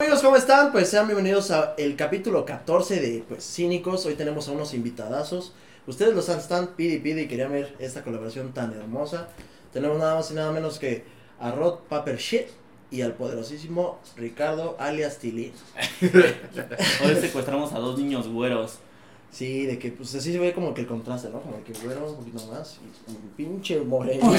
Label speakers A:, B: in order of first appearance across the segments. A: Amigos, ¿cómo están? Pues sean bienvenidos a el capítulo 14 de pues, Cínicos. Hoy tenemos a unos invitadazos. Ustedes los están pidi pidi y querían ver esta colaboración tan hermosa. Tenemos nada más y nada menos que a Rod Paper Shit y al poderosísimo Ricardo alias Tilly.
B: Hoy secuestramos a dos niños güeros.
A: Sí, de que pues así se ve como que el contraste, ¿no? Como que güero un poquito más y, y pinche moreno.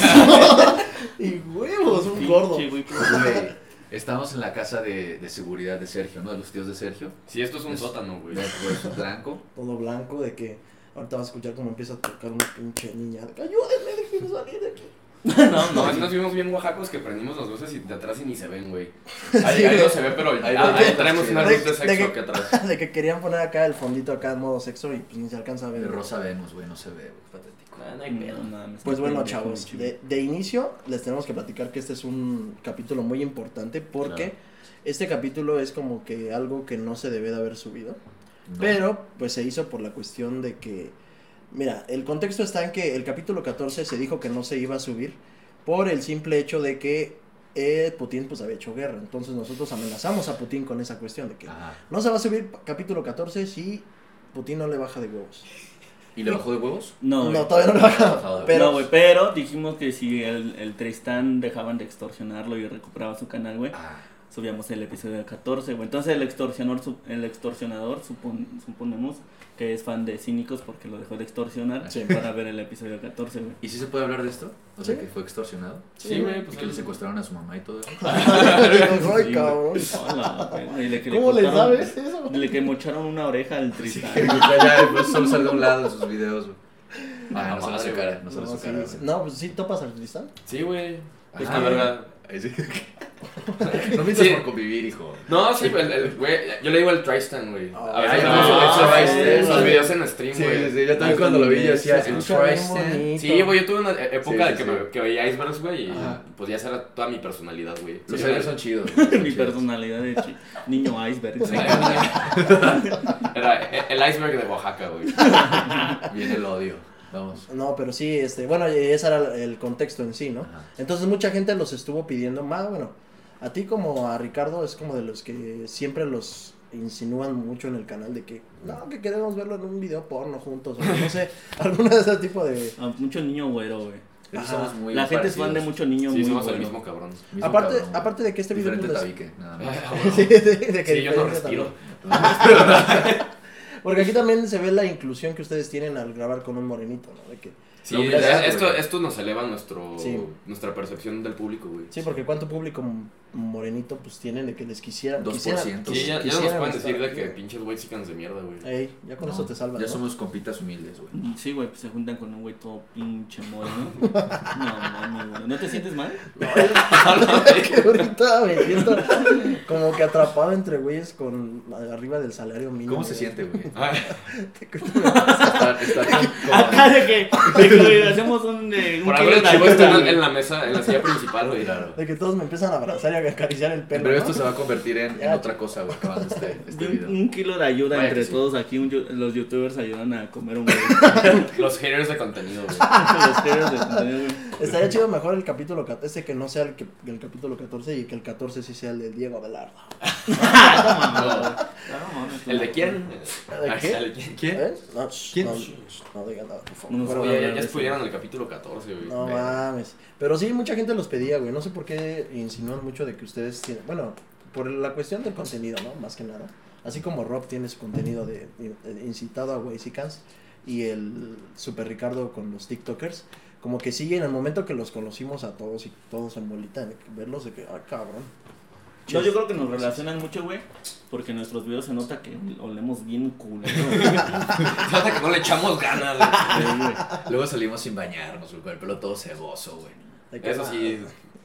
A: y huevos, un gordo.
B: Pinche güey, pinche güey.
C: Güey, Estamos en la casa de, de seguridad de Sergio, ¿no? De los tíos de Sergio.
D: Si esto es un
C: Es-
D: sótano, güey.
C: Los huesos blanco.
A: todo blanco de que ahorita vas a escuchar cómo empieza a tocar una pinche niña. de que, Ayúdenme, déjenme salir de aquí.
B: No,
D: No,
B: no,
D: es que
B: no.
D: nos vimos bien oaxacos que prendimos las luces y de atrás y ni se ven, güey.
A: Sí,
D: Ahí, ahí
A: güey.
D: no se ve, pero
C: Ahí
D: ah,
C: va.
D: ahí traemos una
A: De-
D: luz de
A: de que-
D: sexo aquí atrás.
A: De que querían poner acá el fondito acá en modo sexo y pues ni se alcanza a
C: De
A: ver.
C: Rosa Venus, güey, no se ve, güey, patético.
B: No, no hay pedo, nada más.
A: Pues bueno,
B: Pendejo,
A: chavos,
B: pinche.
A: de, de inicio les tenemos que platicar que este es un capítulo muy importante porque
C: Claro.
A: este capítulo es como que algo que no se debe de haber subido.
C: No.
A: Pero, pues se hizo por la cuestión de que. Mira, el contexto está en que el capítulo 14 se dijo que no se iba a subir por el simple hecho de que eh, Putin pues había hecho guerra. Entonces nosotros amenazamos a Putin con esa cuestión de que
C: Ajá.
A: no se va a subir capítulo 14 si Putin no le baja de huevos.
C: ¿Y le bajó de huevos?
B: No,
A: No,
B: güey.
A: todavía no le baja.
C: No,
A: Pero,
B: No, güey, pero dijimos que si el, el Tristán dejaban de extorsionarlo y recuperaba su canal, güey,
C: Ah,
B: subíamos el episodio 14, güey. Entonces el extorsionador, sup- el extorsionador supon- suponemos que es fan de Cínicos porque lo dejó de extorsionar
A: Sí.
B: para ver el episodio 14, güey.
C: ¿Y si se puede hablar de esto? O sea,
A: Sí.
C: que fue extorsionado.
D: Sí, güey, pues
C: y que le
D: ahí-
C: secuestraron a su mamá y todo eso.
A: Ay,
B: Sí,
A: cabrón.
B: güey. Hola, güey. Y le que
A: ¿Cómo le
B: cortaron-
A: sabes eso?
B: Le que mocharon una oreja al Tristán.
C: Que ya pues, solo salga a un lado en sus videos, güey. Ah,
D: Ah,
C: no sale
D: madre,
C: su cara,
D: güey.
C: no
A: No,
C: sale su
A: sí,
C: cara.
A: sí.
C: güey.
A: No, pues sí topas al Tristán.
D: Sí, güey.
C: Ajá.
D: Es que, verga.
C: Ahí sí. No mientas
D: Sí.
C: por convivir, hijo.
D: No, sí, el, el- güey. Yo le digo el Tristan, güey. A
A: Ay,
D: veces
C: Oh, no,
D: vemos
C: no,
D: esos-
C: no,
D: esos-
C: no,
D: esos
C: no.
D: videos en stream,
C: Sí,
D: güey.
C: sí, sí, yo también cuando lo vi, yo decía,
A: Se
C: el
A: escucha bien
C: Tristan.
A: bonito.
D: Sí, güey, yo tuve una e- época
C: Sí,
D: de que,
C: sí,
D: me-
C: sí.
D: que veía icebergs, güey, y
A: Ajá.
D: pues ya esa era toda mi personalidad, güey.
C: Los
D: Sí,
C: años son chidos. güey, son
B: Mi
C: chidos.
B: personalidad de chi- niño iceberg.
C: Sí.
B: Ah,
D: Era el iceberg de Oaxaca, güey.
C: Viene el odio. Vamos.
A: No, pero sí, este, bueno, ese era el contexto en sí, ¿no?
C: Ajá.
A: Entonces mucha gente los estuvo pidiendo más, bueno, a ti como a Ricardo es como de los que siempre los insinúan mucho en el canal de que, no, que queremos verlo en un video porno juntos, o no sé, alguna de ese tipo de...
B: A mucho niño güero, güey.
C: Es que
A: Ajá.
C: somos muy
B: La gente es fan de
C: parecidos.
B: mucho niño
D: Sí,
B: muy
D: somos
B: güero.
D: el mismo cabrón.
C: Mismo
A: Aparte,
C: cabrón, güey.
A: aparte de que este video...
C: Diferente
A: pues,
C: tabique, nada más.
A: sí, de- de que
D: Sí, yo no
A: diferente
D: respiro.
A: también. Porque aquí también se ve la inclusión que ustedes tienen al grabar con un morenito, ¿no? De que,
D: Sí,
C: La humildad,
D: esto,
C: güey.
D: esto nos eleva nuestro,
A: Sí.
D: nuestra percepción del público, güey.
A: sí, porque cuánto público morenito pues tienen de que les quisieran...
C: Dos por
A: quisieran-
C: ciento.
D: Sí, ya, ya no nos
A: quisieran
D: pueden
A: estar
D: decir de
A: aquí,
D: que
A: güey.
D: pinches chicans de mierda, güey.
A: Ey, ya con
C: No,
A: eso te salvas.
C: Ya
A: ¿no?
C: somos compitas humildes, güey.
B: Sí, güey, pues se juntan con un güey todo pinche moreno. No, mami, güey. ¿No te sientes mal?
A: que ahorita me siento como que atrapado entre güeyes con arriba del salario mínimo.
C: ¿Cómo se siente, güey?
D: Ah,
C: Estar, estar
B: Acá
C: como...
B: de Ah, que, de que hacemos un, eh, un
D: por algo
B: kilo
D: el
B: de
D: chivo
B: ayuda,
D: está en,
B: güey.
D: en la mesa, en la silla principal, güey.
A: De que todos me empiezan a abrazar y a acariciar el pelo.
C: Pero
A: ¿no?
C: esto se va a convertir en, en
A: Ya.
C: otra cosa, güey, acabando este, este
B: Un,
C: video.
B: un kilo de ayuda
C: Vaya
B: entre
C: que sí.
B: todos aquí. un yo- los youtubers ayudan a comer un güey.
D: Los haters de contenido, güey.
B: Los haters de contenido, güey.
A: Estaría chido mejor el capítulo 14, que no sea el, que, el capítulo 14 y que el 14 sí sea el de Diego Abelardo.
B: Ah, No, mames,
D: ¿El de quién?
A: ¿De qué?
D: ¿El de quién?
C: ¿Quién?
A: ¿Eh? No, shh,
C: ¿Quién?
A: No, no digan nada, por favor.
B: No,
A: Pero-
D: Oye, ya, ya spoilearon el capítulo 14, güey.
A: No
C: Ve.
A: mames. Pero sí, mucha gente los pedía, güey. No sé por qué insinúan mucho de que ustedes tienen. Bueno, por la cuestión del contenido, ¿no? Más que nada. Así como Rob tiene su contenido de, de- incitado a Waisicans y el Super Ricardo con los TikTokers. Como que sí, en el momento que los conocimos a todos y todos en bolita, de que verlos de que, ah, cabrón.
B: No, yo creo que nos relacionan mucho, güey, porque en nuestros videos se nota que olemos bien culero. güey.
D: Trata que no le echamos ganas, güey.
B: Sí, güey.
C: Luego salimos sin bañarnos, güey, con el pelo todo ceboso, güey.
A: De que,
D: Eso
A: ah,
D: sí,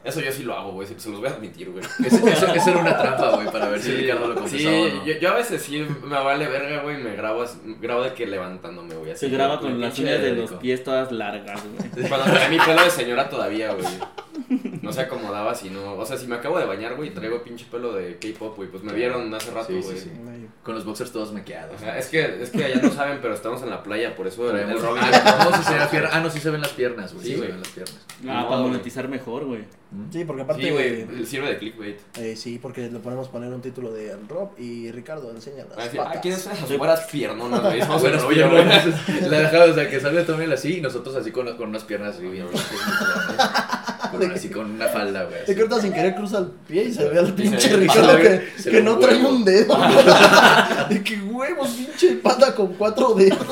D: eso yo sí lo hago, güey. Se se los voy a admitir, güey.
C: Eso, eso- eso era una trampa, güey, para ver si Ricardo lo confesó
D: sí,
C: o no.
D: yo, yo a veces sí me vale verga, güey, me grabo, as- grabo de que levantándome, güey.
B: Se
D: así,
B: graba
D: güey,
B: con las
D: pinche
B: uñas de
D: rico.
B: los pies todas largas, güey.
D: Cuando tenía mi pelo de señora todavía, güey. No se acomodaba, sino. O sea, si me acabo de bañar, güey, traigo pinche pelo de K-pop, güey. Pues me vieron hace rato,
C: Sí,
D: güey.
C: sí, sí.
A: Ay,
C: Con los boxers todos maquillados.
D: O sea, es que, es que allá no saben, pero estamos en la playa, por eso el, el
C: Traemos-
D: Robin.
C: Ah, no, sí se ven las piernas. Ah, no, sí se ven las piernas, güey.
D: Sí,
C: Sí, se
D: güey.
C: ven las piernas.
B: Ah,
D: No,
B: para
D: güey.
B: monetizar mejor, güey.
A: Sí, porque aparte.
D: Sí, güey, sirve de clickbait.
A: eh, sí, porque le podemos poner un título de Rob y Ricardo enseña las
D: Ah, sí,
A: patas.
D: ah, ¿quiénes son esas güeras piernonas, güey? Somos el
C: Buenas
D: novio, güey.
C: piernas. La dejamos, o sea, que salga también así y nosotros así con, con unas piernas así bien. con una- así con una falda, güey.
A: Te
C: así.
A: cortas sin querer, cruza el pie y se ve al
D: se
A: pinche
D: ve-
A: Ricardo
C: se ve-
A: que,
C: se
A: que
C: ve
A: no
C: un
A: trae
C: huevo.
A: un dedo. De que huevos, pinche pata con cuatro dedos.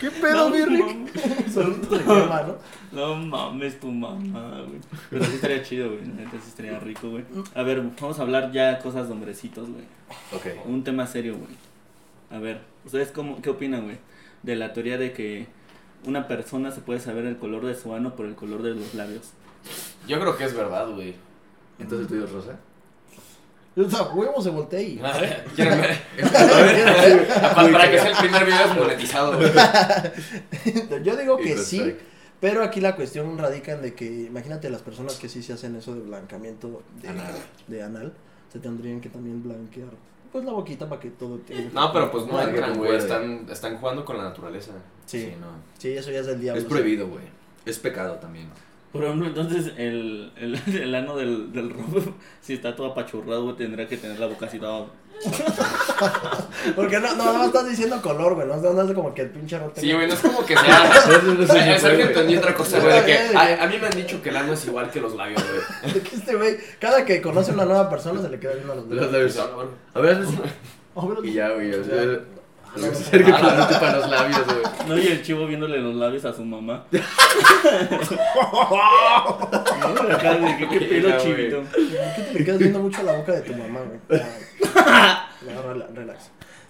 A: ¿Qué pedo, mi Rick?
B: mames.
A: Saludos de crema, ¿no?
B: No mames tu mamá, güey. Pero sí estaría chido, güey. La neta sí estaría rico, güey. A ver, vamos a hablar ya cosas de hombrecitos, güey.
C: Ok.
B: Un tema serio, güey. A ver, ¿ustedes cómo, qué opinan, güey? De la teoría de que una persona se puede saber el color de su ano por el color de los labios.
D: Yo creo que es verdad, güey.
C: Entonces tú dices rosa.
A: O sea, huevos se voltea y.
D: ¿Quieren ver? Pa- Para que sea el primer video desmonetizado, güey.
A: Yo digo que
C: Y
A: sí,
C: perfecto.
A: pero aquí la cuestión radica en de que, imagínate las personas que sí se hacen eso de blancamiento de
C: Anal.
A: de anal se tendrían que también blanquear. Pues la boquita para que todo tenga-
D: No, pero pues no
C: Para que
D: entran, güey.
C: concuerde.
D: Están, están jugando con la naturaleza.
A: Sí,
C: Sí, no.
A: sí, eso ya es del diablo.
C: Es prohibido, güey. Es pecado también.
B: Por ejemplo, entonces el, el, el ano del, del Rob, si está todo apachurrado, güey, tendrá que tener la boca así abajo.
A: Porque no, no, no estás diciendo color, güey. No no es como que el pinche rote.
D: Sí, güey, no es como que sea.
C: Entonces, no
D: Es que entendí otra cosa, güey. de que
A: Güey, güey.
D: a, a mí me han dicho que el ano es igual que los labios, güey.
A: De que este güey, cada que conoce una nueva persona se le queda viendo a los
C: Los
A: dedos.
C: labios. A ver, hazme así.
A: Oh, pero-
C: Y ya, güey. o sea,
A: Ya.
C: lo que se acerque para para los labios, güey.
B: No, y el chivo viéndole los labios a su mamá. No, acá de que, qué pelo
D: Mira, güey.
B: chivito.
A: ¿Por qué te le quedas viendo mucho la boca de tu mamá, güey? No, rela- relax.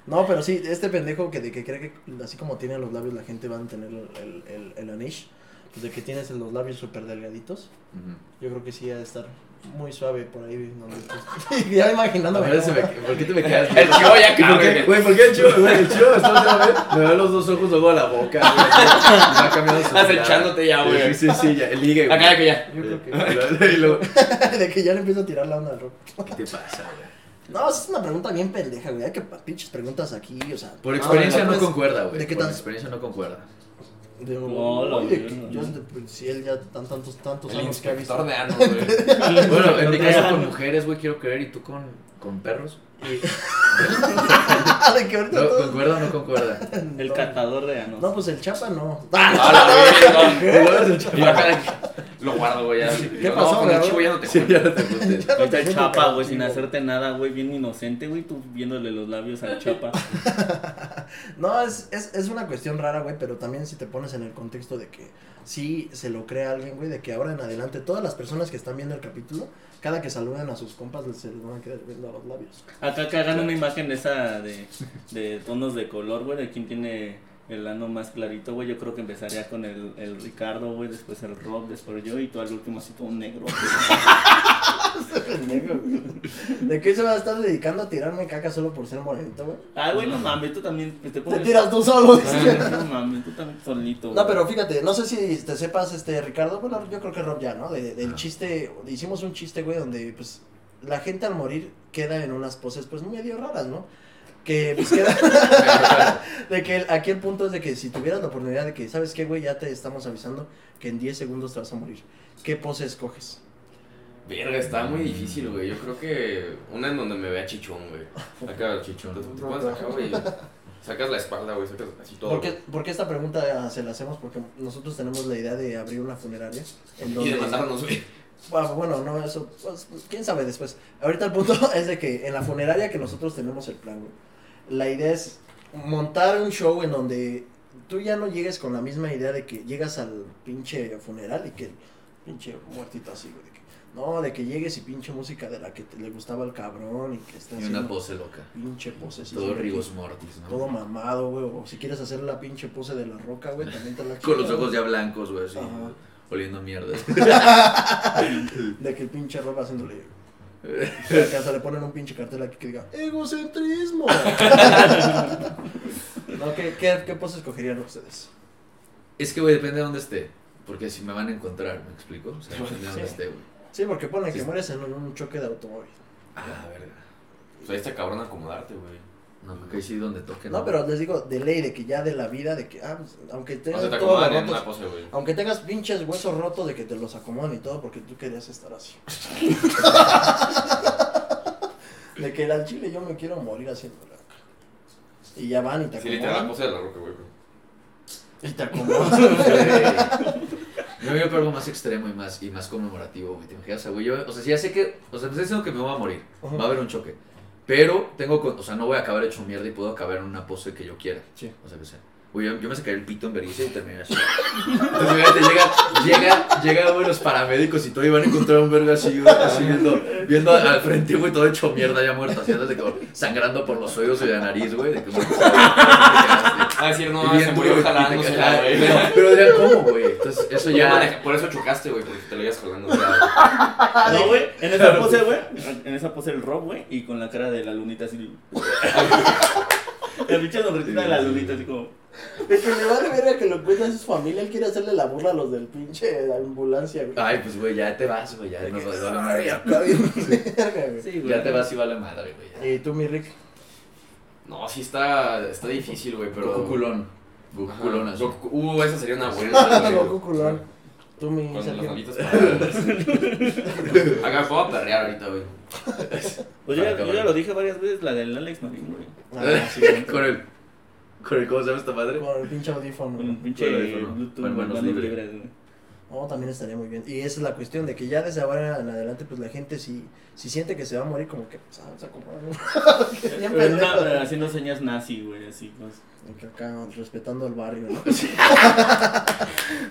A: No, pero sí, este pendejo que de que cree que así como tienen los labios la gente va a tener el, el, el, el anish, pues de que tienes los labios súper delgaditos,
C: Ujú.
A: yo creo que sí ha de estar muy suave por ahí. donde tú- ya imaginándome.
C: A ver, se
A: cómo
C: me-
A: va.
C: ¿Por qué te me quedas
D: El
C: viendo?
D: chivo ya
C: ¿Y por
D: cabe.
C: qué,
D: güey.
C: güey, ¿por qué el chivo? Güey, el chivo está otra vez. Me ve los dos ojos, luego a la boca. güey. Va cambiando su
D: Estás echándote ya, güey.
C: Sí, sí, sí, ya. El ligue, güey.
D: Acá, acá, ya.
A: Yo creo que...
C: Y luego,
A: de que ya le empiezo a tirar la onda al rock.
C: ¿Qué te pasa, güey?
A: No, esa es una pregunta bien pendeja, güey. Hay que pa- pinches preguntas aquí, o sea.
C: Por experiencia
A: no,
C: no,
A: pues,
C: concuerda, güey.
A: ¿de qué
C: Por
A: tan-
C: experiencia no concuerda.
A: De,
B: No, la
A: oye,
B: verga.
A: yo, pues, si él ya tan, tantos, tantos
D: El
A: años que ha visto.
D: inspector de ano, güey.
C: Bueno, en mi caso con
B: No.
C: mujeres, güey, quiero creer. ¿Y tú con, con perros?
A: Ah, de que ahorita
C: No,
A: todos-
C: ¿Concuerda o no concuerda?
B: El Ah,
A: No.
B: catador de anos.
A: No, pues el chapa no.
D: A Ah, la verga.
C: Y luego se echa-
D: Y acá de que- Lo guardo, güey. ya.
A: ¿Qué
D: No,
A: pasó,
D: con el
A: güey?
D: chivo ya no te
C: Sí,
D: juntas.
C: ya no te juntes.
A: Ya no
B: Ahí está
A: te
B: el
A: siento
B: chapa, güey, sin
A: castigo.
B: hacerte nada, güey, bien inocente, güey, tú viéndole los labios al chapa.
A: No, es, es, es una cuestión rara, güey, pero también si te pones en el contexto de que sí se lo cree a alguien, güey, de que ahora en adelante todas las personas que están viendo el capítulo, cada que saluden a sus compas les se les van a quedar viendo a los labios.
B: Acá que hagan una imagen de esa de, de tonos de color, güey, de quién tiene el ano más clarito, güey. Yo creo que empezaría con el, el Ricardo, güey, después el Rob, después yo y tú al último así todo negro. güey.
A: ¿De qué se va a estar dedicando a tirarme caca solo por ser morenito, güey?
B: Ay, Ah, güey, no mames, tú también pues, te
A: Te
B: pones-
A: tiras tú solo.
B: pues,
A: dice.
B: Ay, No mames, tú también solito.
A: No,
B: güey.
A: pero fíjate, no sé si te sepas, este, Ricardo, bueno, yo creo que Rob ya, ¿no? De- del chiste, hicimos un chiste, güey, donde, pues, la gente al morir queda en unas poses, pues, medio raras, ¿no? Que, pues, queda... de que el- aquí el punto es de que si tuvieras la oportunidad de que, ¿sabes qué, güey? Ya te estamos avisando que en 10 segundos te vas a morir. ¿Qué pose escoges?
D: Verga, está muy difícil, güey. Yo creo que una en donde me vea chichón, güey. Saca el chichón. Te pones acá, güey. Sacas la espalda, güey. Sacas así todo.
A: Porque, porque esta pregunta ah, se la hacemos porque nosotros tenemos la idea de abrir una funeraria. En
D: güey. Y de mandarnos, güey.
A: Bueno, bueno, no, eso, pues, quién sabe después. Ahorita el punto es de que en la funeraria que nosotros tenemos el plan, güey, la idea es montar un show en donde tú ya no llegues con la misma idea de que llegas al pinche funeral y que el pinche muertito así, güey, de que, no, de que llegues y pinche música de la que te- le gustaba al cabrón y que esté
C: Y una
A: haciendo
C: pose loca.
A: pinche pose. sí,
C: Todo
A: sí,
C: rigos mortis, ¿no?
A: Todo mamado, güey, o si quieres hacer la pinche pose de la roca, güey, también te la
C: Con los
A: chingas,
C: ojos ya blancos, güey, así.
A: Ajá.
C: Oliendo mierda.
A: De que el pinche ropa haciéndole. Que hasta le ponen un pinche cartel aquí que diga egocentrismo. no, ¿qué, qué, qué pose escogerían ustedes?
C: Es que, güey, depende de dónde esté. Porque si me van a encontrar, ¿me explico? O sea, depende de dónde
A: Sí.
C: esté, güey.
A: Sí, porque ponen que
C: Sí.
A: mueres en un choque de automóvil.
C: Ah, verga.
D: O sea, Pues ahí está cabrón acomodarte, güey.
C: No, me caí sí donde toque.
A: No, pero les digo, de ley, de que ya de la vida, de que, ah, pues, aunque
D: O
A: tengas
D: sea, te
A: todos los
D: acomodan en
A: rotos-
D: una pose, güey.
A: aunque tengas pinches huesos rotos de que te los acomodan y todo, porque tú querías estar así. de que al chile yo me quiero morir haciendo la Y ya van y te
D: Sí, literal, la
A: acomodan.
D: pose de la roca, güey.
A: y te acomodan.
C: No, yo creo algo más extremo y más, y más conmemorativo, güey. ¿Te imaginas? O sea, güey, yo, o sea, si ya sé que, o sea, me estoy diciendo que me voy a morir,
A: Ajá.
C: va a haber un choque. Pero tengo, con- o sea, no voy a acabar hecho mierda y puedo acabar en una pose que yo quiera.
A: Sí.
C: O sea, que sea. Güey, yo, yo me sacaría el pito en vergüenza y terminé así. Entonces, mira, te llega, llega, llega, güey, los paramédicos y todo y van a encontrar un verga así, güey, así viendo, viendo al frente, güey, todo hecho mierda, ya muerto, así, andas de como sangrando por los oídos y la nariz, güey, de que
D: A decir, Ah, no,
C: Y
D: se
C: bien duro,
D: murió
C: güey, y te
D: jalándosela,
C: cae-
D: güey.
C: Pero, pero dirán, ¿cómo, güey? Entonces, eso
D: Ya
C: ya.
D: maneja- Por eso chocaste, güey, porque te lo ibas jalando.
B: No, Ah, güey. En esa pose, güey. En esa pose el Rob, güey. Y con la cara de la lunita así. El pinche sonrisita de la lunita, así como.
A: De que le vale verga que lo cuente a su familia, él quiere hacerle la burla a los del pinche ambulancia, güey.
B: Ah,
C: Ay, pues, güey, ya te vas, güey, ya no vale
A: Ay,
C: madre.
A: acá bien verga, güey.
B: Sí, güey.
C: Ya te vas y vale madre, güey. ya.
A: Y tú, mi Rick,
D: No, sí está, está difícil, güey, pero...
C: Goku culón. Goku
D: Ajá.
C: culón así.
D: Goku- Uh, esa sería una buena, güey.
A: Ah, Goku culón. tú, mi
D: Con las
A: Sergio.
D: alitas paradas. Acá me puedo perrear ahorita, güey.
B: Pues yo,
C: Para
B: ya- yo
C: acabar.
B: ya lo dije varias veces, la del Alex Marín, güey.
A: Ah, sí,
C: Con el. Con el, ¿cómo se llama esta madre?
A: Con el pinche audífono.
B: Con
A: güey.
B: un pinche
C: Con el teléfono.
B: Bluetooth,
C: Con manos
B: manos
C: libres.
B: libres, güey.
A: Oh, también estaría muy bien. Y esa es la cuestión de que ya desde ahora en adelante, pues la gente si, si siente que se va a morir, como que pues, ah, se acomoda, ¿no? Bien
B: Pero
A: pendejo.
B: una- haciendo señas nazi, güey, así, pues.
A: De que acá, respetando el barrio, ¿no?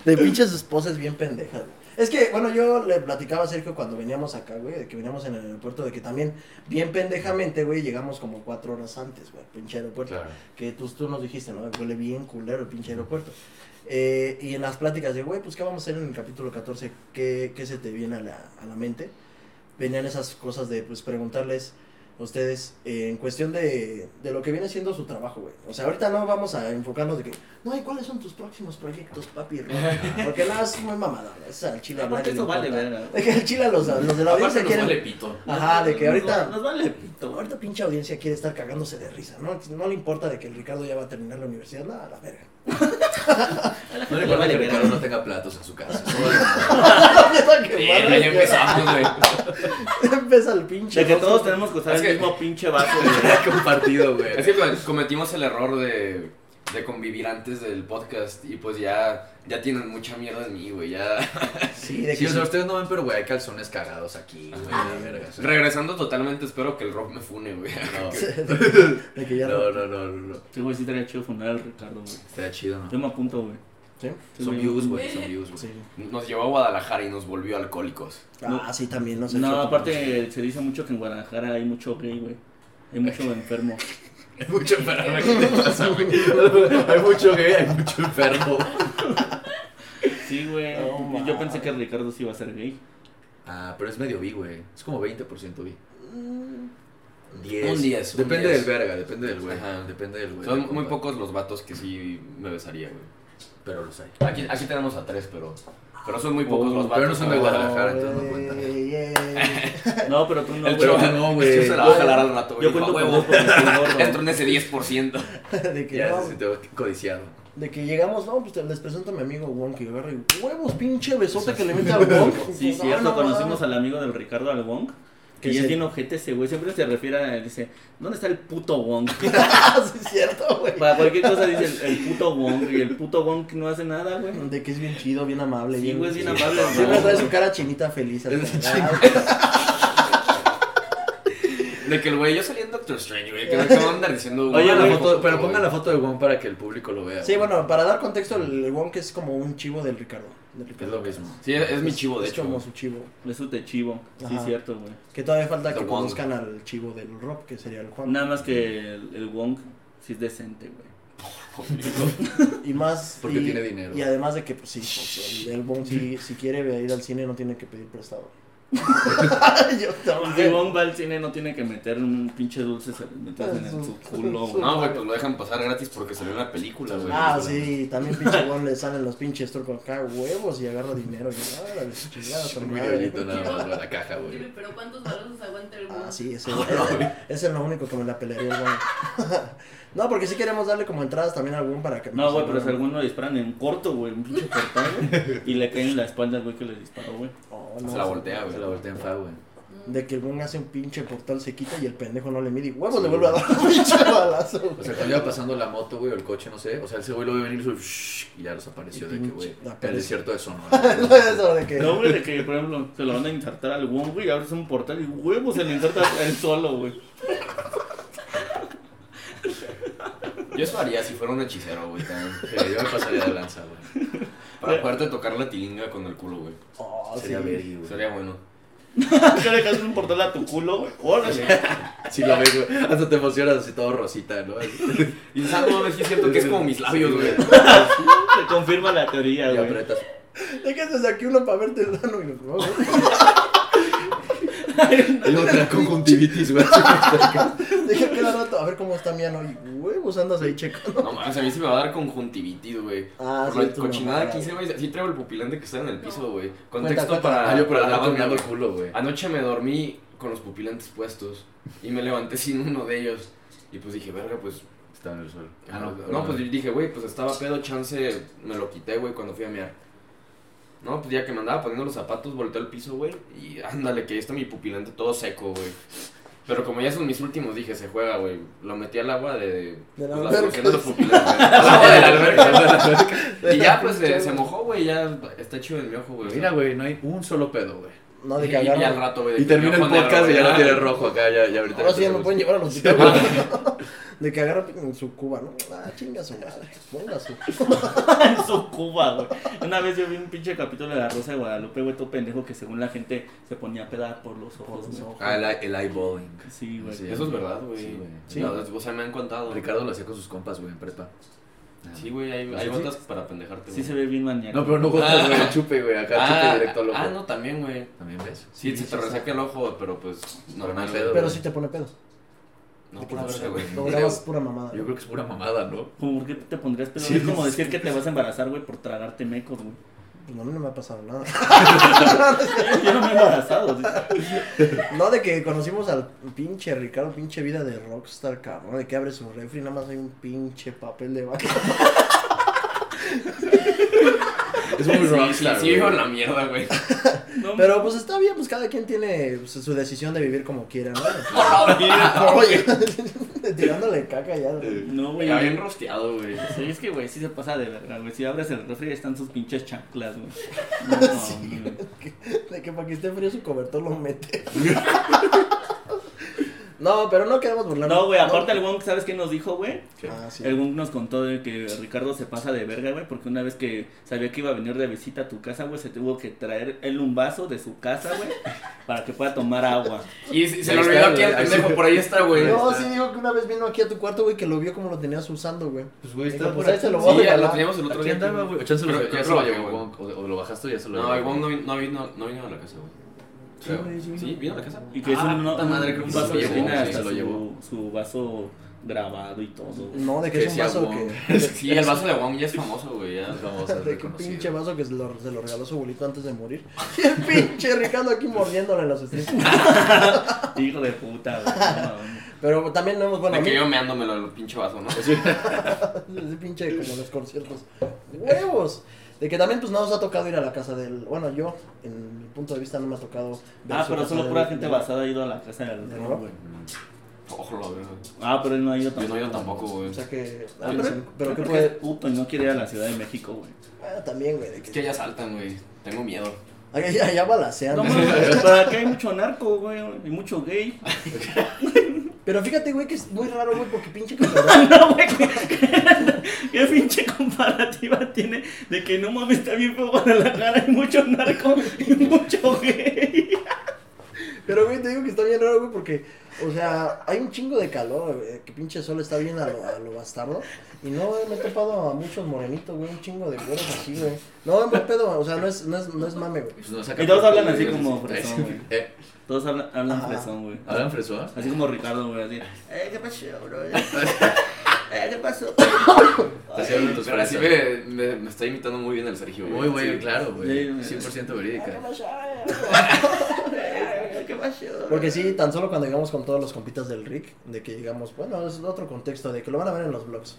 A: De pinches esposas bien pendejas. güey. Es que, bueno, yo le platicaba a Sergio cuando veníamos acá, güey, de que veníamos en el aeropuerto, de que también, bien pendejamente, güey, llegamos como cuatro horas antes, güey, al pinche aeropuerto.
D: Claro.
A: que tú, tú nos dijiste, ¿no? Huele bien culero el pinche aeropuerto. Eh, y en las pláticas de, güey, pues, ¿qué vamos a hacer en el capítulo 14? ¿Qué, qué se te viene a la, a la mente? Venían esas cosas de, pues, preguntarles a ustedes eh, en cuestión de, de lo que viene siendo su trabajo, güey. O sea, ahorita no vamos a enfocarnos de que, no, ¿y cuáles son tus próximos proyectos, papi? Rob?" Porque nada, es muy mamada, ¿no? Es al chile. a
B: Aparte,
A: nadie le
B: esto vale
A: importa.
B: verga.
A: Es que al chile a los, a los de la
C: Aparte
A: audiencia
C: nos
A: quieren...
C: vale pito.
A: Ajá, de que ahorita...
B: Nos, nos vale pito.
A: Ahorita pinche audiencia quiere estar cagándose de risa. No, no le importa de que el Ricardo ya va a terminar la universidad. Nada, a la verga.
C: No le
B: Nos
C: importa
B: vale
C: que
B: verga.
C: Ricardo no tenga platos en su casa.
D: Sí, ya ya empezamos, güey.
A: Empieza el pinche.
B: De que
A: rostro.
B: todos tenemos que usar
D: Es
B: el
D: que-
B: mismo pinche vaso, güey.
C: Compartido, güey.
D: Es que com- cometimos el error de, de convivir antes del podcast y pues ya, ya tienen mucha mierda en mí, güey. Ya.
A: Sí, de
C: Sí,
A: que
C: o
A: sí.
C: sea, ustedes no ven, pero, güey, hay calzones cagados aquí, güey. la verga, o sea.
D: Regresando totalmente, espero que el rock me fune, güey.
A: De que ya
C: No, no, no, no, no.
B: Sí, güey, sí estaría chido fundar al Ricardo, güey.
C: Estaría chido, ¿no?
B: Yo me apunto, güey.
A: Sí.
B: Sí,
C: Son
B: güey.
C: views, güey, son views, güey.
A: Sí.
D: Nos llevó a Guadalajara y nos volvió alcohólicos.
A: Ah, sí, también, no sé.
B: No, aparte se dice mucho que en Guadalajara hay mucho gay, güey. Hay mucho enfermo.
C: Hay mucho enfermo, ¿qué te pasa, güey? Hay mucho gay, hay mucho enfermo.
B: Sí, güey.
A: No,
B: Y yo
A: ma.
B: pensé que Ricardo sí iba a ser gay.
C: Ah, pero es medio bi, güey. Es como 20% bi.
A: Mm,
C: 10.
D: Un 10, un
C: Depende
D: 10.
C: del verga, depende del güey.
D: Ajá.
C: Depende del güey.
D: Son
C: del
D: muy
C: compa.
D: pocos los vatos que sí me besaría, güey.
C: Pero los hay.
D: Aquí, aquí tenemos a tres, pero. Pero son muy pocos
B: Oh,
D: los vatos.
C: Uh, pero no son de
D: ¿no?
C: Guadalajara, entonces no cuenta.
A: güey, yeah.
B: No, pero tú no,
D: El
B: güey.
D: Choca
C: no,
D: no,
C: güey.
D: güey. Se la va a jalar al rato, güey.
B: Yo
D: Dijo,
B: cuento
D: "A
B: con vos
D: huevo".
B: porque estoy gordo.
D: Entro en ese 10%.
A: De que
C: Ya
A: no,
C: se sintió codiciado.
A: de que llegamos, no, pues te- les presento a mi amigo Wonk y agarra y huevos, pinche besote que le mete al Wonk.
B: Sí,
A: No,
B: cierto,
A: ah, no,
B: conocimos
A: no.
B: al amigo del Ricardo al Wong. Que
A: Que
B: ya
A: se-
B: es bien ojete ese güey. Siempre se refiere a. Dice, ¿dónde está el puto Wong?
A: Ah, sí, es cierto, güey.
B: Para cualquier cosa dice el, el puto Wong. Y el puto Wong no hace nada, güey.
A: De que es bien chido, bien amable.
B: Sí, güey, es bien
A: sí.
B: amable, güey.
A: Siempre trae su cara chinita feliz. así,
C: Es
A: ah,
D: De que el güey, yo salí en Doctor Strange, güey. Que me acaban de andar diciendo, güey.
C: Oye,
D: una
C: la foto, pero
D: güey.
C: pongan la foto de Wong para que el público lo vea.
A: Sí,
C: güey.
A: bueno, para dar contexto, el Wonk es como un chivo del Ricardo. del
C: Es
A: Ricardo.
C: lo mismo.
D: Sí, es, es mi chivo, de
A: es
D: hecho.
A: como su chivo.
B: Eso te chivo. Sí,
A: Ajá.
B: cierto, güey.
A: Que todavía falta
D: The
A: que
D: Wong.
A: conozcan al chivo del Rob, que sería el Juan.
B: Nada más que el, el Wong sí es decente, güey.
A: Y más.
C: Porque
A: y-
C: tiene dinero.
A: Y además de que, pues sí, pues, el, el Wong, si, si quiere ir al cine, no tiene que pedir prestado. Yo
B: Un
A: también.
B: Simón va al cine, no tiene que meter un pinche dulce, se lo metes en el- su culo. güey.
D: No, güey, pues lo dejan pasar gratis porque salió una película, güey.
A: Ah, sí, también pinche Gon le salen los pinches trucos acá, huevos y agarra dinero. Y, órale, su chingada, su
C: Un
A: madre.
C: millonito nada más, güey, la caja, güey.
E: Pero ¿cuántos balazos aguanta el güey?
A: Ah, sí, ese, ese, ese es lo único que me la pelearía el güey. no, porque sí queremos darle como entradas también a algún para que.
B: No, güey, pero si alguno le disparan en corto, güey, un pinche portal, güey, y le caen en la espalda al güey que le disparó, güey.
A: Oh,
D: Se la
A: no,
D: voltea, güey.
C: Se la voltea en fa, güey.
A: de que el güey hace un pinche portal, se quita y el pendejo no le mide y huevos le vuelve a dar un pinche balazo. güey.
D: Pues,
C: O sea, cuando iba pasando la moto, güey, o el coche, no sé. O sea, ese güey lo ve venir y su- shhh, y ya desapareció de que, güey. El desierto de Sonora.
A: Eso de que.
B: No, güey, de que, por ejemplo, se lo van a insertar al güey, güey, abres un portal y huevos se le inserta él solo, güey.
D: Yo eso haría si fuera un hechicero, güey. también.
C: Sí, yo me pasaría de lanza, güey.
D: Para poderte tocar la tilinga con el culo, güey.
A: Oh,
C: Sería
A: sí.
C: vergui, güey.
D: Sería bueno.
B: ¿Qué le dejas un portal a tu culo, güey? Órale.
C: Sí, lo ves, güey. Hasta te emocionas así todo rosita, ¿no?
D: Y sabes, no, es cierto que es como mis labios, güey.
B: Te confirma la teoría,
C: Y
B: güey.
C: apretas.
A: Déjate saqué uno para verte el dano y lo probó, güey.
C: Hay otra conjuntivitis, güey.
A: Dije que era rato, a ver cómo está mi ano y huevos andas ahí checando.
D: No mames, a mí sí me va a dar conjuntivitis, güey.
A: Ah,
D: Por la
A: sí, tu
D: cochinada
A: mamada,
D: que hice, güey. Sí traigo el pupilante que está en el piso, güey.
A: Cuenta,
D: Contexto
A: cuenta.
D: para.
C: Ah, yo por
D: para
C: andar
D: la banda,
C: cambiando
D: güey.
C: culo, güey.
D: Anoche me dormí con los pupilantes puestos y me levanté sin uno de ellos. Y pues dije, verga, pues.
C: Estaba en el suelo. Ah,
D: no, pues yo dije, güey, pues estaba pedo, chance, me lo quité, güey, cuando fui a mear. No, pues ya que me andaba poniendo los zapatos, volteé al piso, güey, y ándale, que ahí está mi pupilante todo seco, güey. Pero como ya son mis últimos, dije, se juega, güey. Lo metí al agua de.
A: De la
D: pues,
A: alberca.
D: solución de los pupilantes. Al agua
C: Ah,
D: de la alberca. Y ya, pues se, se mojó, güey, ya está chido en mi ojo, güey.
C: Mira, güey, no hay un solo pedo, güey.
A: No, de
D: Y-
A: que
D: y, al
A: agarran.
D: rato, güey. de
C: Y
D: que
C: termina el
D: mi ojo negro,
C: podcast y
D: güey,
C: ya lo
D: ah,
C: tiene rojo acá, ya, ya ahorita.
A: Ahora sí ya me pueden llevar al hospital. güey. De que agarra en su cuba, ¿no? Ah, chinga su madre. Venga su.
B: En su Cuba, güey. Una vez yo vi un pinche capítulo de La Rosa de Guadalupe, güey, todo pendejo que según la gente se ponía a pedar por los ojos, güey.
C: Ah, el, el eyeballing.
B: Sí, güey.
C: Sí.
D: Eso es verdad, güey.
C: Sí, güey.
D: Sí,
A: Sí.
D: o sea, me han contado.
C: Ricardo lo hacía con sus compas, güey, en prepa.
D: Sí, güey, hay, hay
C: Sí, sí.
D: botas para pendejarte.
B: Sí
D: güey.
B: se ve bien maníaco.
C: No, pero no gotas,
D: Ah.
C: güey, chupe, güey. Acá
D: ah,
C: chupe directo al ojo.
D: ah, no, también, güey.
C: También ves.
D: Sí, se te resaca el ojo, pero pues normal.
C: no hay
D: güey.
C: pedo.
A: Pero sí te pone pedo.
D: No, pues, no sé, güey.
A: Lo grabas pura mamada.
C: Yo creo que es pura mamada, ¿no?
B: Como, ¿Por qué te pondrías pedo?
C: Sí,
B: es como
C: sí.
B: decir que te vas a embarazar, güey, por tragarte mecos, güey.
A: Pues a mí no me ha pasado nada.
B: Yo no me he embarazado. dice.
A: No, de que conocimos al pinche Ricardo, pinche vida de rockstar, cabrón. De que abre su refri, nada más hay un pinche papel de baño.
C: Es muy
D: Sí,
C: rockstar,
D: sí,
C: güey.
D: vivo en la mierda, güey.
B: No,
A: Pero pues está bien, pues cada quien tiene pues, su decisión de vivir como quiera, ¿no? Oye, tirándole caca ya.
B: No, güey.
D: Ya bien rosteado, güey.
B: Sí, es que, güey, sí se pasa de verga, güey. Si abres el refri, están sus pinches chanclas, güey. No, no, güey.
A: De que para que esté frío su cobertor lo mete. no, pero no queremos burlarnos.
B: No, güey, aparte el Wong, ¿sabes qué nos dijo, güey?
A: Ah, sí.
B: El Wong nos contó de que Ricardo se pasa de verga, güey, porque una vez que sabía que iba a venir de visita a tu casa, güey, se tuvo que traer él un vaso de su casa, güey, para que pueda tomar agua.
D: Y se, se
C: Ahí
D: lo
C: está,
D: olvidó aquí al
C: güey.
D: pendejo, por ahí está, güey.
A: No, sí dijo que una vez vino aquí a tu cuarto, güey, que lo vio como lo tenías usando, güey.
C: Pues, güey,
A: Digo,
C: está
A: pues
C: por
A: ahí
C: ahí.
A: se lo voy a
D: Sí, ya lo
A: regalar.
D: teníamos el otro
C: Aquí
D: día.
C: andaba, güey. O chance lo-
D: Pero
C: ya
D: ya
C: se lo
D: lo
C: llevó,
D: llevó,
C: Wonk, O o lo bajaste o ya se lo
D: No, el
C: llevó.
D: Wong no, vi- no, vino- no vino a la casa, güey. Creo.
A: güey, sí vino.
D: Sí, vino a la casa.
B: Y que
D: Ah,
B: es un,
D: puta madre, creo
B: un
D: que
B: vaso
D: se lo
B: que
D: llevó,
B: tiene
D: sí,
B: hasta
C: se lo
B: su,
C: llevó.
B: su vaso grabado y todo. güey.
A: No, de que,
C: Que
A: es un
C: sea
A: vaso
C: Wong.
A: que.
D: Sí, el vaso de Wong ya es famoso, güey. ya.
C: Es famoso, es
A: De que un pinche
C: reconocido.
A: vaso que se lo, se lo regaló su abuelito antes de morir. Y el pinche Ricardo aquí mordiéndole las estrellas.
B: Hijo de puta, güey. no mames.
A: Pero también no hemos, bueno, a
D: De
A: mí,
D: que yo meándomelo el pinche vaso, ¿no?
A: ese pinche como los conciertos. ¡Huevos! De que también, pues, no nos ha tocado ir a la casa del. Bueno, yo, en mi punto de vista, no me ha tocado. ver
B: Ah,
A: su
B: pero
A: casa
B: solo
A: del-
B: pura gente basada ha ido a la casa del
A: del
B: Wong,
A: rock.
B: güey.
D: Ojo, la verga.
B: Ah, pero él no ha ido
D: Yo
B: tampoco.
D: no he ido tampoco, güey.
A: O sea que.
D: Ah,
A: pero-
D: pero-
A: pero que
B: Porque es
A: puede.
B: puto y no quiere ir a la Ciudad de México, güey.
A: Ah, también, güey. de
D: Es
A: que-
D: que allá saltan, güey. Tengo miedo.
A: Allá, allá- allá balacean.
B: No, mames, para que hay mucho narco, güey, y mucho gay.
A: Pero fíjate, güey, que es muy raro, güey, porque pinche Catedral.
B: No, güey, qué pinche comparativa tiene de que no mames, está bien feo Guadalajara, hay mucho narco y mucho gay.
A: Pero, güey, te digo que está bien raro, güey, porque, o sea, hay un chingo de calor, güey, que pinche sol está bien a lo, a lo bastardo. Y no, güey, me he topado a muchos morenitos, güey, un chingo de güeros así, güey. No, en buen pedo, o sea, no es, no es, no es mame, güey.
C: Pues no saca
B: Y todos hablan
C: fotos,
B: así
C: güey,
B: como
C: así.
B: fresón, güey.
C: Eh,
B: Todos hablan, hablan
A: Ajá.
B: fresón, güey.
C: ¿Hablan fresón?
B: Así como Ricardo, güey, así. Eh, ¿qué pasó, bro? Eh, ¿qué pasó?
C: Así hablan tus
D: Pero así
C: fresas.
D: me, me, me está imitando muy bien el Sergio, güey.
C: Muy, güey,
D: Sí.
C: claro, güey.
B: Sí, güey.
C: 100% verídica.
B: Eh, ¿Qué pasó?
A: Porque sí, tan solo cuando llegamos con todos los compitas del Rick, de que llegamos, bueno, es otro contexto, de que lo van a ver en los blogs.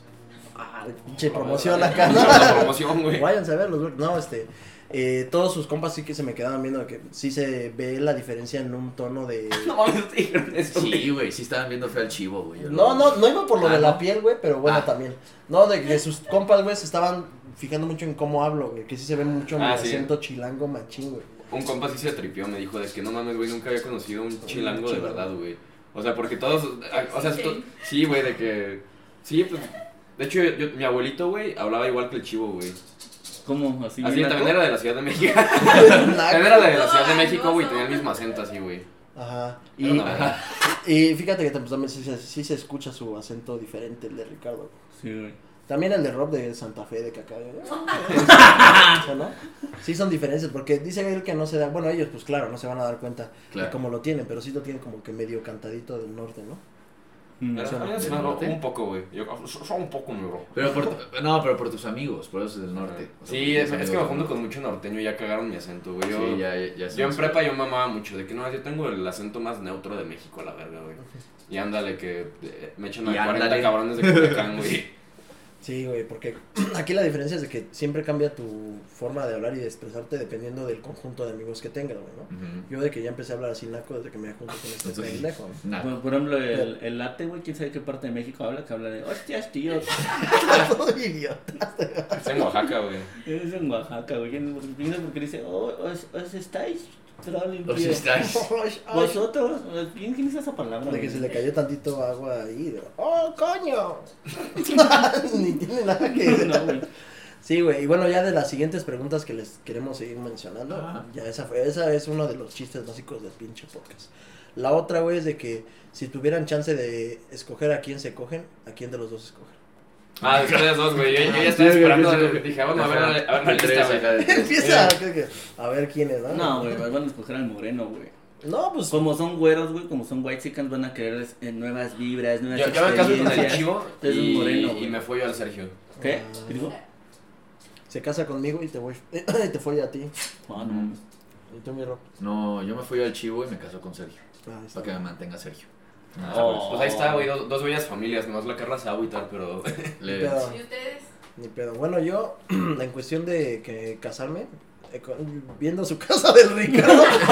A: Ah, pinche promoción acá, ¿no? Pues
D: La promoción, güey.
A: Váyanse a ver los blogs. No, este. eh, todos sus compas sí que se me quedaban viendo de que sí se ve la diferencia en un tono de.
D: No mames, te dijeron eso, güey.
C: Sí, güey, sí estaban viendo feo al chivo, güey. yo
A: No,
C: lo-
A: no, no iba por lo
C: Ah,
A: de
C: ¿no?
A: la piel, güey, pero bueno,
C: Ah.
A: también. No, de que sus compas, güey, se estaban fijando mucho en cómo hablo, güey. Que sí se ve mucho mi
D: Ah, sí.
A: acento chilango machín, güey.
D: Un compa sí se tripió, me dijo, de que no mames, güey, nunca había conocido a un chilango de
A: chilango.
D: verdad, güey. O sea, porque todos, ah, o sea, to- sí, güey, de que, sí, pues, de hecho, yo- mi abuelito, güey, hablaba igual que el chivo, güey.
B: ¿Cómo? Así,
D: Así,
B: bien
D: también
B: naco?
D: era de la Ciudad de México. también era
A: Naco.
D: de la Ciudad de México, güey, tenía el mismo acento así, güey.
A: Ajá.
D: Era
A: Y,
D: una mamada.
A: y fíjate que pues, también sí, se- sí se escucha su acento diferente, el de Ricardo. güey.
B: Sí, güey.
A: También el de Rob de Santa Fe, de Cacá. de- O sea, ¿no? Sí son diferencias, porque dice él que no se dan, bueno, ellos pues claro, no se van a dar cuenta
C: Claro.
A: de cómo lo tienen, pero sí lo tienen como que medio cantadito del norte, ¿no?
B: Mm.
D: Pero a mí se me habló un poco, güey. Yo, solo un poco, mi bro.
C: Pero por, tu- no, pero por tus amigos, por esos del norte. O sea,
D: Sí,
C: por
D: es,
C: tus amigos
D: es que me
C: del
D: junto
C: norte.
D: con mucho norteño, ya cagaron mi acento, güey. Yo,
C: Sí, ya, ya, ya
D: yo en
C: sabes.
D: prepa yo mamaba mucho de que no, yo tengo el acento más neutro de México, a la verga, güey. Y ándale, que eh, me echan a
C: Y
D: 40
C: ándale.
D: cabrones de Culiacán, güey.
A: Sí, güey, porque aquí la diferencia es de que siempre cambia tu forma de hablar y de expresarte dependiendo del conjunto de amigos que tengas, güey, ¿no?
C: Ujú.
A: Yo de que ya empecé a hablar así naco desde que me junto con este
C: Entonces,
A: pendejo. ¿no?
C: nah.
B: Por, por ejemplo, el, el late, güey, quién sabe qué parte de México habla, que habla de hostias, tío.
A: Todo idiota.
D: Es en Oaxaca, güey.
B: Es en Oaxaca, güey. ¿Quién quién sabe por qué dice, oh, os, os estáis trolling,
C: Los
B: tío"?
C: estáis.
A: Pues,
B: Vosotros, ¿quién, quién es esa palabra?
A: De que
B: güey?
A: se le cayó tantito agua ahí. de- ¡Oh, coño! Ni tiene nada que ver.
B: No, güey.
A: Sí, güey. Y bueno, ya de las siguientes preguntas que les queremos seguir mencionando,
C: Ajá.
A: ya esa fue, esa es uno de los chistes básicos del pinche podcast. La otra, güey, es de que si tuvieran chance de escoger a quién se cogen, a quién de los dos escogen.
D: Ah, de ustedes dos, güey. Yo, yo ya
C: Sí,
D: estaba
C: güey,
D: esperando.
C: sí, sí.
D: Dije, "Ah, bueno, a ver, a ver, a ver la
C: Al tres,
D: lista, güey.
C: acá de tres.
A: Empieza que- que- a ver quién es, ¿no?
B: No, güey, van a escoger al moreno, güey.
A: No, pues.
B: Como son güeros, güey, como son white chickens, van a querer eh, nuevas vibras, nuevas
D: Yo, yo me caso con el
B: experiencias.
D: chivo
B: Es un
D: y,
B: moreno,
D: y
B: güey.
D: me fui yo al Sergio.
B: ¿Qué? ¿Qué dijo?
A: Se casa conmigo y te voy. y te fue a ti.
B: Ah, No, no, mames.
A: Y tú, mi Rob.
C: No, yo me fui al chivo y me casó con Sergio.
A: Ah, está.
C: Para que me mantenga Sergio. Nada,
B: Oh.
D: Pues ahí está, güey. Dos, dos bellas familias. Nomás la Carla se va a agüitar, pero.
C: pues, le-
A: Pero-
E: ¿Y ustedes?
A: Ni pedo. Bueno, yo, en cuestión de que casarme, eh, con- viendo su casa del Ricardo,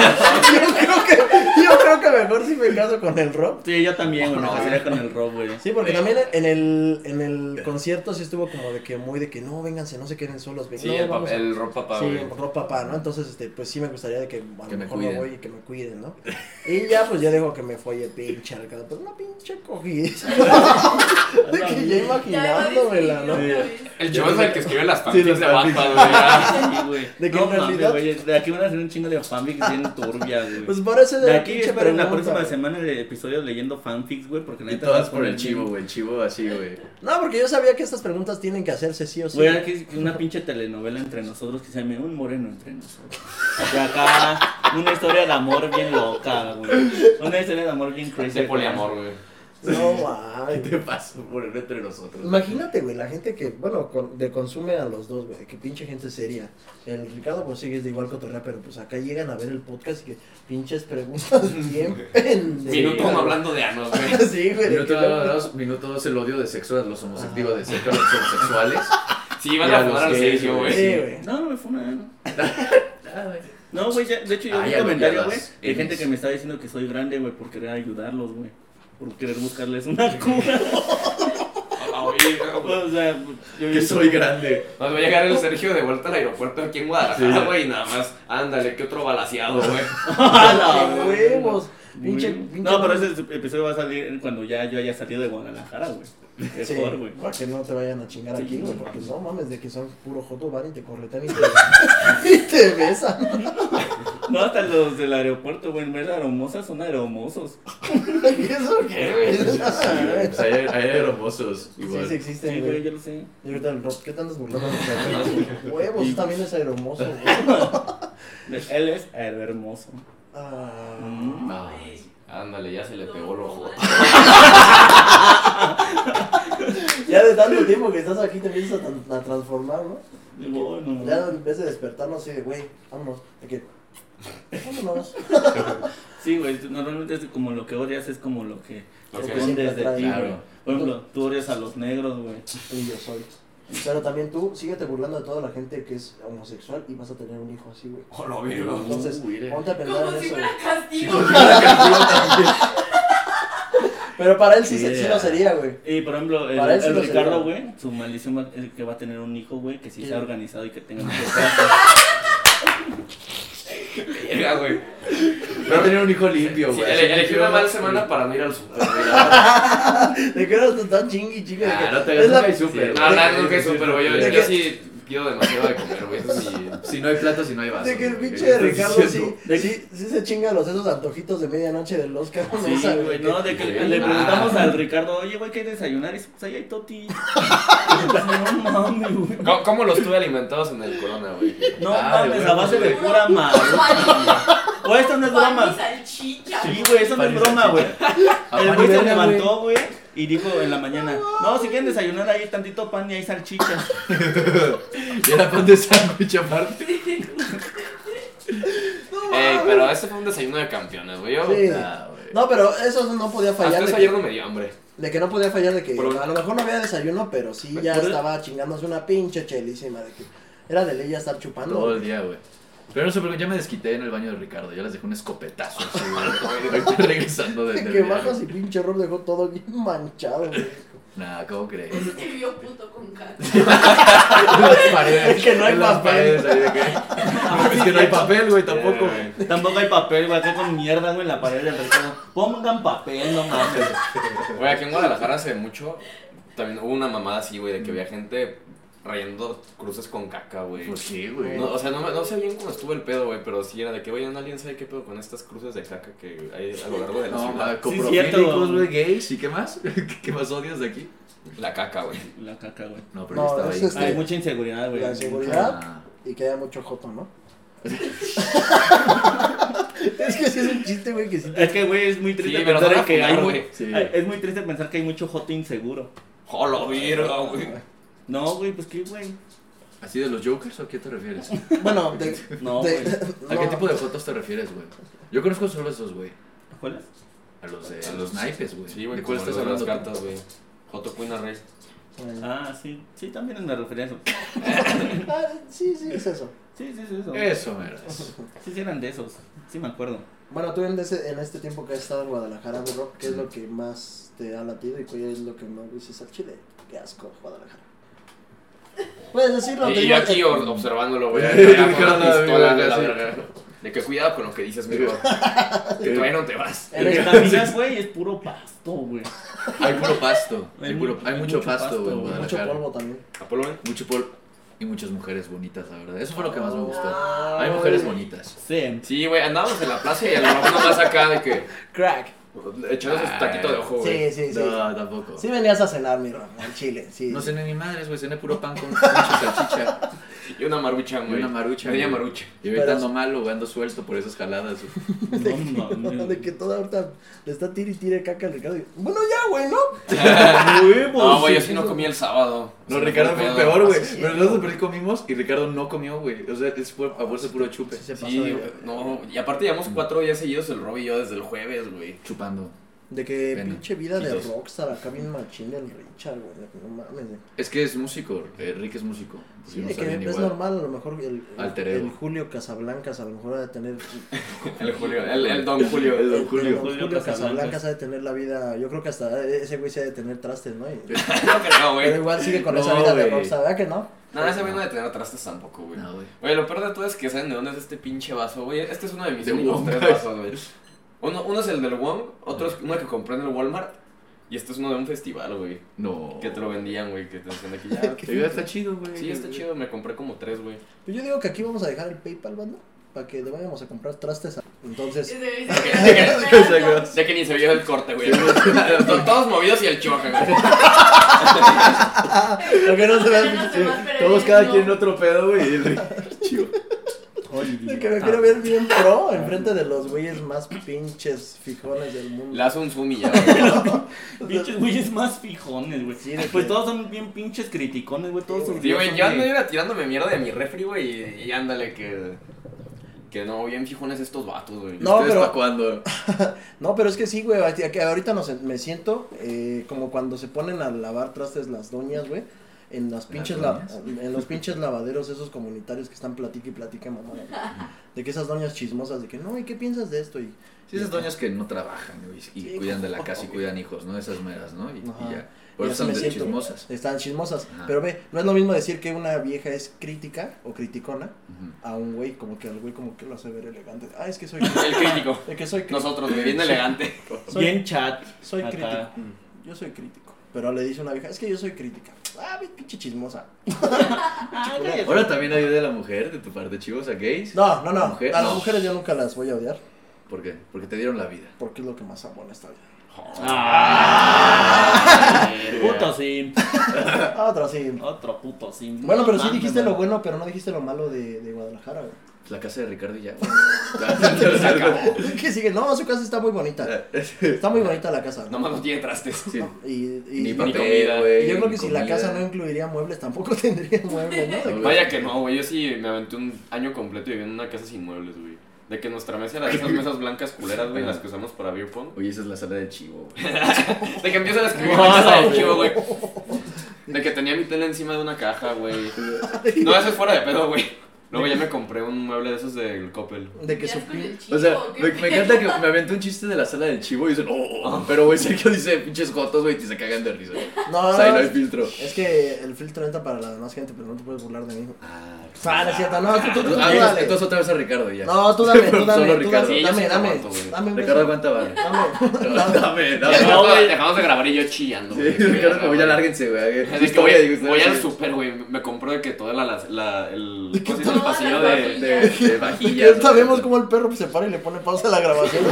A: yo, creo que, yo creo que mejor si me caso con el Rob.
B: Sí, yo también, güey, me
C: No,
B: casaría con el Rob, güey.
A: Sí, porque también en el, en el concierto sí estuvo como de que muy de que no, vénganse, no se queden solos. ven-
D: Sí,
A: no,
D: el, pap-
A: vamos a-
D: el ropa papá,
A: Sí,
D: güey.
A: el Rob papá, ¿no? Entonces, este, pues sí me gustaría de que a
C: Que
A: lo
C: me
A: mejor me
C: cuiden.
A: voy y que me cuiden, ¿no? Y ya, pues ya dejo que me folle pinche Ricardo, pero una pinche cogidiza. de que ya
E: Ya lo
A: imaginándomela, ¿no?
E: distinguí,
D: El chivo es el que escribe las fanfics
C: los
D: de Batman, güey. Ah,
B: Sí, güey.
A: De que
B: no,
A: en realidad-
B: mames, güey, de aquí van a hacer un chingo de fanfics bien turbias, güey.
A: Pues parece de
B: De
A: la
B: aquí
A: pinche
B: esperen la
A: pregunta,
B: próxima
A: güey.
B: semana de episodios leyendo fanfics, güey, porque la
C: Y
B: neta
C: todas
B: va
C: por el
B: bien.
C: chivo, güey. El chivo así, güey.
A: No, porque yo sabía que estas preguntas tienen que hacerse sí o sí.
B: Güey, era que que una pinche telenovela entre nosotros que se llame Un Moreno entre nosotros. Y acá una historia de amor bien loca, güey. Una historia de amor bien crazy.
D: De poliamor, güey.
A: No,
C: ¿Qué
A: mames.
C: te pasó por el entre nosotros?
A: Imagínate, güey, la gente que, bueno, con- de consume a los dos, güey, que pinche gente seria. El Ricardo pues sigue de igual cotorrea, pero pues acá llegan a ver el podcast y que pinches preguntas bien pendejas.
D: Minuto uno hablando de anos, güey.
A: Sí, güey. de
C: Minuto
A: que no-
C: 2, minuto dos, el odio de sexo a los homosexuales, de sexo a los homosexuales.
D: Sí,
C: Y
D: van
C: a
D: a
C: los
D: jugar al
C: gays,
D: Sergio,
C: güey.
D: güey.
A: Sí, güey.
B: No, no me fue una.
A: Ah,
B: No, güey, ya- de hecho yo
C: Ah,
B: vi
C: ya lo-
B: comentarios,
C: ya
B: güey,
C: las
B: de gente
C: Ms.
B: que me está diciendo que soy grande, güey, por querer ayudarlos, güey. Por querer buscarles una cura.
D: Ah, oye, güey.
B: o sea, yo
C: Que soy grande.
D: Nos va a llegar el Sergio de vuelta al aeropuerto aquí en Guadalajara, güey, y nada más. Ándale, qué otro balaseado, güey.
A: ¡A la huevos! Pinche,
B: Güey.
A: pinche-
B: No, pero ese episodio va a salir cuando ya yo haya salido de Guadalajara, güey.
A: Sí,
B: Mejor, güey.
A: para que no te vayan a chingar
B: Sí,
A: aquí, güey,
B: no
A: porque
B: mames.
A: no mames, de que son puro joto van y te corretan y te, y te besan.
B: No, hasta los del aeropuerto, güey, en vez de aeromosas son aeromosos.
A: ¿Y eso qué, güey?
C: Pues ahí ahí hay hermosos.
A: Sí,
C: Igual.
A: sí
B: Sí,
A: existen,
B: güey,
A: güey.
B: yo lo sé.
A: Y ahorita el Rob, ¿qué tantas burladas?
C: Ah,
A: Huevos, eso también es aeromoso,
C: Mm.
A: güey.
B: Él es hermoso.
A: Ah,
D: Ay, ándale, ya se le pegó el ojo.
A: ya de tanto tiempo que estás aquí te empiezas a, tran- a transformar, ¿no?
B: Digo, no.
A: Ya en vez de despertarnos así de, güey, vámonos. De que, vámonos.
B: Sí, güey, normalmente es como lo que odias es como lo que
D: Lo
B: se
D: que
A: siempre
B: escondes de
A: trae.
B: ti, güey.
C: Claro.
B: Por ejemplo, tú odias a los negros, güey.
A: Y yo soy. Pero también tú, síguete burlando de toda la gente que es homosexual y vas a tener un hijo así, güey.
D: Oh, lo
A: Entonces,
C: Uh, Eh.
A: ponte a pensar
E: Como
A: en
E: si
A: eso. güey.
E: fuera castigo.
A: Pero para él sí, se- sí
C: Yeah.
A: lo sería, güey.
B: Y por ejemplo, el,
A: Para él sí
B: el
A: lo celebra.
B: Ricardo, güey, su maldición va- es que va a tener un hijo, güey, que sí
A: Sí.
B: sea organizado y que tenga muchas casas.
D: Verga, güey.
C: Pero tener un hijo limpio,
D: Sí,
C: güey.
D: ele- elegí una mala semana para no ir al super.
A: De que eras tú tan chingui, chica. de
C: Ah,
A: que-
C: no te
A: es
C: hagas
A: la-
C: nunca hay súper.
D: No,
C: güey.
D: no, nunca es súper, güey. Yo,
A: ¿De
D: yo
A: qué?
D: sí pido demasiado de comer, güey. Eso es mi.
C: Si no hay plato, si no hay vaso.
A: De que el
C: güey.
A: pinche de
C: ¿Qué estás
A: Ricardo sí,
C: diciendo?
B: De-
A: sí, sí se chinga los esos antojitos de medianoche del Oscar. ¿no?
B: Sí,
A: Esa,
B: güey, no, de que
D: Sí.
B: le preguntamos
D: Ah.
B: al Ricardo, oye, güey, ¿qué hay de desayunar? Y dice, pues ahí hay toti. Pues, no mames, güey.
D: ¿Cómo, cómo los tuve alimentados en el corona, güey?
B: No
C: Ah, de
B: mames, a
C: huevos,
B: base de
C: güey.
B: pura madre. Güey, esto no es
E: Pan
B: broma.
E: y salchicha.
B: Sí, güey, eso no es
C: Pan y
B: broma, güey.
C: Ah,
B: El
C: pan y
B: güey se
C: verga, güey.
B: levantó, güey, y dijo en la mañana, no, si quieren desayunar ahí tantito pan y hay salchichas.
C: Y era pan de sándwich aparte.
D: Ey, pero este fue un desayuno de campeones, güey. Yo,
A: Sí.
C: Ah, güey.
A: No, pero eso no podía
D: hasta
A: fallar. De
D: eso ayer
A: que,
D: no me dio hambre.
A: de que no podía fallar, de que
D: Pero-
A: a lo mejor no había desayuno, pero sí ya
B: Pero-
A: estaba chingándose una pinche chelísima. De que era de ley ya estar chupando.
C: Todo
A: güey.
C: el día, güey. Pero no sé, pero ya me desquité en el baño de Ricardo. Yo les dejé un escopetazo. así, güey. Ahorita regresando de
A: De
C: del
A: que
C: viaje.
A: bajas y pinche Rob dejó todo bien manchado, güey.
C: Nah, ¿cómo crees?
E: Eso te vio puto con cara.
C: En las paredes.
A: Es que no hay
C: en las
A: papel.
C: paredes, ahí de que- es que no hay papel, güey, tampoco.
D: Eh,
C: güey.
B: Tampoco hay papel, güey, acá con mierda, güey, en la pared del Ricardo. Pongan papel, no mames.
D: Güey, aquí en Guadalajara hace mucho también hubo una mamada así, güey, de que había gente rayando cruces con caca, güey.
C: ¿Por qué, Pues güey?
D: No, o sea, no, me- no sé bien cómo estuvo el pedo, güey, pero sí era de que, güey, ¿no alguien sabe qué pedo con estas cruces de caca que hay a lo largo de la
C: No,
D: ciudad.
C: ma,
B: cierto.
C: coprofílicos, güey, gays, ¿y qué más? ¿Qué- ¿Qué más odias de aquí?
D: La caca, güey.
B: La caca, güey.
C: No, pero
A: No,
C: yo estaba ahí.
A: ese es- este,
B: Hay mucha inseguridad, güey.
A: La inseguridad.
C: Ah,
A: Y que haya mucho joto, ¿no? es que sí es un chiste, güey, que sí.
B: Es que, güey, es muy
D: Sí,
B: triste
D: pero
B: pensar
D: no
B: en que
D: la
B: hay
D: fumar,
B: mu-
D: güey.
C: sí.
A: eh.
B: Ay, Es muy triste pensar que hay mucho joto inseguro.
D: ¡Hola, virga, güey!
B: No, güey, pues qué, güey.
C: ¿Así de los Jokers o a qué te refieres?
A: Bueno, de,
B: No,
A: de-
B: güey.
C: ¿A qué
A: no.
C: tipo de fotos te refieres, güey? Yo conozco solo esos, güey.
B: ¿Cuál es?
C: A los de a los naipes, güey.
D: Sí, güey,
C: ¿De cuál
D: como
C: estás
D: lo de las
C: hablando tú?
D: cartas, güey. Joto Queen Array.
A: Bueno.
B: Ah, sí. Sí, también me refería a eso.
A: Ah, sí, sí, es eso.
B: Sí, sí, sí, eso.
C: Eso, meras.
B: Sí, sí, eran de esos. Sí, me acuerdo.
A: Bueno, tú en, ese- en este tiempo que has estado en Guadalajara, mi Rob, ¿qué es lo que más te ha latido y qué es lo que no dices al Chile? Qué asco, Guadalajara. Puedes decirlo. te
D: Y
A: digo,
D: yo aquí
A: eh,
D: or- observándolo, güey.
C: Sí,
D: acá con
C: Ricardo,
D: una pistola,
C: güey,
D: la
C: sí.
D: verga. De que cuidado con lo que dices, mijo. Que todavía no te vas.
A: en
B: Te
A: el-
B: caminas, güey, y es puro pasto, güey.
C: Hay puro pasto.
B: Hay
C: Hay,
B: mu-
C: puro- hay
B: hay
C: mucho
B: mucho
C: pasto,
B: pasto,
C: güey, en
B: güey.
A: mucho
C: Guadalajara.
A: polvo también.
D: ¿Apolo, güey?
C: Mucho polvo. Y muchas mujeres bonitas, la verdad. Eso fue lo que más me gustó.
A: Ah,
C: Hay mujeres bonitas.
B: Sí.
D: Sí, güey, andábamos en la plaza y el mamá nomás acá de que
A: Crack.
D: echándose
C: Ah,
D: su taquito de ojo, güey.
A: Sí, sí, sí.
C: No, tampoco.
A: Sí venías a cenar, mi Rob, al Chile, sí.
C: No cené ni madres, güey. Cené puro pan con mucha salchicha.
D: Y una marucha, güey.
C: una marucha,
D: Media
C: güey.
D: marucha.
C: Y ahorita
A: Pero-
C: ando malo, güey. Ando suelto por esas jaladas. güey.
B: No mames.
A: De que toda ahorita le está tire y tire caca al Ricardo. y, Bueno, ya, güey, ¿no?
B: Huevos.
D: No, güey, yo sí no comí el sábado.
C: Pues No,
D: Se me
C: Ricardo fue
D: el
C: el
D: pedo.
C: peor, güey.
A: sí.
C: Pero nosotros por ahí comimos y Ricardo no comió, güey. O sea, es fue a fuerza puro chupe.
A: Se pasó
D: Sí,
A: de-
D: güey, no. Y aparte llevamos cuatro días seguidos el Rob y yo desde el jueves, güey.
C: Chupando.
A: De que
C: Pena.
A: pinche vida de
C: Entonces-
A: rockstar acá bien machín del Richard, güey. de que No mames. güey.
C: Es que es músico. eh, Rick es músico.
A: Sí,
C: no
A: de que
C: sabían
A: es
C: igual.
A: normal, a lo mejor el,
C: Alter
A: el, el
C: ego.
A: Julio Casablancas a lo mejor ha de tener...
D: El Julio, el, el Don Julio.
C: El don
A: el- el
C: Julio.
A: Julio
B: Julio
A: Casablancas
B: Casablancas
A: ha de tener la vida... Yo creo que hasta ese güey se ha de tener trastes, ¿no? Y-
D: No creo,
A: pero
D: güey.
A: igual sigue con
C: Eh, No,
A: esa vida de
C: güey.
A: rockstar, ¿verdad que no?
D: No, ese güey no de tener trastes tampoco, güey.
C: No, güey.
D: Güey, lo peor de todo es que saben de dónde es este pinche vaso, güey. Este es uno de mis
C: De
D: únicos
C: Wong.
D: tres vasos, güey. Uno, uno es el del Wong, otro es uno que compré en el Walmart. Y este es uno de un festival, güey.
C: No.
D: Que te lo vendían, güey. Que te decían aquí ya.
C: Sí, está chido, güey.
D: Sí, está chido, me compré como tres, güey.
A: Pues Pero yo digo que aquí vamos a dejar el Paypal, banda. para que le vayamos a comprar trastes. a- Entonces,
D: Sé que ni se vio el corte, güey. Son todos movidos y el choque, güey.
A: lo que no se vea el
E: No se
A: pinche-
E: va a perder
C: Todos
E: el
C: cada
E: no.
C: quien en otro pedo, güey. y el- Chivo.
A: El que me quiero ver bien pro enfrente de los güeyes más pinches fijones del mundo.
D: Le hace un zoom y ya, güey.
B: Pinches güeyes más fijones, güey.
A: Sí, de
B: pues
A: que-
B: todos son bien pinches criticones, güey. Todos son.
D: Sí, güey, yo ando era tirándome mierda de mi refri, güey. Y, y ándale, que. Que no, bien fijones estos vatos, güey.
A: No,
C: ¿Ustedes
A: pero-
C: pa' cuándo?
A: No, pero es que sí, güey. a- que Ahorita nos, me siento eh, como cuando se ponen a lavar trastes las doñas, güey. En, las pinches la- en los pinches lavaderos esos comunitarios que están platica y platica, mamá. De que esas doñas chismosas, de que no, ¿y qué pientas de esto? Y
C: Sí, esas doñas que no trabajan güey, y
A: Sí,
C: cuidan de la
A: ojo,
C: casa y
A: güey.
C: cuidan hijos, ¿no? Esas meras, ¿no? Y, y
A: Ajá.
C: ya. Por
A: Y
C: eso
A: así me
C: son de
A: siento, güey.
C: chismosas.
A: están chismosas.
C: Ajá.
A: Pero ve, no es lo mismo decir que una vieja es crítica o criticona
C: Ujú.
A: a un güey, como que al güey como que lo hace ver elegante. Ah, es que soy
D: El crítico.
A: Es que soy crítico.
D: Nosotros, güey, bien elegante.
A: Soy-
B: Bien chat.
A: Soy
B: Acá.
A: crítico. Yo soy crítico. Pero le dice una vieja, es que yo soy crítica. Ah, ve, pinche chismosa.
B: Ah, cállate.
C: Ahora también hay de la mujer, de tu parte, chivos, a gays.
A: No, no, no.
C: Mujer,
A: a las
C: no.
A: mujeres yo nunca las voy a odiar.
C: ¿Por qué? Porque te dieron la vida.
A: Porque es lo que más amo en esta vida.
B: Ah, puto sim.
A: Ah, otra sí.
B: Otro puto sim.
A: Bueno, pero sí
B: Mames,
A: dijiste lo
B: mames.
A: bueno, pero no dijiste lo malo de, de Guadalajara, güey.
C: La casa de Ricardo y ya.
D: Se acabó.
A: ¿Qué sigue? No, su casa está muy bonita. Está muy bonita la casa.
D: Nomás no tiene trastes.
C: Sí.
A: No, Y, y-
C: Ni
A: y
C: papel,
D: comida.
C: güey.
A: yo creo
C: ni
A: que si la
C: comida.
A: casa no incluiría muebles, tampoco tendría muebles, ¿no? De-
D: Vaya que no, güey. Yo sí me aventé un año completo viviendo en una casa sin muebles, güey. De que nuestra mesa era de esas mesas blancas culeras, güey, las que usamos para beer pong.
C: Oye, esa es la sala de chivo, güey.
D: De que empiezan a escribir cosas de chivo, güey. De que tenía mi tele encima de una caja, güey. No, eso es fuera de pedo, güey. Luego ya me compré un mueble de esos del Coppel.
A: De que su pin-
E: O
C: O sea, me, me encanta que me aventé un chiste de la sala del chivo y dicen, oh, oh, oh". pero güey, Sergio dice pinches gotos, güey, y se cagan de risa.
A: No,
C: O sea, Pues ahí no hay filtro.
A: es que el filtro entra para la demás gente, pero no te puedes burlar de mí.
C: Ah,
A: Ah, no es cierto, no, tú, tú, tú, tú
C: ah, entonces-
A: dale.
C: entonces otra vez a Ricardo y ya.
A: No, tú dame,
C: Solo
A: tú dame, tú dame,
C: Ricardo.
D: Sí, yo sí
A: dame,
D: te
A: dame,
D: aguanto, güey.
A: dame un
C: Ricardo
A: beso.
C: aguanta vara.
A: Dame, dame.
C: Dame,
D: Ya
C: dame.
D: dejamos, de- dejamos de grabar y yo chillando,
C: Sí,
D: güey.
C: Ricardo, como ya lárguense, güey.
D: Es
C: Sí,
D: de
C: es
D: que
C: que
D: voy,
C: a disgustar,
D: voy al
C: güey.
D: super, güey. Me compro de que toda la. la, la- el, ¿cómo se dice?
E: toda
D: el
E: la
D: pasillo de,
E: vajilla.
C: de, de
A: Ya
C: vajillas.
A: sabemos
C: güey.
A: cómo el perro se para y le pone pausa a la grabación.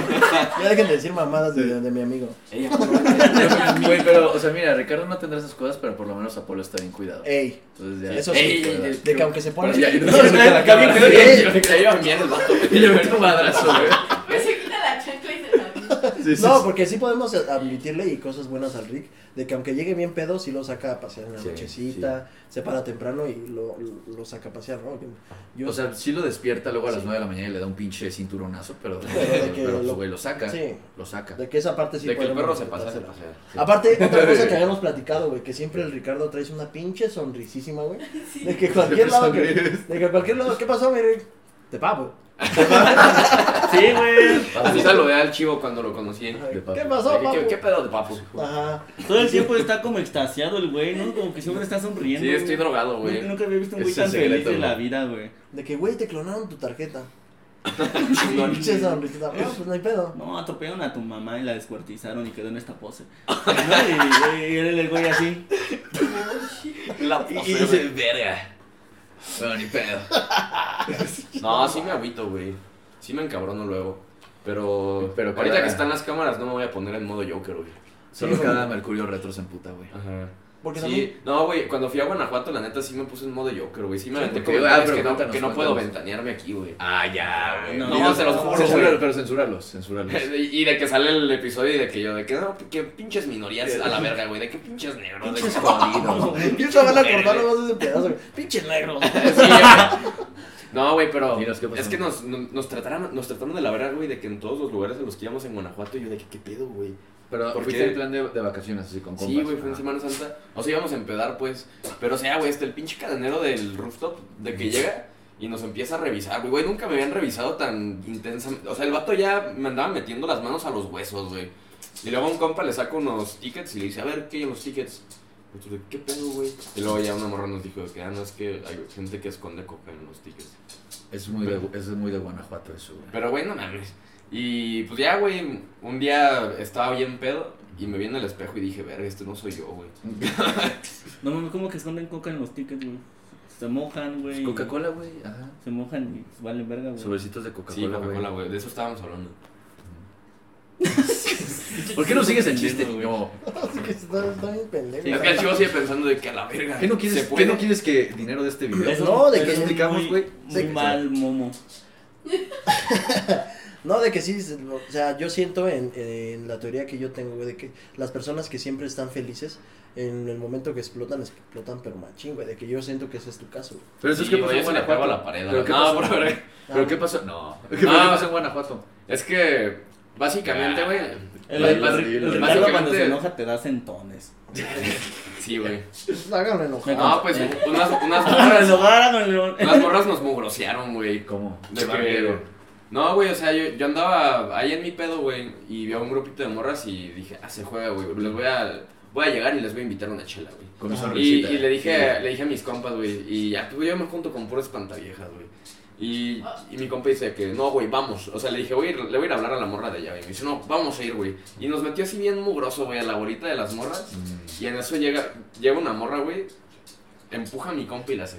A: ya dejen de decir mamadas de, de mi amigo.
D: Ey, a huevo, güey.
C: Güey, pero, o sea, mira, Ricardo no tendrá esas cosas, pero por lo menos Apolo está bien cuidado.
A: Ey,
C: Entonces ya.
A: eso sí.
D: Ey, ey, ey.
A: de que aunque se pone.
C: Bueno, ya,
A: Sí,
C: no, no, la cámara.
D: Creo que- creo que ya iba bien el vato, güey.
C: Y le meto un madrazo, güey.
E: Pero se quita la chancla y se la pone.
C: Sí, sí,
A: No,
C: sí.
A: porque sí podemos admitirle y cosas buenas al Rick, de que aunque llegue bien pedo, sí lo saca a pasear en la
C: Sí,
A: nochecita, se para temprano y lo, lo- lo saca a pasear, ¿no? Yo,
C: O sea, sí lo despierta luego a las 9 de la mañana y le da un pinche cinturonazo, pero,
A: Pero de que
C: pero, pues,
A: lo-
C: güey, lo saca.
A: sí.
C: Lo saca.
A: de que esa parte sí
D: De que el
A: podemos
D: perro se pasa, se
A: respetársela.
D: pasa.
A: Aparte, otra cosa que habíamos platicado, güey, que siempre el Ricardo traes una pinche sonrisísima, güey. De que cualquier lado que,
C: Sonríes.
A: de que cualquier lado, ¿qué pasó, mi Rick? Te pago.
B: Sí, güey.
D: Así saludé al chivo cuando lo conocí.
A: Ay,
C: De papo.
A: ¿Qué pasó, papu?
D: ¿Qué, qué pedo de papu?
A: Ajá.
B: Todo el tiempo está como extasiado el güey, ¿no? Como que siempre está sonriendo.
D: Sí, estoy
B: güey.
D: drogado,
B: Nunca,
D: güey.
B: nunca había visto un güey
C: Ese
B: tan
C: es el secreto,
B: feliz de la
C: güey.
B: vida, güey.
A: De que, güey, te clonaron tu tarjeta.
D: Chingón.
A: Pinche sonrisita. No, pues no hay pedo.
B: No, atropellaron a tu mamá y la descuartizaron y quedó en esta pose. No, y, y- y él el güey así.
D: La
C: Y
D: pose,
C: dice,
D: güey.
C: verga. Bueno, ni pedo.
D: No, sí me agüito, güey. Sí me encabrono luego. Pero,
C: Pero
D: ahorita
C: cada-
D: que están las cámaras no me voy a poner en modo Joker, güey.
C: Solo
A: güey.
C: cada Mercurio Retro se emputa, güey.
D: Ajá.
A: Porque también.
D: Sí, no, güey, cuando fui a Guanajuato, la neta sí me puse en modo Joker, güey. Sí me
C: Sí,
D: aventé
C: porque- ah,
D: comentarios
C: pero
D: que no,
C: cuéntanos,
D: que no puedo
C: cuéntanos.
D: ventanearme aquí, güey.
C: Ah, ya,
B: güey. No,
C: Diles-
D: se los juro,
C: Censúralo,
D: güey.
C: Pero censúralos, censúralos.
D: Y de que sale el episodio y de que yo, de que no, que pinches minorías a la verga, güey, de que pinches negros. de
C: Pinches
D: que-
C: jodidos, güey.
A: Yo se van a acordar nomás de ese pedazo, güey. Pinche negro.
D: Sí, güey. No, güey, pero
C: Dinos, ¿qué pasó?
D: es que nos, nos, nos trataron, nos trataron de la verga, güey, de que en todos los lugares en los que íbamos en Guanajuato, yo de que qué pedo, güey.
C: Pero
D: ¿Por
C: fuiste
D: qué?
C: en plan de, de vacaciones, así con compas.
D: Sí, güey, fue en
C: Ah.
D: Semana Santa. O sea, íbamos a empedar, pues. Pero, o sea, güey, este, el pinche cadenero del rooftop, de que llega y nos empieza a revisar, güey. Güey, nunca me habían revisado tan intensamente. O sea, el vato ya me andaba metiendo las manos a los huesos, güey. Y luego a un compa le saca unos tickets y le dice, a ver, ¿qué hay en los tickets? Y tú de, ¿Qué pedo, güey? Y luego ya una morra nos dijo que, ah, no, es que hay gente que esconde coca en los tickets.
C: Es muy de, es muy de Guanajuato eso, güey.
D: Pero, güey, no mames. Y pues ya, güey, un día estaba bien pedo y me vi en el espejo y dije, verga, este no soy yo, güey.
B: No mames, ¿cómo que esconden coca en los tickets, güey? se mojan, güey.
C: Coca-Cola, güey. Ajá.
B: Se mojan y pues, valen verga, güey.
C: Sobrecitos de
D: Sí,
C: Coca-Cola, güey.
D: Coca-Cola, güey. De eso estábamos hablando.
C: ¿Por qué no sigues el chiste, niño?
A: Así que está, está bien pendejo.
B: Sí,
D: Es que el chivo sigue pensando de que a la verga.
C: ¿Qué no
D: ¿Se
C: quieres,
D: puede?
C: ¿qué no quieres que dinero de este video?
A: Eso No, de
B: pero
A: que
B: es muy-
C: explicamos, güey.
B: Muy
A: Sí.
B: mal, momo.
A: No, de que sí, se- o sea, yo siento en, en la teoría que yo tengo, güey, de que las personas que siempre están felices, en el momento que explotan, explotan, pero machín, güey, de que yo siento que ese es tu caso, güey.
C: Pero eso es
D: Sí,
C: que
D: güey,
C: pasó en
D: se le pegó
C: Guanajuato.
D: a la pared. a
C: ¿Pero
D: la-
C: qué
D: No,
C: pasó?
D: pero, pero-
C: ¿Pero
A: Ah,
C: qué pasó? No. ¿Qué
D: Ah.
C: pero qué pasó en Guanajuato?
D: Es que, básicamente, güey.
B: El,
C: Las-
B: el-
C: las-
B: el
C: las-
B: Ricardo cuando
D: básicamente-
B: se enoja te da centones.
D: Sí, güey.
A: pues, Háganlo enojar.
C: Ah,
D: No, pues unas, unas
B: Háganlo
D: morras.
B: enojar, háganlo enojar.
D: unas morras nos mugrosearon, güey.
C: ¿Cómo?
D: De que... No, güey, o sea, yo, yo andaba ahí en mi pedo, güey, y vi a un grupito de morras y dije, ah, se juega, güey, les voy a, voy a llegar y les voy a invitar una chela, güey.
C: Con mi
A: Y-
C: sonrisita.
D: Y, y le dije le dije a mis compas, güey, y ya, pues, yo me junto con puras espantaviejas, güey. Y, y mi compa dice que, no, güey, vamos. O sea, le dije, güey, le voy a ir a hablar a la morra de allá, güey. Me dice, no, vamos a ir, güey. Y nos metió así bien mugroso, güey, a la bolita de las morras.
C: Mm,
D: Y en eso llega, llega una morra, güey, empuja a mi compa y la hace.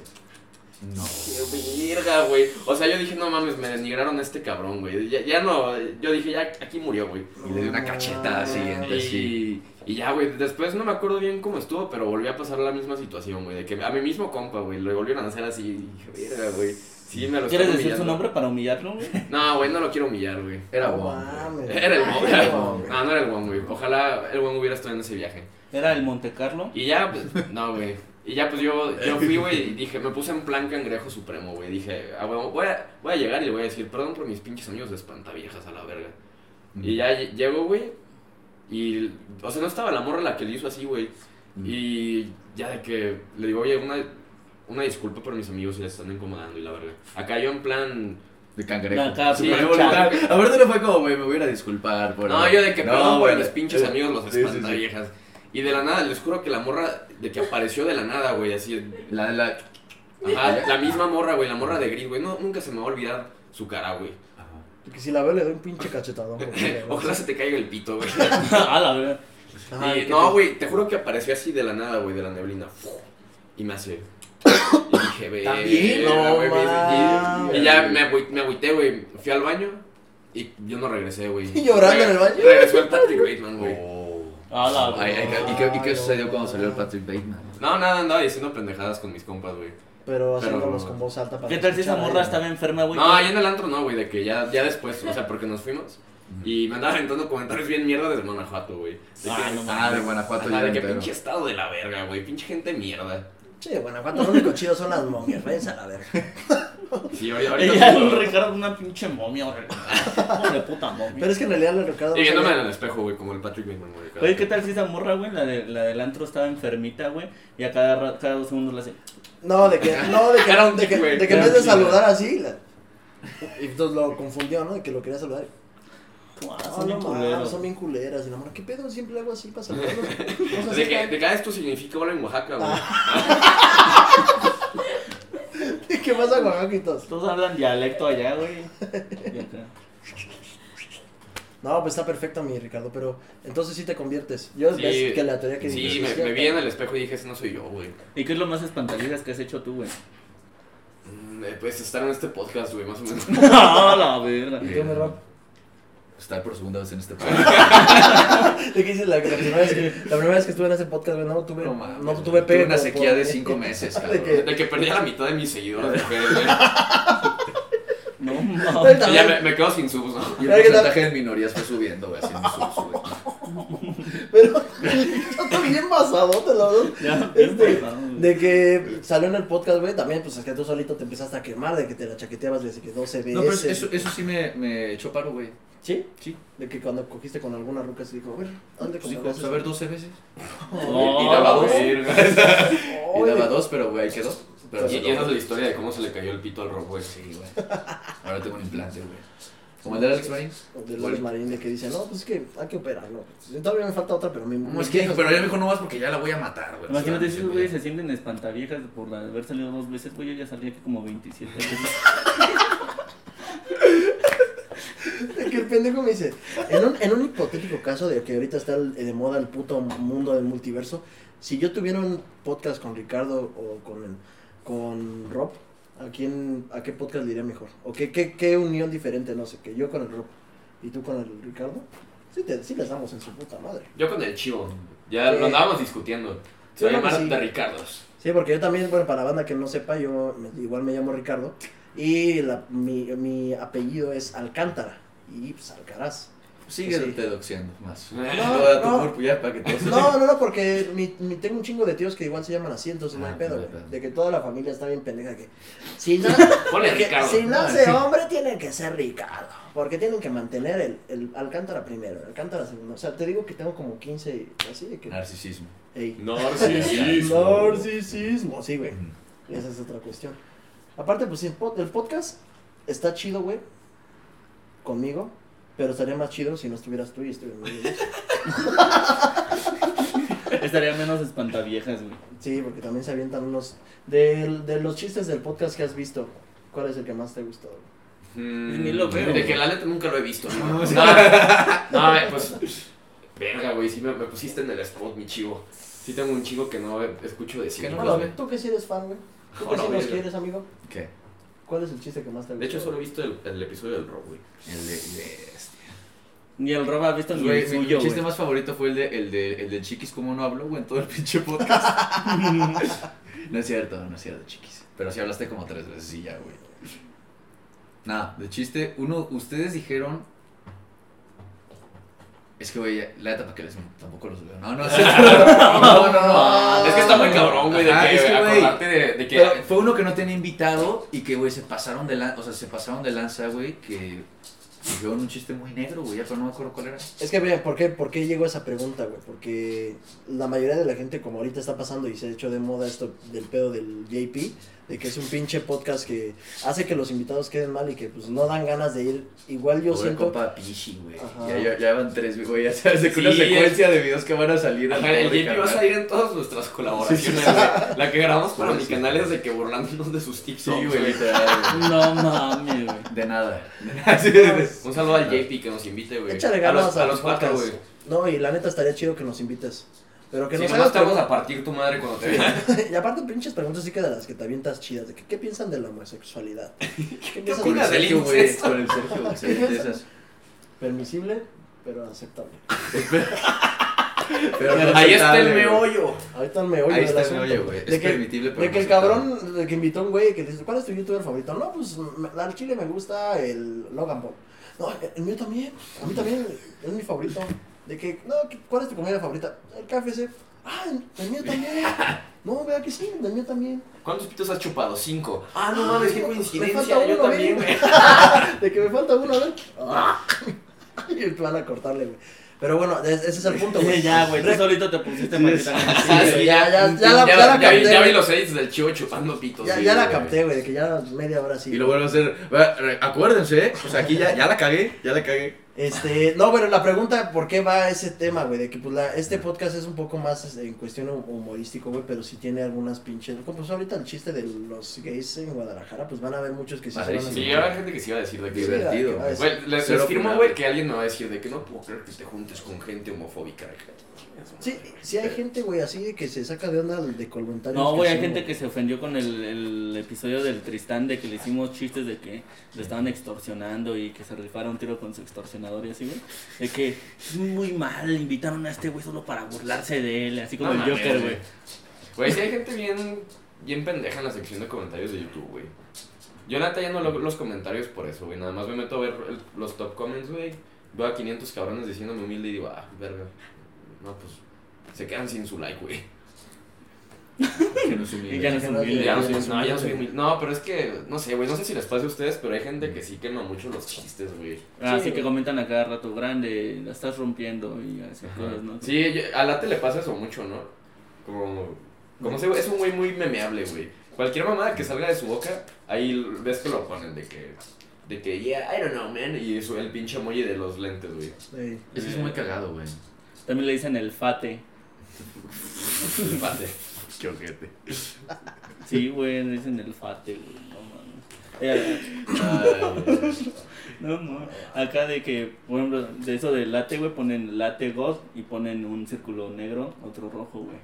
C: Mm, No.
D: Qué verga, güey. O sea, yo dije, no mames, me denigraron a este cabrón, güey. Ya, ya no, yo dije, ya aquí murió, güey.
C: Y le di una cachetada siguiente, sí.
D: Y, y ya, güey, después no me acuerdo bien cómo estuvo, pero volví a pasar la misma situación, güey. De que a mi mismo compa, güey, lo volvieron a hacer así. Y dije, verga, güey. Sí, me lo
B: ¿Quieres decir
D: están
B: su
D: humillando".
B: nombre para humillarlo, güey?
D: No, güey, no lo quiero humillar, güey.
C: Era
A: No
C: guapo.
A: mames.
D: Era el Wong, era el
C: Wong,
A: güey.
D: No, no era el Wong, güey. Ojalá el Wong hubiera estado en ese viaje.
B: Era el Monte Carlo.
D: Y ya, pues, no, güey. Y ya, pues yo, yo fui, güey, y dije, me puse en plan cangrejo supremo, güey. Dije, ah, bueno, voy a, voy a llegar y le voy a decir, perdón por mis pinches amigos de espantaviejas a la verga. Y ya lle- llego, güey. Y, o sea, no estaba la morra la que le hizo así, güey. Y ya de que le digo, oye, una, una disculpa por mis amigos si les están incomodando y la verga. Acá yo en plan.
C: De cangrejo.
B: Acá,
D: Sí,
C: Sí,
B: súper
C: güey,
B: chato.
D: chato.
C: A ver, no fue como, güey, me voy a ir a disculpar por...
D: no, yo de que perdón por
C: güey,
D: mis pinches
C: eh,
D: amigos los
C: sí, sí, sí.
D: espantaviejas. Y de la nada, les juro que la morra de que apareció de la nada, güey, así.
C: La de la...
D: Ajá, la misma morra, güey, la morra de gris, güey. No, nunca se me va a olvidar su cara, güey.
A: Porque si la veo le doy un pinche cachetadón. güey.
D: Ojalá se te caiga el pito, güey.
B: A la verga.
A: Ajá,
D: Y
A: ¿qué
D: no,
A: te-
D: güey, te juro que apareció así de la nada, güey, de la neblina. Fu. Y me hace. Y dije, ve.
A: ¿También? No
D: güey, me hice- y, y ya
C: mames.
D: me, agü- me agüité, güey. Fui al baño y yo no regresé, güey.
A: ¿Y llorando en el baño?
D: Regresó el Patrick Bateman, güey.
C: Oh.
B: A la
C: Ay,
B: verga.
C: ay, ¿Y qué, y qué sucedió cuando salió el Patrick Bateman?
D: No, nada, andaba diciendo pendejadas con mis compas, güey.
A: Pero haciéndolos
D: Pero-
A: con voz alta para
B: ¿Qué tal si esa
A: escuchar,
B: morra
A: eh?
B: estaba enferma, güey?
D: No, ahí en el antro no, güey, de que ya, ya después, o sea, porque nos fuimos. Y me andaba aventando comentarios bien mierda desde Guanajuato, güey. De
B: Ah,
D: que-
B: no
C: Ah, de Guanajuato
D: Ajá,
C: ya
D: de que
C: entero.
D: pinche estado de la verga, güey. Pinche gente mierda.
A: Che, Guanajuato, lo único chido son las momias, váyanse a la verga.
D: Sí, oye, ahorita.
B: Ella es un
D: mismo-
B: Ricardo, una pinche momia, güey. Pobre puta momia.
A: Pero es que en realidad el recado...
D: Y viéndome en el espejo, güey, como el Patrick Bateman, güey.
B: Oye, ¿qué tal si esa morra, güey? La, de, la del antro estaba enfermita, güey. Y a cada, ra- cada dos segundos la hace.
A: No, de que, no, de que,
D: Era un
A: de que,
D: güey,
A: de que en
D: era
A: vez
D: un
A: de
D: sí,
A: saludar así, la- y entonces lo confundió, ¿no? De que lo quería saludar.
B: "Puah,
A: Ah,
B: Son
A: no,
B: bien
A: mames,
B: culeros".
A: son bien culeras. Y la morra, ¿qué pedo? Siempre hago así para saludarlos. No sé
D: De
A: si-
D: que, de que esto significa hola en Oaxaca, güey.
A: ¿Qué pasa, Oaxaquitos?
B: Todos hablan dialecto allá, güey. Y acá.
A: No, pues está perfecto mi Ricardo, pero entonces sí te conviertes. Yo
D: Sí.
A: ves que la teoría que
D: Sí,
A: dices
D: me,
A: es
D: me
A: cierta.
D: vi en el espejo y dije, ese no soy yo, güey.
B: ¿Y qué es lo más espantalizas que has hecho tú, güey?
D: Mm, eh, Pues estar en este podcast, güey, más o menos.
B: A Ah, la verga.
A: ¿Y tú, mi Rob?
C: Estar por segunda vez en este país.
A: ¿De qué dices? La, la primera vez que, la primera vez que estuve en ese podcast, güey, no tuve, no,
C: No mames,
A: tuve
C: güey.
A: pegue
C: Tuve una
A: como
C: sequía
A: por-
C: de cinco meses,
A: De
C: cabrón.
A: que-
D: De que perdí a la mitad de mis seguidores, güey.
B: No
A: Ay,
B: mames.
D: Y ya me,
A: también,
D: me quedo sin subs, ¿no?
C: Y el
A: Verga,
C: porcentaje de minorías fue subiendo, güey, haciendo sus, güey.
A: Pero está bien pasado, te lo doy.
B: Ya, bien
A: Este,
B: pasado, güey.
A: de que salió en el podcast, güey, también, pues es que tú solito te empezaste a quemar, de que te la chaqueteabas desde que 12 veces.
C: No, pero eso, eso sí me, me echó paro, güey.
A: ¿Sí?
C: Sí.
A: De que cuando cogiste con alguna ruca se dijo, a ver, ¿dónde
C: Pues dijo, pues, a ver, 12 veces.
B: No,
C: y daba dos.
D: verga.
C: Y daba dos, pero, güey, ahí quedó. Pero
D: Y,
C: se
D: y esa es la
C: lo-
D: historia de cómo se le cayó el pito al rojo, güey.
C: Sí, güey. Ahora tengo un implante, güey. Como el de Alex Marín.
A: De Luis Marín, de que dice, no, pues es que hay que operarlo. Todavía me falta otra, pero mi
C: No, es que dijo, pero ya me dijo, no vas porque ya la voy a matar, güey.
B: Imagínate
C: Solamente,
B: esos güeyes se sienten espantaviejas por la- haber salido dos veces, güey. Yo ya salí aquí como 27 veces.
A: Que el pendejo me dice, en un, en un hipotético caso de que ahorita está el- eh, de moda el puto mundo del multiverso, si yo tuviera un podcast con Ricardo o con con Rob, ¿a quién, a qué podcast le iría mejor? ¿O qué, qué, qué unión diferente, no sé, que yo con el Rob y tú con el Ricardo? Sí, te, sí les damos en su puta madre.
D: Yo con el chivo. Ya
A: Sí.
D: lo andábamos discutiendo.
A: Sí,
D: Se
A: no,
D: llama
A: sí.
D: de Ricardos.
A: Sí, porque yo también, bueno, para la banda que no sepa, yo me- igual me llamo Ricardo y la- mi, mi apellido es Alcántara y pues Alcaraz.
C: Sigue
A: Sí.
C: deduciendo más.
D: No,
C: Luego da tu
A: no.
C: cuerpo ya para que todos
A: No, no, no, porque mi, mi- tengo un chingo de tíos que igual se llaman así, entonces no
C: Ah,
A: hay pedo,
C: no hay
A: güey,
C: pedo.
A: De que toda la familia está bien pendeja que... Si no,
D: Ponle
A: que-
D: Ricardo.
A: si
C: Ah,
A: nace hombre, tiene que ser Ricardo. Porque tienen que mantener el, el Alcántara primero, el Alcántara segundo. O sea, te digo que tengo como 15 y así de que...
C: Ah. Narcisismo.
A: Ey.
D: Narcisismo.
A: Narcisismo. Sí, güey. Esa es otra cuestión. Aparte, pues sí, el pod- el podcast está chido, güey. Conmigo. Pero estaría más chido si no estuvieras tú y estuvieras
B: Estaría menos espantaviejas, güey.
A: Sí, porque también se avientan unos. del- De, los chistes del podcast que has visto, ¿cuál es el que más te gustó?
D: Mm,
B: Ni lo veo.
D: De que la neta nunca lo he visto. No, no, eh, pues. Verga, güey, sí me, me pusiste en el spot, mi chivo. Sí tengo un chivo que no eh, escucho decir.
C: Que no
A: Bueno,
C: los ve.
A: tú que sí eres fan, güey. Tú que
D: Hola,
A: sí nos
D: verga.
A: quieres, amigo.
C: ¿Qué?
A: ¿Cuál es el chiste que más te gustó?
D: Oh, De hecho, solo he visto el, el episodio del Rob, güey.
C: El de. de este.
B: Ni el roba ha visto ni
C: Güey,
B: el
C: mi- mi
B: suyo,
C: chiste
B: güey.
C: más favorito fue el de, el de, el de Chiquis, como no hablo, güey, en todo el pinche podcast. no es cierto, no es cierto, Chiquis. Pero sí hablaste como tres veces y ya, güey. Nada, de chiste, uno, ustedes dijeron. Es que, güey, la neta, para que les tampoco los veo. No, no, es cierto. no, no, no.
D: Es que está muy cabrón, güey, de
C: Ah. Ajá,
D: que,
C: es que, güey,
D: acordarte de, de que.
C: pero fue uno que no tenía invitado y que, güey, se pasaron de lanza, o sea, se pasaron de lanza, güey, que dijeron un chiste muy negro, güey, ya, pero no me acuerdo cuál era.
A: Es que, vean, ¿por qué, ¿por qué llegó esa pregunta, güey? Porque la mayoría de la gente, como ahorita está pasando y se ha hecho de moda esto del pedo del JP, de que es un pinche podcast que hace que los invitados queden mal y que pues no dan ganas de ir. Igual yo
C: Pobre
A: siento.
C: compa Pichi, güey.
A: Ajá.
C: Ya, ya, ya van tres, güey. Ya sabes, de que una
D: Sí,
C: secuencia de videos que van a salir.
D: Ajá,
C: al
D: el
C: pobre
D: JP va a
C: carnal.
D: salir en todas nuestras colaboraciones.
C: Sí, sí,
D: güey. La que grabamos para mi
C: Pobrecito.
D: canal es de que burlándonos de sus tips.
C: Sí, güey, Mm. literal, güey.
B: No mames, güey.
C: De nada.
D: Un saludo al JP que nos invite, güey.
A: Échale
D: a
A: ganas
D: los, a los
A: tu podcast.
D: cuatro, güey.
A: No, y la neta estaría chido que nos invites. Pero que
D: Si
A: nos
D: no,
A: hagas
D: te vamos
A: preguntas-
D: a partir tu madre cuando te vean.
A: Y aparte, pinches preguntas sí que de las que te avientas chidas. De que, ¿Qué piensan de la homosexualidad? ¿Qué piensan
C: Con el
D: opinas del
C: Sergio, güey.
D: incesto?
C: Con el Sergio, güey. sí, de esas.
A: Permisible, pero aceptable.
C: Pero no
D: Ahí
C: se
D: está
C: sabe,
D: el
C: güey.
D: meollo.
A: Ahorita me oye
C: Ahí está el meollo, güey.
A: De
C: Es
A: que,
C: permitible, pero.
A: de que
C: no
A: el
C: se sabe.
A: cabrón de que invitó a un güey que le dice, ¿cuál es tu youtuber favorito? No, pues me- al chile me gusta el Logan Paul. No, el, el mío también. A mí también es mi favorito. De que, no, ¿qué- ¿cuál es tu comida favorita? El KFC. Ah, el, el mío también. No, vea que sí, el mío también.
D: ¿Cuántos pitos has chupado? Cinco. Ah, no mames, qué
A: Me
D: coincidencia.
A: falta
D: Yo
A: uno, ven.
D: también, güey.
A: De que me falta uno, a ver. Ah. Y el plan a cortarle, güey. Pero bueno, es- ese es el punto, güey.
B: Ya, güey, tú solito te pusiste maldita madre.
A: Sí, güey, ya, ya, ya la, ya la
D: Ya, ya vi,
A: capté.
D: ya vi
A: güey.
D: los edits del chivo chupando pitos.
A: Ya,
D: sí,
A: ya la
D: güey.
A: capté, güey, de que ya media hora sí.
C: Y lo vuelvo a hacer. Va, re- Acuérdense, ¿eh? O sea, aquí ya, ya la cagué. Ya la cagué.
A: Este, no, bueno, la pregunta, ¿por qué va ese tema, güey? De que pues la, este podcast es un poco más este, en cuestión hu- humorístico, güey, pero sí tiene algunas pinches. Como pues ahorita el chiste de los gays en Guadalajara, pues van a haber muchos que sí se van a
C: Madrísimo.
D: Sí, ya había gente que se iba a decir de que.
A: Sí,
C: Divertido,
A: ah,
C: güey.
A: ah,
D: Güey, les,
C: Cero
D: les firmo,
C: opinable.
D: güey, que alguien me va a decir de que no puedo creer que te juntes con gente homofóbica.
A: Sí, sí hay gente, güey, así de que se saca de onda de comentarios.
B: No, güey, hay
A: son-
B: gente que se ofendió con el, el episodio del Tristán de que le hicimos chistes de que le estaban extorsionando y que se rifara un tiro con su extorsionador y así, güey. De que es muy mal, invitaron a este güey solo para burlarse de él, así como
D: No
B: el
D: mames,
B: Joker,
D: güey.
B: güey.
D: Güey, sí hay gente bien, bien pendeja en la sección de comentarios de YouTube, güey. Yo neta ya no leo los comentarios por eso, güey. Nada más me meto a ver el- los top comments, güey. Veo a 500 cabrones diciéndome humilde y digo, ah, verga. No, pues se quedan sin su like, güey.
C: Que nos
B: Y ya
C: humillen.
B: no es
A: no
B: humilde.
A: tiene-
D: Ya no soy, no, ya no soy humilde. No, pero es que, no sé, güey. No sé si les pasa a ustedes, pero hay gente que sí quema mucho los chistes, güey.
B: Ah,
A: Sí,
B: Así que
A: güey.
B: comentan a cada rato, grande, la estás rompiendo y así cosas, ¿no?
D: Sí, yo- a Late le pasa eso mucho, ¿no? Como, como ese güey- es un güey muy memeable, güey. Cualquier mamada que salga de su boca, ahí l- ves que lo ponen de que, de que, yeah, I don't know, man. Y eso, el pinche emoji de los lentes, güey.
A: Sí.
C: Es que es muy cagado, güey.
B: También le dicen el fate.
D: El pate.
C: Pues, Qué ojete.
B: Sí, güey, le dicen el fate, güey. No mames. Eh,
D: Ah,
B: No, no. Acá de que, por ejemplo, de eso del late, güey, ponen late god y ponen un círculo negro, otro rojo, güey.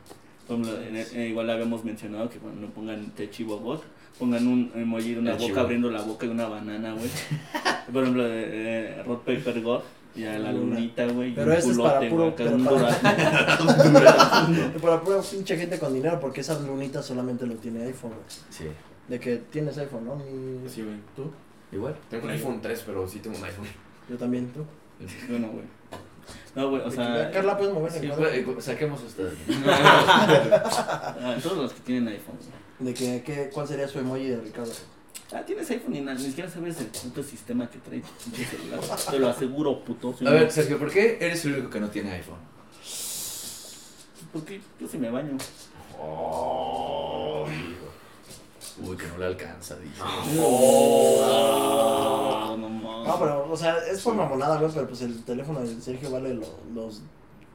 B: Por ejemplo, en- en- igual habíamos mencionado que cuando no pongan te chivo bot, pongan un emoji de una
D: El
B: boca
D: chivo.
B: abriendo la boca y una banana, güey. Por ejemplo, eh, eh, Rod Paper God. Y a la
A: Luna.
B: lunita, güey. y
A: Pero
B: un
A: ese es para
B: culote,
A: puro-
B: güey, acá
A: pero
B: un
A: para-
B: durazno.
A: Para pura pinche gente con dinero, porque esas lunitas solamente lo tiene iPhone, güey.
C: Sí.
A: De que tienes iPhone, ¿no? Mi-
B: Sí, güey.
A: ¿Tú?
C: Igual.
D: Tengo un iPhone 3, pero sí tengo un iPhone.
A: Yo también, ¿tú?
B: Bueno, güey. No, güey, o sea.
A: Carla, puedes mover el
C: Sí,
A: cuadro?
C: fue- eh, saquemos ustedes.
B: ah, todos los que tienen iPhone, güey.
A: De que, que- ¿Cuál sería su emoji de Ricardo?
B: Ah, tienes iPhone y nada, ni siquiera sabes el puto sistema que trae tu pinche celular. Te lo aseguro, puto. soy
C: A
B: un-
C: ver, Sergio, ¿por qué eres el único que no tiene iPhone?
B: Porque yo sí me baño.
C: Uy, que no le alcanza, dije. Oh.
B: No, no mames.
A: No, Ah, pero, o sea, es por mamonada, güey, pero pues el teléfono de Sergio vale lo- los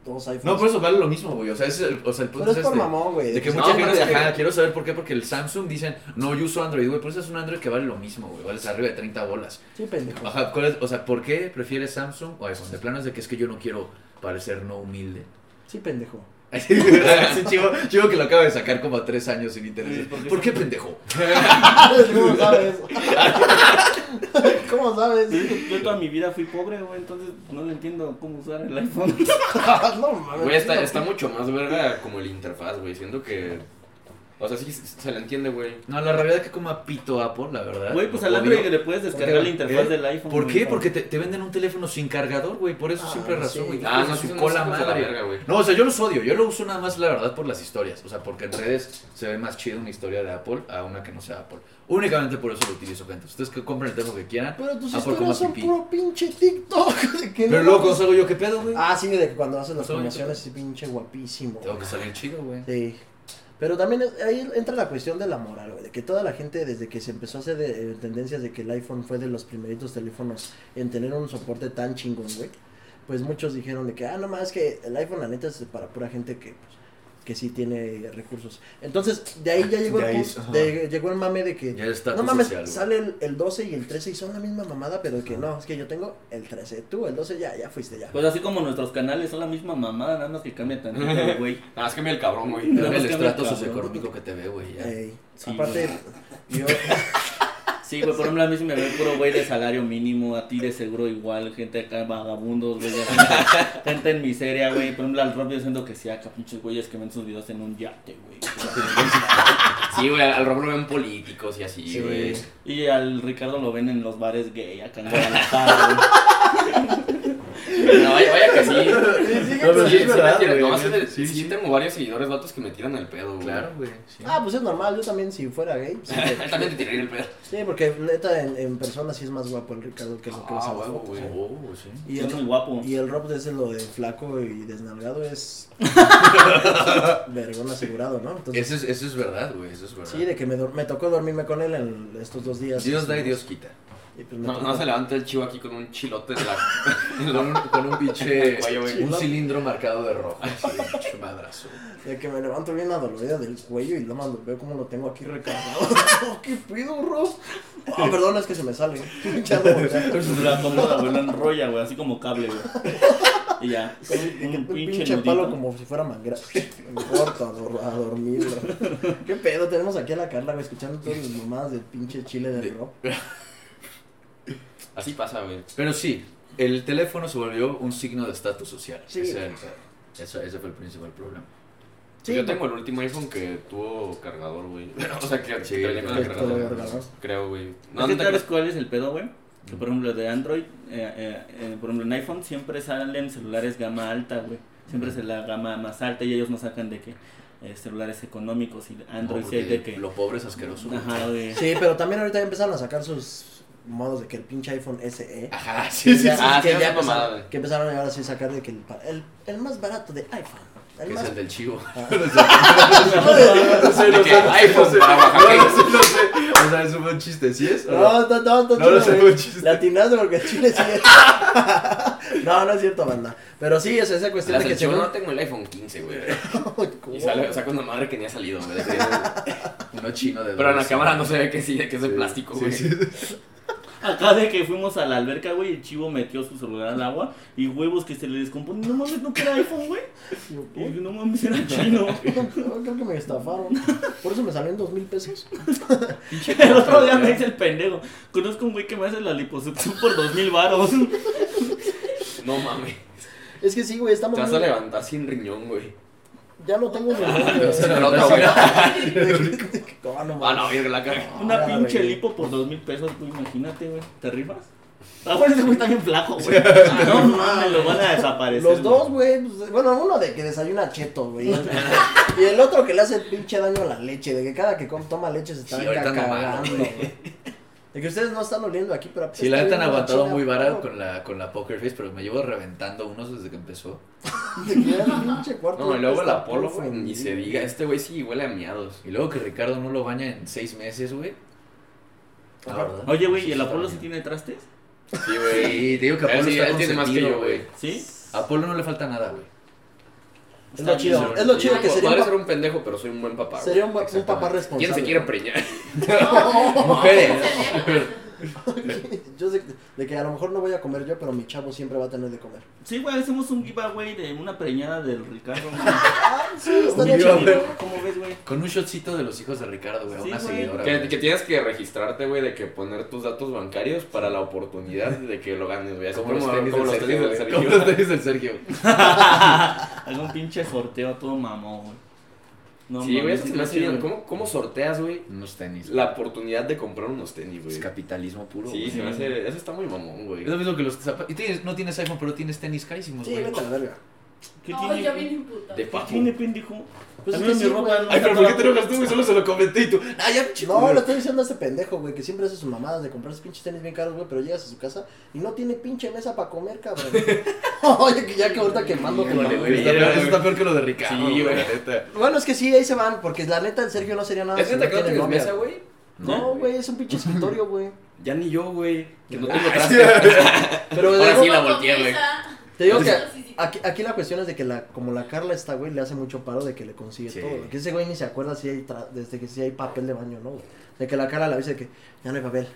A: dos iPhones.
C: No, por eso vale lo mismo, güey. O sea, ese es el, o sea, el punto
A: Pero es
C: es
A: por
C: este.
A: mamón, güey.
C: De que
A: Pues,
C: mucha
D: No, pero
C: gente,
D: es que-
C: ajá, quiero saber por qué, porque el Samsung dicen, no, yo uso Android, güey, pero ese es un Android que vale lo mismo, güey, vale arriba de 30 bolas.
A: Sí, pendejo.
C: Ajá, ¿cuál es- o sea, ¿por qué prefieres Samsung o iPhone? De plano es de que es que yo no quiero parecer no humilde.
A: Sí, pendejo.
C: Ese chivo, chivo que lo acaba de sacar como a tres años sin interés.
B: Sí, porque-
C: ¿Por qué pendejo?
A: ¿Cómo sabes? ¿Cómo sabes?
B: Yo- Yo toda mi vida fui pobre, güey, entonces no le entiendo cómo usar el iPhone.
A: no, mames.
D: Güey, está, está mucho más verga como el interfaz, güey. Siento que. O sea, sí se- se le entiende, güey.
C: No, la realidad es que como a pito Apple, la verdad.
B: Güey, pues
C: no
B: al
C: odio.
B: Android le puedes descargar la
C: ¿Eh?
B: interfaz del iPhone.
C: ¿Por
B: güey,
C: qué?
B: para-
C: Porque te, te venden un teléfono sin cargador, güey. Por eso
A: Ah,
C: siempre razón,
A: sí.
C: güey.
D: Ah, no,
C: su
D: sí, no,
C: cola
D: sí, no, la
C: madre.
D: verga, güey.
C: No, o sea, yo los odio. Yo lo uso nada más, la verdad, por las historias. O sea, porque en redes se ve más chido una historia de Apple a una que no sea Apple. Únicamente por eso lo utilizo, gente. Ustedes que compren el teléfono que quieran.
A: Pero tus
C: Ah, por
A: historias son
C: pipí.
A: puro pinche TikTok. de que
C: Pero
A: no
C: luego,
A: mames.
C: ¿cómo hago yo qué pedo, güey?
A: Ah, sí, de que cuando haces las
C: Soy-
A: promociones es pinche guapísimo.
C: Tengo que
A: güey.
C: salir chido, güey.
A: Sí. Pero también es- ahí entra la cuestión de la moral, güey. De que toda la gente, desde que se empezó a hacer de- eh, tendencias de que el iPhone fue de los primeritos teléfonos en tener un soporte tan chingón, güey. Pues muchos dijeron de que, ah, no más, es que el iPhone, la neta, es para pura gente que, pues, que sí tiene recursos. Entonces, de ahí ya llegó,
C: De
A: el,
C: ahí,
A: pu-
C: ajá.
A: de- llegó el mame de que.
C: Ya está.
A: No mames,
C: social, güey.
A: sale el, el 12 y el 13 y son la misma mamada, pero que no, es que yo tengo el 13. Tú, el 12 ya, ya fuiste ya.
B: Pues así como nuestros canales son la misma mamada, nada más que cambia tantito, güey.
D: Nada, es que me el cabrón, güey.
C: Pero
B: Nada más
C: el
B: cambia
C: estrato
B: cabrón.
C: socioeconómico que te ve, güey. ya.
A: Ey,
B: Sí,
A: aparte, yo.
B: Sí, güey, por ejemplo, a mí sí me ve puro güey de salario mínimo, a ti de seguro igual, gente acá vagabundos, güey, ya gente, gente en miseria, güey. Por ejemplo, al Rob yo siento que sí, acá pinches güeyes que ven sus videos en un yate, güey.
D: Sí, güey, al Rob lo ven políticos y así,
A: Sí.
D: güey.
B: Y al Ricardo lo ven en los bares gay, acá en Guadalajara, güey.
D: No, vaya, vaya que sí.
C: No, pero
D: Sí,
C: sí es
D: sí me
C: verdad,
D: tiran-
C: güey.
D: no, sí me-
C: Sí,
D: sí
C: sí.
D: tengo varios seguidores vatos que me tiran el pedo, güey.
C: Claro, güey. sí.
A: Ah, pues es normal, yo también si fuera gay. pues, sí,
D: Él también te tiraría el pedo.
A: Sí, porque neta en, en persona sí es más guapo el Ricardo que lo que es
D: Ah,
A: en las
D: huevo,
A: fotos,
D: güey.
A: ¿eh?
C: Oh, sí.
A: Y
B: es muy
A: el,
B: guapo.
A: y el Rob es lo de flaco y desnalgado es vergón asegurado, ¿no? Entonces,
C: Eso es, eso es verdad, güey. Eso es verdad.
A: sí, de que me, dor- me tocó dormirme con él en estos dos días.
C: Dios da y Dios quita.
A: Y pues me
D: No,
A: tocó-
D: no se levanta el chivo aquí con un chilote de la.
C: Con un, con un pinche.
D: Oye, güey.
C: un cilindro marcado de rojo. así, pinche madrazo.
A: De que me levanto bien adolorida del cuello y lo mando, veo como lo tengo aquí recargado. Oh, ¿Qué pido, Rob? Ah, perdón, es que se me sale. Ya lo volteé.
B: La cómoda, güey, la enrolla, güey, así como cable, güey. Y ya,
A: Con un,
B: un pinche,
A: pinche palo
B: nudito.
A: como si fuera manguera. Me importa, a, dor- a dormir. güey. ¿Qué pedo? Tenemos aquí a la Carla, güey, escuchando todas las mamadas del pinche chile de rock.
D: Así pasa, güey.
C: Pero sí, el teléfono se volvió un signo de estatus social.
A: Sí.
C: Ese, ese- ese fue el principal problema.
A: Sí,
D: yo tengo el último iPhone que tuvo cargador, güey. O sea, que
C: Sí,
D: que venía con
A: que
D: el
A: tuvo
D: cargador.
A: cargador.
D: Creo, güey.
B: es
D: No,
B: que
D: neta,
B: sabes cuál es el pedo, güey. Que por ejemplo de Android, eh, eh, eh, por ejemplo en iPhone siempre salen celulares gama alta, güey. Siempre es la gama más alta y ellos no sacan de que eh, celulares económicos y Android
C: No,
B: sí hay de que.
C: Lo pobre es asqueroso. güey.
B: Ajá, güey.
A: Sí, pero también ahorita ya empezaron a sacar sus modos de que el pinche iPhone SE.
C: Ajá, sí, sí.
A: Ya-
C: sí.
D: Ah, sí,
A: que,
D: esa
A: ya
D: mamada,
A: empezaron,
D: güey.
A: que empezaron a llegar así a sacar de que el, pa- el, el más barato de iPhone. El
C: Que es
A: más
C: el del chivo.
A: Ah.
C: No sé,
D: De
C: no
D: que
C: sé,
D: iPhone
C: no sé,
D: para Oaxaca.
C: No sé, no sé. O sea, eso fue un chiste, ¿sí es? o
A: No,
C: no?
A: no, no, no,
C: No lo sé,
A: güey.
C: fue un chiste.
A: Le atinaste porque el chile sí es. no, no es cierto, banda. Pero sí, es esa cuestión
D: La
A: de que
D: sección,
A: según-
D: no tengo el iPhone 15, güey.
A: ¿Cómo?
D: Y sale, saca una madre que ni ha salido, güey. de que-
C: Uno chino de
D: Pero en la
C: dulce.
D: cámara no se ve que sí, que es de
C: Sí,
D: plástico,
C: sí,
D: güey.
C: sí.
B: Acá de que fuimos a la alberca, güey, el chivo metió su celular al agua y huevos que se le descompone. No mames, no que era iPhone, güey. Y
A: Uy,
B: yo, no mames, era chino.
A: Creo que me estafaron. Por eso me salieron dos mil pesos.
B: El otro día me dice el pendejo. Conozco un güey que me hace la liposucción por dos mil varos.
D: No mames.
A: Es que sí, güey, estamos.
D: Te vas a
A: muy-
D: levantar sin riñón, güey.
A: Ya no tengo memoria.
D: Pero otra, güey.
A: Ah, no,
D: Ah,
A: mames.
D: no, verga, la caga.
B: Una
A: Ah,
B: pinche
A: güey.
B: lipo por dos mil pesos, güey, imagínate, güey. ¿Te rifas? Ah, bueno, ese güey está bien flaco, güey. No mames, lo van a desaparecer.
A: Los dos,
B: güey.
A: güey. pues, bueno, uno de que desayuna cheto, güey. y el otro que le hace el pinche daño a la leche. De que cada que com- toma leche se está
C: Sí, ahorita no
A: cagando,
C: mames,
A: güey. De que ustedes no están oliendo aquí, pero.
C: Sí, la neta han
A: está oliendo
C: aguantado
A: chela,
C: muy vara
A: güey.
C: con la, con la poker face, pero me llevo reventando unos desde que empezó.
A: De que ya el pinche cuarto.
D: No, y luego el
A: está
D: Apolo, güey, ni
A: ofendido.
D: se diga. Este güey sí huele a miados.
C: Y luego que Ricardo no lo baña en seis meses, güey.
D: Ah,
C: La
A: Ajá.
C: verdad.
B: Oye, güey,
C: Sí,
B: ¿y el
C: está
B: Apolo sí
C: bien.
B: tiene trastes?
D: Sí, güey.
C: Sí, te digo que
D: Él
C: Apolo
D: sí,
C: está
D: él tiene más que yo,
C: consentido,
D: güey.
B: ¿Sí?
C: A Apolo no le falta nada, güey.
A: Es lo chido,
B: bien,
A: es lo chido
D: Yo
A: que sería. un
D: Podría
A: pa-
D: ser un pendejo, pero soy un buen papá. güey.
A: Sería un, ba- un
C: Exactamente.
A: papá responsable.
D: ¿Quién se quiere preñar?
C: Mujeres.
A: Yo sé que- de que a lo mejor no voy a comer yo, pero mi chavo siempre va a tener de comer.
B: Sí, güey, hacemos un giveaway de una preñada del Ricardo. güey.
A: Estaría chido.
C: Yo, güey.
B: ¿Cómo ves, güey?
C: Con un shotcito de los hijos de Ricardo, güey. a
B: Sí,
C: una
B: güey.
C: seguidora.
D: Que,
C: güey.
D: que tienes que registrarte, güey, de que poner tus datos bancarios para la oportunidad de que lo ganes, güey. Así
C: Como los
D: como-
C: tenis
D: como
C: del
D: los
C: Sergio. güey.
D: tenis del Sergio.
C: Como los tenis del Sergio.
B: Haga un pinche sorteo a todo mamón, güey. No,
D: Sí, güey,
B: mames,
D: eso se me hace
B: chido,
D: bien.
B: güey.
D: ¿Cómo, ¿Cómo sorteas, güey,
C: Unos tenis. güey.
D: la oportunidad de comprar unos tenis, güey?
C: Es capitalismo puro.
D: Sí,
C: güey.
D: se me hace... Eso está muy mamón, güey.
C: Es lo mismo que los zapatos. Y tienes- no tienes iPhone, pero tienes tenis carísimos,
A: Sí,
C: güey.
A: vete a la verga.
B: ¿Qué
E: No,
B: tiene?
E: yo
B: güey?
E: bien imputo.
D: De
B: ¿Qué
D: papo.
B: tiene, pendejo?
A: Pues es
B: También
A: que
B: mi
A: sí,
B: ropa
A: güey.
B: no
C: Ay,
B: está
C: pero ¿por qué
B: toda-
C: te enojas tú, güey? Solo se lo comenté y tú. Ah, ya, pinche
A: No, le estoy diciendo a ese pendejo, güey, que siempre hace su mamada de comprarse pinches tenis bien caros, güey, pero llegas a su casa y no tiene pinche mesa para comer, cabrón. Oye, que ya que ahorita quemando,
C: Híjole,
A: quemando.
C: güey, está peor- Eso está peor que lo de Ricardo.
D: Sí, güey,
C: güey.
D: la neta.
A: Bueno, es que sí, ahí se van, porque la neta, el Sergio no sería nada.
D: ¿Es
A: si
D: neta que no
A: tiene
D: tienes
A: novia.
D: mesa, güey?
A: No, güey, es un pinche escritorio, güey.
D: Ya ni yo, güey. Que no tengo
C: Ah, sí,
D: traste.
A: Pero
C: Ahora
A: digo-
C: sí la volteé, güey.
A: Te digo
E: Sí,
A: que
E: sí, sí.
A: aquí, aquí la cuestión es de que la, como la Carla está, güey, le hace mucho paro de que le consigue
C: Sí.
A: todo. güey. Que ese güey ni se acuerda si hay tra- desde que si hay papel de baño, ¿no? güey? De que la Carla le avisa de que ya no hay papel,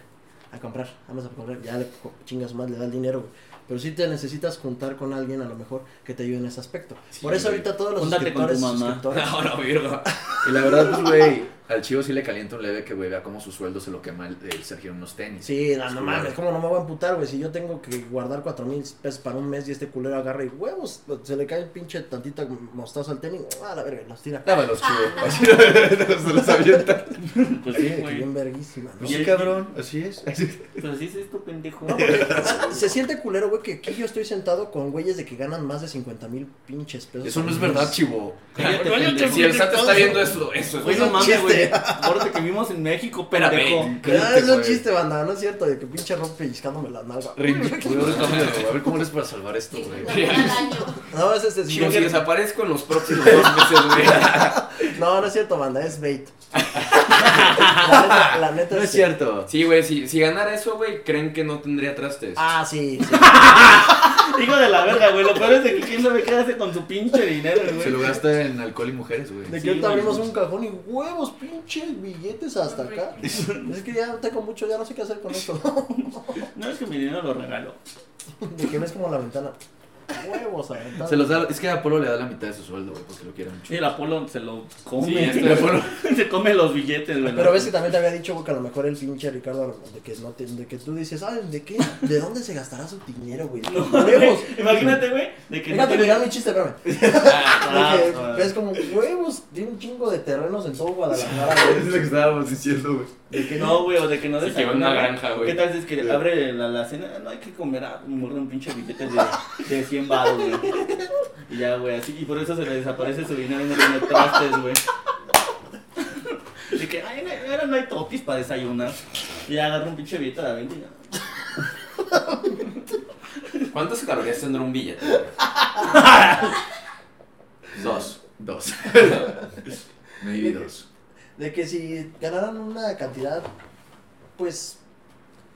A: a comprar, vamos a comprar, ya le co- chingas más, le da el dinero, güey. Pero sí te necesitas juntar con alguien a lo mejor que te ayude en ese aspecto.
D: Sí,
A: Por eso
D: güey.
A: ahorita todos los
B: Júntate con
A: suscriptores,
B: tu mamá.
A: suscriptores-
D: Ahora, virgo.
C: Y la verdad, pues, güey, al chivo sí le calienta un leve que, güey, vea cómo su sueldo se lo quema el, el Sergio en unos tenis.
A: Sí, no, no
C: Claro.
A: mames, ¿cómo no me voy a amputar, güey? Si yo tengo que guardar cuatro mil pesos para un mes y este culero agarra y huevos, se le cae el pinche tantita mostaza al tenis, a la verga, y los tira.
C: Lávalos, chivo. Así se los avienta.
B: Pues
A: Sí,
B: sí,
A: de que
B: güey.
A: bien verguísima, ¿no?
B: Y el-
C: Pues así es.
B: Pues así es esto, pendejo.
A: No, porque se siente culero, güey, que aquí yo estoy sentado con güeyes de que ganan más de 50 mil pinches pesos.
C: Eso no
A: al
C: es
A: mes.
C: verdad, chivo.
B: Cállate, pendejo.
D: Si el SAT está viendo eso, eso es
B: Güey, no
A: un
B: mames,
A: chiste.
B: güey. Corte que vimos en México,
D: Espérame.
B: pendejo.
A: Ah,
C: Cállate,
A: es un
C: güey.
A: chiste, banda, no es cierto, de que pinche Rob pellizcándome la nalga.
C: Rin- güey, ahorita me- A ver cómo les para salvar esto, güey.
E: 50 mil al año.
A: No, es este
D: Chivo,
A: señor.
D: si desaparezco en los próximos dos meses, güey.
A: No, no es cierto, banda, es bait. la neta, la neta
C: No es cierto.
D: Sí, güey, si, si ganara eso, güey, creen que no tendría trastes.
A: Ah, sí, sí.
B: Hijo de la verga, güey. Lo peor es de que quién sabe qué hace con su pinche dinero,
C: Se lo
B: güey.
C: gasta en alcohol y mujeres, güey.
A: De
B: Sí,
A: que ahorita
B: güey.
A: abrimos un cajón y huevos, pinches billetes hasta acá. Es que ya tengo mucho, ya no sé qué hacer con esto.
B: No es que mi dinero lo regaló.
A: De que no es como la ventana. Huevos, a ventana.
C: Se los da, es que a Apolo le da la mitad de su sueldo, güey, porque lo quiere mucho.
B: Sí, el Apolo se lo
D: Sí,
B: come.
D: este-
C: El Apolo-
B: se come los billetes, güey.
A: Pero ves que también te había dicho, güey, que a lo mejor el pinche Ricardo, de que, no te- de que tú dices, ay, ¿de qué? ¿De dónde se gastará su dinero, güey?
B: No,
A: huevos.
B: güey, Imagínate, güey, de que
A: Fíjate,
B: no
A: mira
B: tiene-
A: mi chiste, espérame. De
B: Ah,
A: que
B: ah,
A: ves como, huevos, tiene un chingo de terrenos en todo Guadalajara, güey.
C: Es lo que estábamos diciendo, güey.
A: De que
B: No, güey, o de que no
D: Sí,
B: desayuna,
D: que va a una
B: güey.
D: granja, güey.
B: ¿Qué tal si es que abre la, la cena? No hay que comer, ah, me muerde un pinche billete de, de 100 baros, güey. Y ya, güey, así. Y por eso se le desaparece su dinero y no tiene trastes, güey. De que, ay, no- ahora no hay topis para desayunar. Y ya agarra un pinche billete de la 20 y ya.
D: ¿Cuántas calorías tendrá un billete?
C: Dos. Dos. Maybe dos.
A: de que si ganaran una cantidad, pues,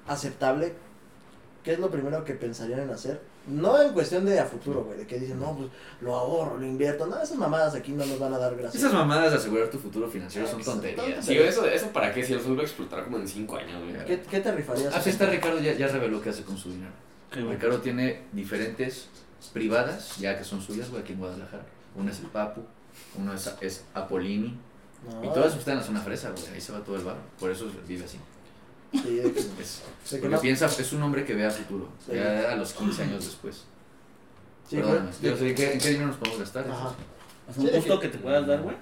A: aceptable, ¿qué es lo primero que pensarían en hacer? No en cuestión de a futuro, güey, de que dicen, no, pues lo ahorro, lo invierto. No, esas mamadas aquí no nos van a dar gracias.
C: Esas mamadas de asegurar tu futuro financiero son
A: Exacto.
C: tonterías.
D: Sí, eso, eso para qué, si los vuelvo a explotar como en 5 años, güey.
A: ¿Qué, ¿Qué te
B: Ah,
A: rifarías?
C: Así Ah, está Ricardo, ya, ya reveló qué hace con su dinero.
B: Qué bueno.
C: Ricardo tiene diferentes privadas, ya que son suyas, güey, aquí en Guadalajara. Una es el Papu, una es, es Apolini.
A: No,
C: Y todas están en la zona fresa, güey. Ahí se va todo el barro. Por eso vive así.
A: sí, de que-
C: Es,
A: de que
C: porque
A: no-
C: piensa, es un hombre que ve a futuro.
A: Sí.
C: Ya a los 15 años después.
A: sí,
C: Perdóname.
A: güey.
C: Yo sé, ¿en qué, en qué dinero nos podemos gastar?
A: Ajá.
B: Es un gusto que te puedas dar, güey.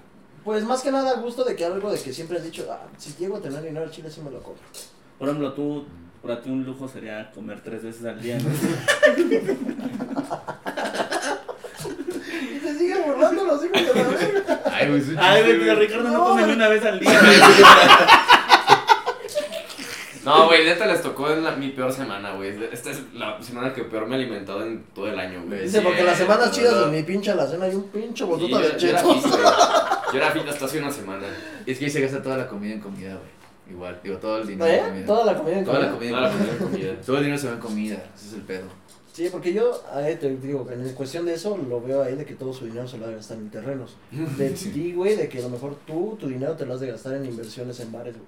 A: Pues más que nada, gusto de que algo de que siempre has dicho, ah, si llego a tener dinero al chile, sí me lo compro.
B: Por ejemplo, tú, para ti un lujo sería comer tres veces al día, ¿no?
A: Y se siguen burlando los hijos de la verga.
C: Ay, güey, es un
B: Ay,
C: chiste,
B: güey, pero Ricardo no
A: No,
B: come ni
A: güey.
B: una vez al día.
D: No, güey, neta les tocó en la- mi peor semana, güey. Esta es la semana que peor me he alimentado en todo el año,
C: Pues
D: güey.
A: Dice, porque las semanas chidas
C: ¿verdad?
A: de mi pinche la cena hay un pinche
D: Sí,
A: botota
D: yo,
A: de
D: yo era
A: chetos.
D: fit, güey. Yo era fit hasta hace una semana.
C: Es que ahí se gasta toda la comida en comida, güey. Igual, digo, todo el dinero en
A: ¿Eh?
C: comida.
A: Toda la comida en
C: Toda la
A: comida.
C: comida en
D: Toda la
C: comida.
D: comida en comida.
C: Todo el dinero se va en comida, ese es el pedo.
A: Sí, porque yo, a ver, te digo, en cuestión de eso, lo veo ahí de que todo su dinero se lo ha de gastar en terrenos. De ti, güey, de que a lo mejor tú, tu dinero te lo has de gastar en inversiones en bares, güey.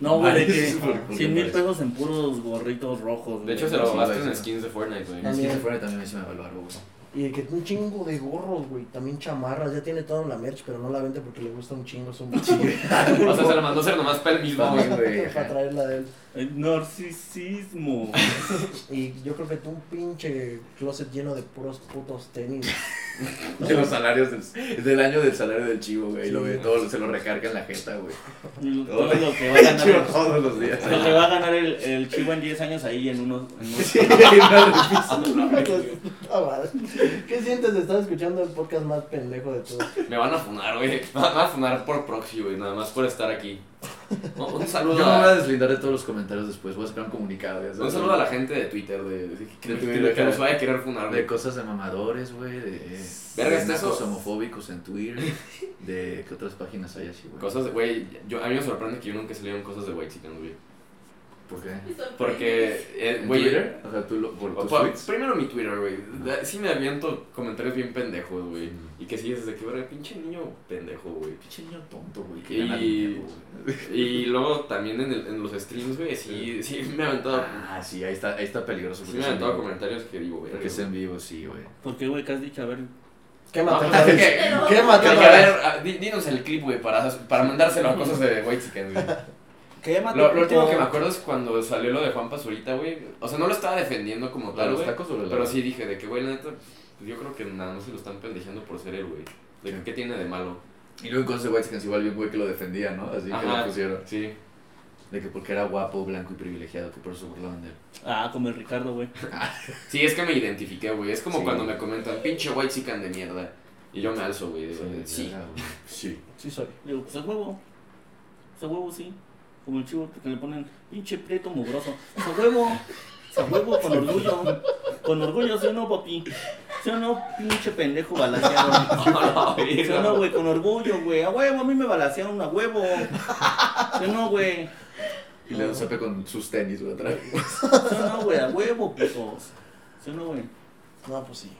B: No, güey, de
C: Ay,
B: que
C: sí, porque
B: 100 mil
C: parece.
B: pesos en puros gorritos rojos, güey.
D: De hecho,
C: Sí,
D: se lo gastaste
C: güey,
D: en
C: sí.
D: skins de Fortnite, güey.
C: Es
A: También.
C: que de fuera también se me va el barro, güey.
A: Y de que un chingo de gorros, güey, también chamarras, ya tiene todo en la merch, pero no la vende porque le gusta un chingo, es un
D: O sea, se lo mandó a hacer nomás para el mismo, güey.
C: Vamos, güey.
A: para traerla de él.
B: El narcisismo.
A: Y yo creo que tú un pinche closet lleno de puros putos tenis.
C: De los salarios del, del año del salario del chivo, güey.
A: Sí.
C: Lo ve todo, se lo recarga en la jeta, güey.
B: Todo lo que va a
C: Chivo
B: ganar.
C: todos los días.
B: Lo que va a ganar el, el chivo en 10 años ahí en unos. En unos-
C: Sí, no,
A: Ah, madre. ¿Qué sientes de estar escuchando el podcast más pendejo de todos?
D: Me van a funar, güey. Me van a funar por proxy, güey. Nada más por estar aquí. No, un
C: Yo
D: saludo.
C: me voy
D: a-
C: a deslindar de todos los comentarios después. Voy a esperar un comunicado. ya
D: Un
C: sabes.
D: saludo a la gente de Twitter, de, de- que,
C: Twitter,
D: que- que
C: cara.
D: nos vaya a querer funar,
C: De
D: güey.
C: cosas de mamadores, güey. De,
D: Verga,
C: de
D: ¿está eso?
C: nacos homofóbicos en Twitter. De qué otras páginas hay así, güey.
D: Cosas de, güey, yo, a mí me sorprende que yo nunca se lean cosas de White Chicken, güey.
C: ¿Por qué?
D: Porque, eh,
C: ¿En
D: güey,
C: Twitter? O sea, tú lo, por
D: o-
C: tus
D: pa-
C: tweets.
D: primero mi Twitter, güey. Da- Sí me aviento comentarios bien pendejos, güey. Y que sigues desde que, verga, pinche niño pendejo, güey.
C: Pinche niño tonto, güey.
D: Y-
C: Que gana dinero, güey.
D: Y luego también en, el- en los streams, güey, sí, sí me aventaba,
C: Ah, sí, ahí está, ahí está peligroso.
D: sí
C: porque
D: me
C: es en
D: aventaba
C: vivo.
D: comentarios que digo, güey.
C: Porque es en vivo, sí, güey.
B: ¿Por qué, güey? ¿Qué has dicho? A ver.
A: Quémate,
D: No, pues,
A: otra vez.
D: que-
A: Quémate,
D: que-
A: otra
D: que, a
A: vez.
D: ver, ah, di- dinos el clip, güey, para, para mandárselo a cosas de White Chicken, güey.
B: Quémate.
D: Lo, lo último
B: puto.
D: que me acuerdo es cuando salió lo de Juan Pazurita, güey. O sea, no lo estaba defendiendo como
C: ¿Para
D: tal,
C: los
D: güey.
C: tacos o la
D: Pero sí dije de que, güey, la neta, pues yo creo que nada más se lo están pendejando por ser él, güey. De
C: Sí.
D: que, ¿qué tiene de malo?
C: Y luego en cosas de White Skins igual vi un güey que lo defendía, ¿no? Así que
D: Ajá.
C: lo pusieron.
D: Sí.
C: De que porque era guapo, blanco y privilegiado, que por eso burlaban de él.
B: Ah, como el Ricardo, güey.
D: Sí, es que me identifiqué, güey. Es como
C: Sí.
D: cuando me comentan, pinche white chican de mierda. Y yo me alzo, güey. de- de- Sí.
C: verga, güey. Sí.
A: Sí, soy.
B: Digo, pues es huevo. Es huevo, sí. Como el chivo que le ponen pinche prieto mugroso. Es huevo. Es huevo con orgullo. Con orgullo, ¿sí o no, papi? ¿Sí o no, pinche pendejo balaseado? ¿Sí o no, güey? Con orgullo, güey. A huevo, a mí me balasearon a huevo. ¿Sí o no, güey?
C: Y
D: Ah.
C: le sape con sus tenis, güey, atrás.
B: ¿Sí o no, güey? A huevo, putos. ¿Sí o no, güey?
A: No, pues sí.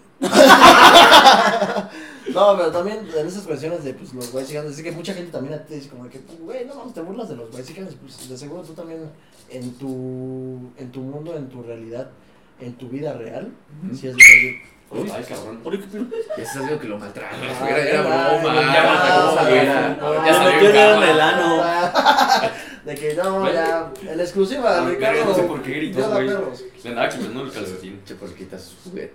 A: no, pero también en esas cuestiones de pues, los guaysicanos, así que mucha gente también a ti dice como que, pues, güey, no, te burlas de los guaysicanos, pues de seguro tú también en tu, en tu mundo, en tu realidad, en tu vida real,
C: Ujú.
A: sí es diferente.
D: Uy, Ay, cabrón.
B: Ahorita, pero-
C: Ya es algo que lo maltratan.
A: Ah,
C: Era, era
A: ay,
C: broma.
A: ya
C: Ya
A: basta,
C: basta,
A: ya
C: güey,
A: basta,
C: era-
A: no,
D: ya
A: ya
B: me
D: salió
B: metió
D: en
B: el dedo en
D: cámara.
B: el ano.
A: de que no, ya, el exclusiva de
D: Ay, verga, No sé
A: Ricardo.
D: por qué gritó,
A: Dios da
D: güey.
A: perros.
D: Le andaba quitando el calcetín.
C: Che, porque quitas su juguete.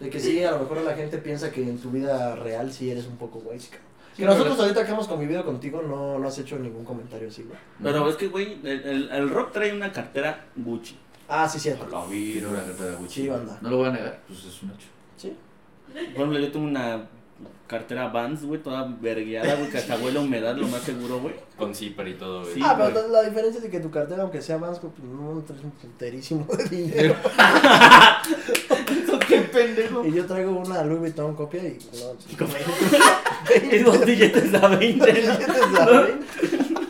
A: De que sí, a lo mejor la gente piensa que en tu vida real sí eres un poco guaysican. Que
D: Sí,
A: nosotros
D: pero-
A: ahorita que hemos convivido contigo no, no has hecho ningún comentario así, güey.
B: Pero es que, güey, el, el, el Rob trae una cartera Gucci.
A: Ah, sí, cierto.
D: Lo
C: Y
D: vi.
C: era una carta de Gucci.
A: Sí, banda.
C: No lo voy a negar, pues es un hecho.
A: Sí.
B: Por ejemplo, yo tengo una cartera Vans, güey, toda vergueada, güey, que hasta huele a humedad, lo más seguro, güey.
D: Con zipper y todo, güey.
B: Sí.
A: Ah, pero
B: güey.
A: entonces la diferencia es de que tu cartera, aunque sea más, pues, no traes un punterísimo de dinero.
B: ¡Qué pendejo!
A: Y yo traigo una Louis Vuitton copia y no, chico, güey.
B: Es dos billetes a 20, ¿no?
A: ¿Qué te saben?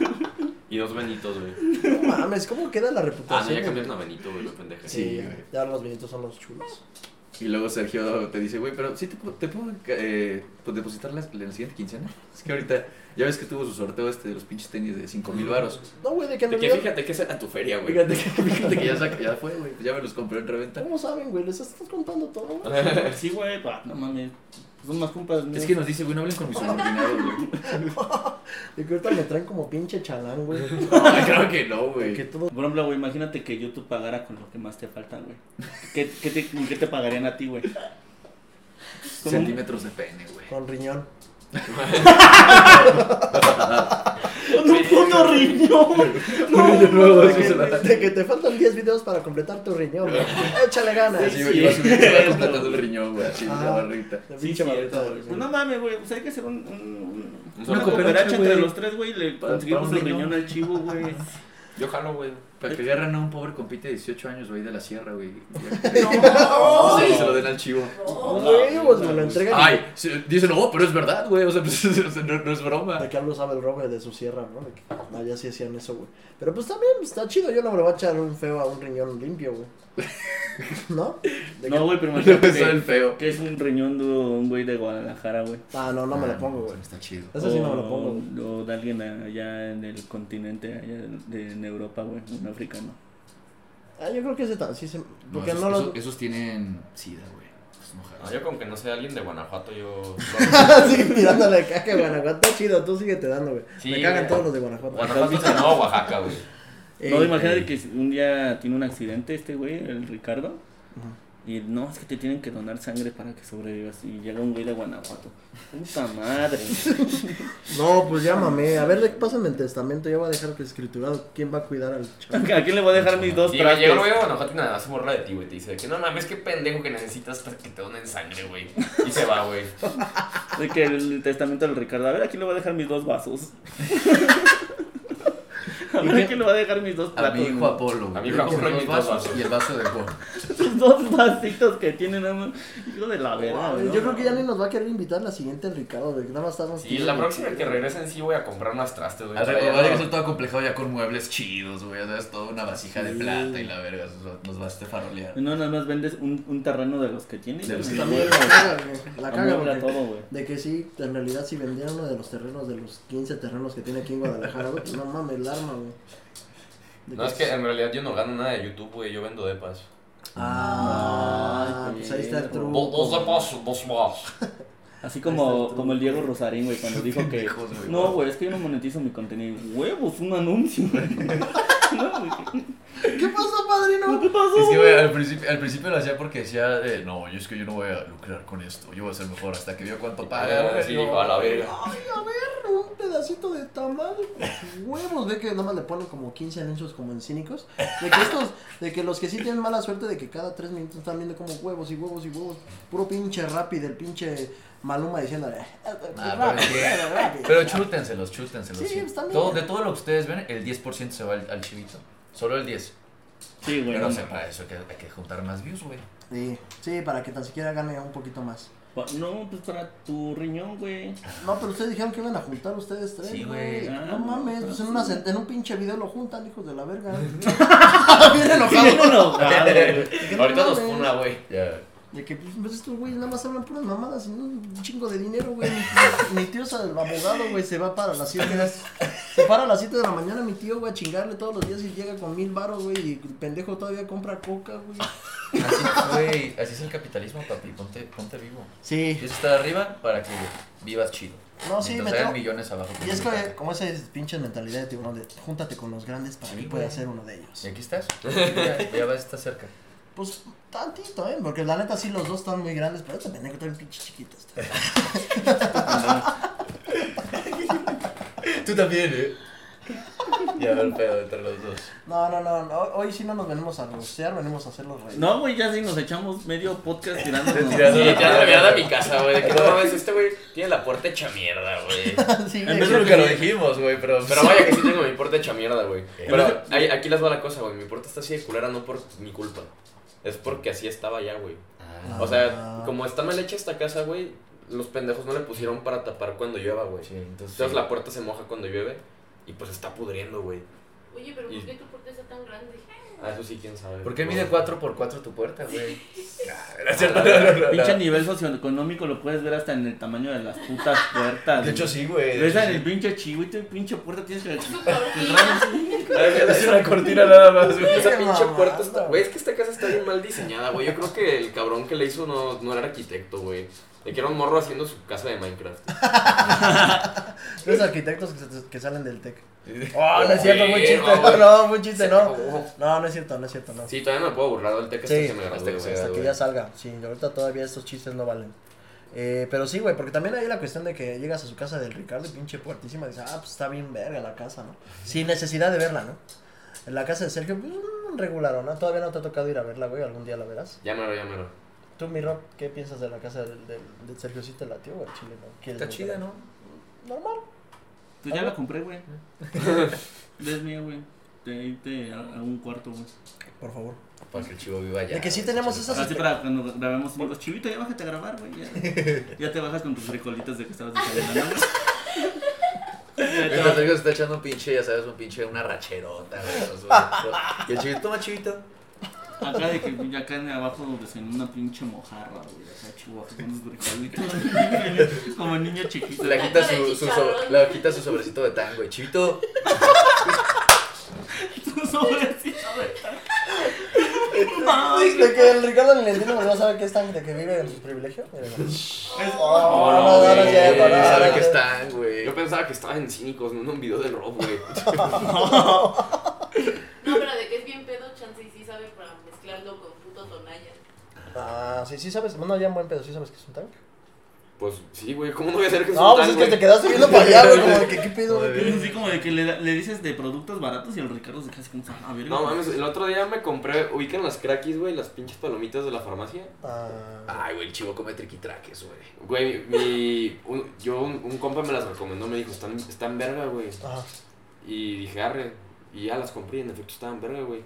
D: Y dos benitos, güey.
A: No mames, ¿cómo queda la
D: Ah, no,
A: reputación?
D: ya
A: güey?
D: cambiaron a Benito, güey, lo pendeja.
A: Sí,
C: Sí,
A: güey.
C: güey.
A: ya los vinitos son los chulos.
C: Y luego Sergio te dice, güey, pero sí te, pu- te puedo eh, pues, depositar las- la, siguiente quincena. Es que ahorita, ya ves que tuvo su sorteo este de los pinches tenis de 5 mil varos.
A: No, güey, de que en
D: De que
A: realidad-
D: fíjate que esa era tu feria, güey.
C: Fíjate que, fíjate que ya, sa- ya fue, güey. Ya me los compré en reventa.
A: ¿Cómo saben, güey? Les estás contando todo, güey.
B: Sí, güey, pa, no mames. Son más compas.
C: Es
B: míos.
C: que nos dice, güey, no hablen con mis subordinados, güey.
A: De que ahorita me traen como pinche chalán, güey.
C: No, claro que no, güey.
A: Que todo.
B: Por ejemplo, güey, imagínate que yo te pagara con lo que más te faltan, güey. ¿Qué, qué te, con qué te pagarían a ti, güey? Como un-
C: Centímetros de pene, güey.
A: Con riñón.
B: Con un puto riñón.
A: de, que, de que te faltan 10 videos para completar tu riñón, güey. Échale ganas.
C: Así, güey, iba a subir, iba completando el riñón, güey. Así,
A: Ah.
C: la barrita.
A: La
B: Sí,
A: pinche
B: cierto,
A: babeta,
B: güey.
A: güey.
B: Pues no mames, güey. Pues hay que hacer un, un, un-
D: Una
B: una
C: cooperacha,
B: cooperacha entre
C: güey.
B: los tres, güey. y Le
C: Para-
B: conseguimos
C: para
B: el
C: un
B: riñón
C: riñón.
B: al chivo, güey.
D: Yo jalo, güey.
C: Para que agarran a un pobre compite de 18 años, güey, de la sierra, güey.
A: No.
C: Se, se lo den al chivo.
A: No,
E: No.
A: huevos, Oh, pues, me lo entregan.
C: Ay, se- dicen, oh, pero es verdad, güey. O sea, pues, o sea, no, no es broma.
A: De que algo sabe el robe de su sierra, ¿no? De que allá sí hacían eso, güey. Pero pues también está chido. Yo no me lo voy a echar un feo a un riñón limpio, güey. ¿No? De que-
B: No, güey, pero
C: No
B: imagínate
C: es el
B: que,
C: feo.
B: que es un riñón de un güey de Guadalajara, güey.
A: Ah, no, no me lo pongo, güey.
C: Está chido.
A: Eso sí no me lo
B: O-
A: pongo, güey.
B: O de alguien allá en el continente, allá de, en Europa, güey. Un africano.
A: Ah, yo creo que ese tan sí se. Porque no,
C: esos,
A: lo.
C: esos- esos tienen sida, güey. Pues, no
D: No,
C: jodas.
D: yo como que no sea alguien de Guanajuato, yo...
A: Sigue tirándole caca, Guanajuato. Está chido, tú sigue te dando, güey.
D: Sí,
A: me cagan
D: güey.
A: todos los de Guanajuato.
D: Guanajuato se no, Oaxaca, güey.
A: Eh,
B: No, imagínate que un día tiene un accidente este güey, el Ricardo. Y no, es que te tienen que donar sangre para que sobrevivas. Y llega un güey de Guanajuato. Puta madre.
A: No, pues llámame. A ver, le- pásenme el testamento. Ya voy a dejar escriturado. ¿Quién va a cuidar al chaval?
B: ¿A quién le voy a dejar mis dos
D: Sí, güey,
B: trastes?
D: llega un güey a Guanajuato y nada más se borra de ti, güey. Te dice que no mames, qué pendejo que necesitas para que te donen sangre, güey. Y se va, güey.
B: De que el testamento del Ricardo. A ver, ¿a quién le voy a dejar mis dos vasos? A ver, ¿a quién le voy a dejar mis dos
C: A
B: platos?
C: mi hijo Apolo. güey.
D: A mi hijo Apolo
C: Los
D: y
C: vasos
D: dos vasos.
C: Y el vaso de Juan.
B: Sus dos vasitos que tiene nada más. Hijo de la verga.
A: Yo creo que ya ni nos va a querer invitar la siguiente, Ricardo. De que nada más estamos.
D: Y la próxima que regresen sí voy a comprar unas trastes, güey.
C: Va
D: Para
C: a
D: ya
C: llegar
D: no-
C: todo complejado ya con muebles chidos, güey. O sea, es toda una vasija de
A: Sí.
C: plata y la verga. eso Nos va a este farolear.
B: No, nada más vendes un, un terreno de los que tiene.
C: De los que
A: También la caga, güey. La caga,
B: Amuebla
A: porque-
B: todo, güey.
A: De que sí, en realidad si vendieran uno de los terrenos, de los 15 terrenos que tiene aquí en Guadalajara, güey, pues no mames, el arma, güey. De
D: No, es que en realidad yo no gano nada de YouTube, güey. Yo vendo depas.
A: Ah,
B: Ay,
A: pues ahí está el
B: perro.
A: truco.
D: Dos dos depas, dos más.
B: Así
A: Ahí está
B: como,
A: el
B: como el Diego Rosarín, güey, cuando dijo que.
C: Pendejos, güey.
B: No, güey, es que yo no monetizo mi contenido. Huevos, un anuncio, güey. No, güey,
A: ¿Qué pasó, padrino?
B: ¿Qué
C: Es
B: pasó?
C: que, güey, al principio, al principio lo hacía porque decía, eh, no, yo es que yo no voy a lucrar con esto, yo voy a ser mejor hasta que vio cuánto paga, güey.
D: Ah, Sí,
C: no.
D: digo, a la verga.
A: Ay, a ver, un pedacito de tamal. Huevos, ve que nada más le ponen como 15 anuncios como en cínicos. De que estos, de que los que sí tienen mala suerte de que cada 3 minutos están viendo como huevos y huevos y huevos. Puro pinche rápido, el pinche Maluma diciéndole. "Eh, eh,
C: Ah,
A: rápido,
C: pero sí.
A: eh, rápido".
C: Pero chútenselos, chútenselos.
A: Sí, pues, también.
C: Todo- de todo lo que ustedes ven, el 10% se va al, al chivito. Solo el 10.
B: Sí, güey.
C: Pero
B: no.
C: o sea, para eso hay que, hay que juntar más views, güey.
A: Sí, sí, para que tan siquiera gane un poquito más.
B: Pa- No, pues para tu riñón, güey.
A: No, pero ustedes dijeron que iban a juntar ustedes tres.
C: Sí,
A: güey.
C: güey.
A: No
B: Ah,
A: mames,
B: ah,
A: pues en,
B: sí.
A: una, sen- en un pinche video lo juntan, hijos de la verga. Bien enojado.
B: Bien
C: Ah,
B: enojado, güey.
A: que no
D: Ahorita nos
A: mames.
D: pone, güey.
A: De que pues, pues, estos güeyes nada más hablan puras mamadas y no, un chingo de dinero, güey. Mi tío, mi tío es el abogado, güey, se va para las 7 Se para a las 7 de la mañana mi tío, güey, a chingarle todos los días y llega con mil baros, güey. Y el pendejo todavía compra coca, güey.
C: Así, güey, así es el capitalismo, papi. Ponte, ponte vivo.
A: Sí.
C: Quieres estar arriba para que vivas chido.
A: No, sí,
C: Mientras
A: me
C: hagan
A: tengo-
C: millones abajo.
A: Y es que,
C: Y
A: como esa es pinche mentalidad de tiburón, de júntate con los grandes para
C: Sí,
A: que
C: güey.
A: puedas ser uno de ellos.
C: aquí estás. Ya, ya vas a estar cerca.
A: Pues tantito, ¿eh? Porque la neta sí los dos están muy grandes, pero este pendejo está bien pinche chiquito. Este.
C: Tú también, eh. Ya va el pedo entre los dos.
A: No, no, no, no, hoy sí no nos venimos a rocear, venimos a hacer los reyes.
B: No, güey, ya sí nos echamos medio podcast tirando.
C: Tirando.
D: Sí, ya me voy a mi casa, güey. de Que no mames, este güey tiene la puerta hecha mierda, güey.
A: sí,
B: En
A: güey.
B: vez
C: Eso
B: de-
C: nunca lo dijimos, güey, pero.
D: Pero vaya que sí tengo mi puerta hecha mierda, güey.
C: Entonces-
D: Pero ahí- aquí les va la cosa, güey. Mi puerta está así de culera no por mi culpa. Es porque así estaba ya, güey.
C: Ah,
D: O
A: Ah.
D: sea, como está mal hecha esta casa, güey, los pendejos no le pusieron para tapar cuando llueva, güey.
C: sí, entonces.
D: Entonces la puerta se moja cuando llueve y pues está pudriendo, güey.
E: Oye, pero ¿por
D: Y-
E: qué tu puerta está tan grande?
D: Ah, eso sí, quién sabe.
C: ¿Por qué mide 4x4 tu puerta, güey? Ah, era cierto, no, no, no,
B: Pinche
C: no.
B: nivel socioeconómico lo puedes ver hasta en el tamaño de las putas puertas.
C: De hecho, sí, güey.
B: Ves en
C: sí.
B: el pinche chihuito y pinche puerta tienes que.
E: Su cortina.
C: Es una cortina nada más, güey.
D: Esa
A: Qué
D: pinche
A: mamada,
D: puerta está. Güey, es que esta casa está bien mal diseñada, güey. Yo creo que el cabrón que la hizo no, no era arquitecto, güey. Le que era un morro haciendo su casa de Minecraft.
A: Los arquitectos que, se- que salen del TEC.
C: Oh,
A: no es cierto,
D: muy
A: buen chiste. No, buen chiste, no.
D: acabó.
A: No, no es cierto, no es cierto, no.
D: Sí, todavía no me puedo burlar del teca hasta
A: Sí,
D: que me
C: hasta
D: gradúe,
C: que se
A: Este,
D: güey.
A: Hasta que
C: güey.
A: ya salga. Sí, ahorita todavía estos chistes no valen. Eh, pero sí, güey, porque también hay la cuestión de que llegas a su casa del Ricardo y pinche puertísima dices, ah, pues está bien verga la casa, ¿no? Sin necesidad de verla, ¿no? En la casa de Sergio, pues, mm, regular, ¿no? Todavía no te ha tocado ir a verla, güey, algún día la verás.
D: Ya mero, ya mero.
A: Tú, mi Rob, ¿qué piensas de la casa del, del- de Sergio? ¿Sí te latió, güey, chile, no? ¿Quieres
C: Está chida,
A: volver?
C: ¿no?
A: Normal.
B: Pues ya la compré, güey. Es mía, güey. Te irte a, a un cuarto, güey.
A: Por favor.
C: Para que el chivo viva ya.
A: De que sí tenemos esas-
B: Así para cuando grabemos los chivitos, ya bájate a grabar, güey. Ya, ya te bajas con tus frijolitas de que estabas desayunando, güey. Ya te
C: Mientras
B: bajas.
C: Sergio se está echando un pinche, ya sabes, un pinche, una racherota, güey. esos, güey. Y el chivito, toma chivito.
B: Acá de que ya acá en abajo pues, en una pinche mojarra, güey. Acá chihuahua con unos frijolitos. Como niño chiquito.
C: Le quita su, su, so- le quita su sobrecito de tan, güey. Chivito.
B: Tu sobrecito de
A: De que el Ricardo ni le entiende, porque no sabe que es tan de que vive en su privilegio. Mira, no.
C: Ah,
A: Oh,
D: no,
A: no, no, no,
D: güey,
A: es cierto, no,
C: sabe
A: no,
C: que
A: no.
C: están, güey.
D: Yo pensaba que estaba en cínicos, no en un video del Rob, güey.
E: No, pero de que es bien pedo, chance y sí sabe para mezclarlo con puto tonalla.
A: Ah, sí, sí sabes. Bueno, ya en buen pedo, sí sabes que es un tanque.
D: Pues sí, güey, ¿cómo no voy a hacer que
A: No,
D: un
A: pues
D: tan,
A: es que
D: güey?
A: te quedaste viendo para allá, güey, como de que qué pedo,
C: Muy
A: güey.
C: bien.
B: Así como de que le, le dices de productos baratos y el Ricardo se queda así como, ah, verga.
D: No mames, el otro día me compré, ubican las crackies, güey, las pinches palomitas de la farmacia.
A: Ah,
C: Ay, güey, el chivo come triquitraques, güey.
D: Güey, mi, un- yo, un, un compa me las recomendó, me dijo, están, están verga, güey.
A: ajá.
D: Y dije, arre, y ya las compré y en efecto estaban verga, güey.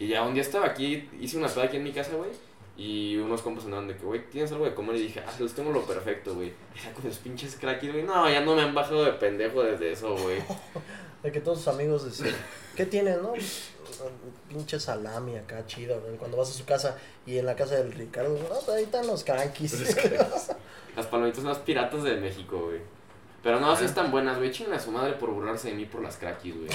D: Y ya un día estaba aquí, hice una peda aquí en mi casa, güey. Y unos compas andaban de que, güey, ¿tienes algo de comer? Y dije, ah, les tengo lo perfecto, güey. Y saco los pinches crackies, güey. No, ya no me han bajado de pendejo desde eso, güey.
A: De que todos sus amigos decían, ¿qué tienes, no? Pinche salami acá, chido, güey. Cuando vas a su casa y en la casa del Ricardo, no, pues ahí están los cranquis.
D: Las palomitas más piratas de México, güey. Pero no, así están buenas, güey. Chinga a su madre por burlarse de mí por las crackies, güey.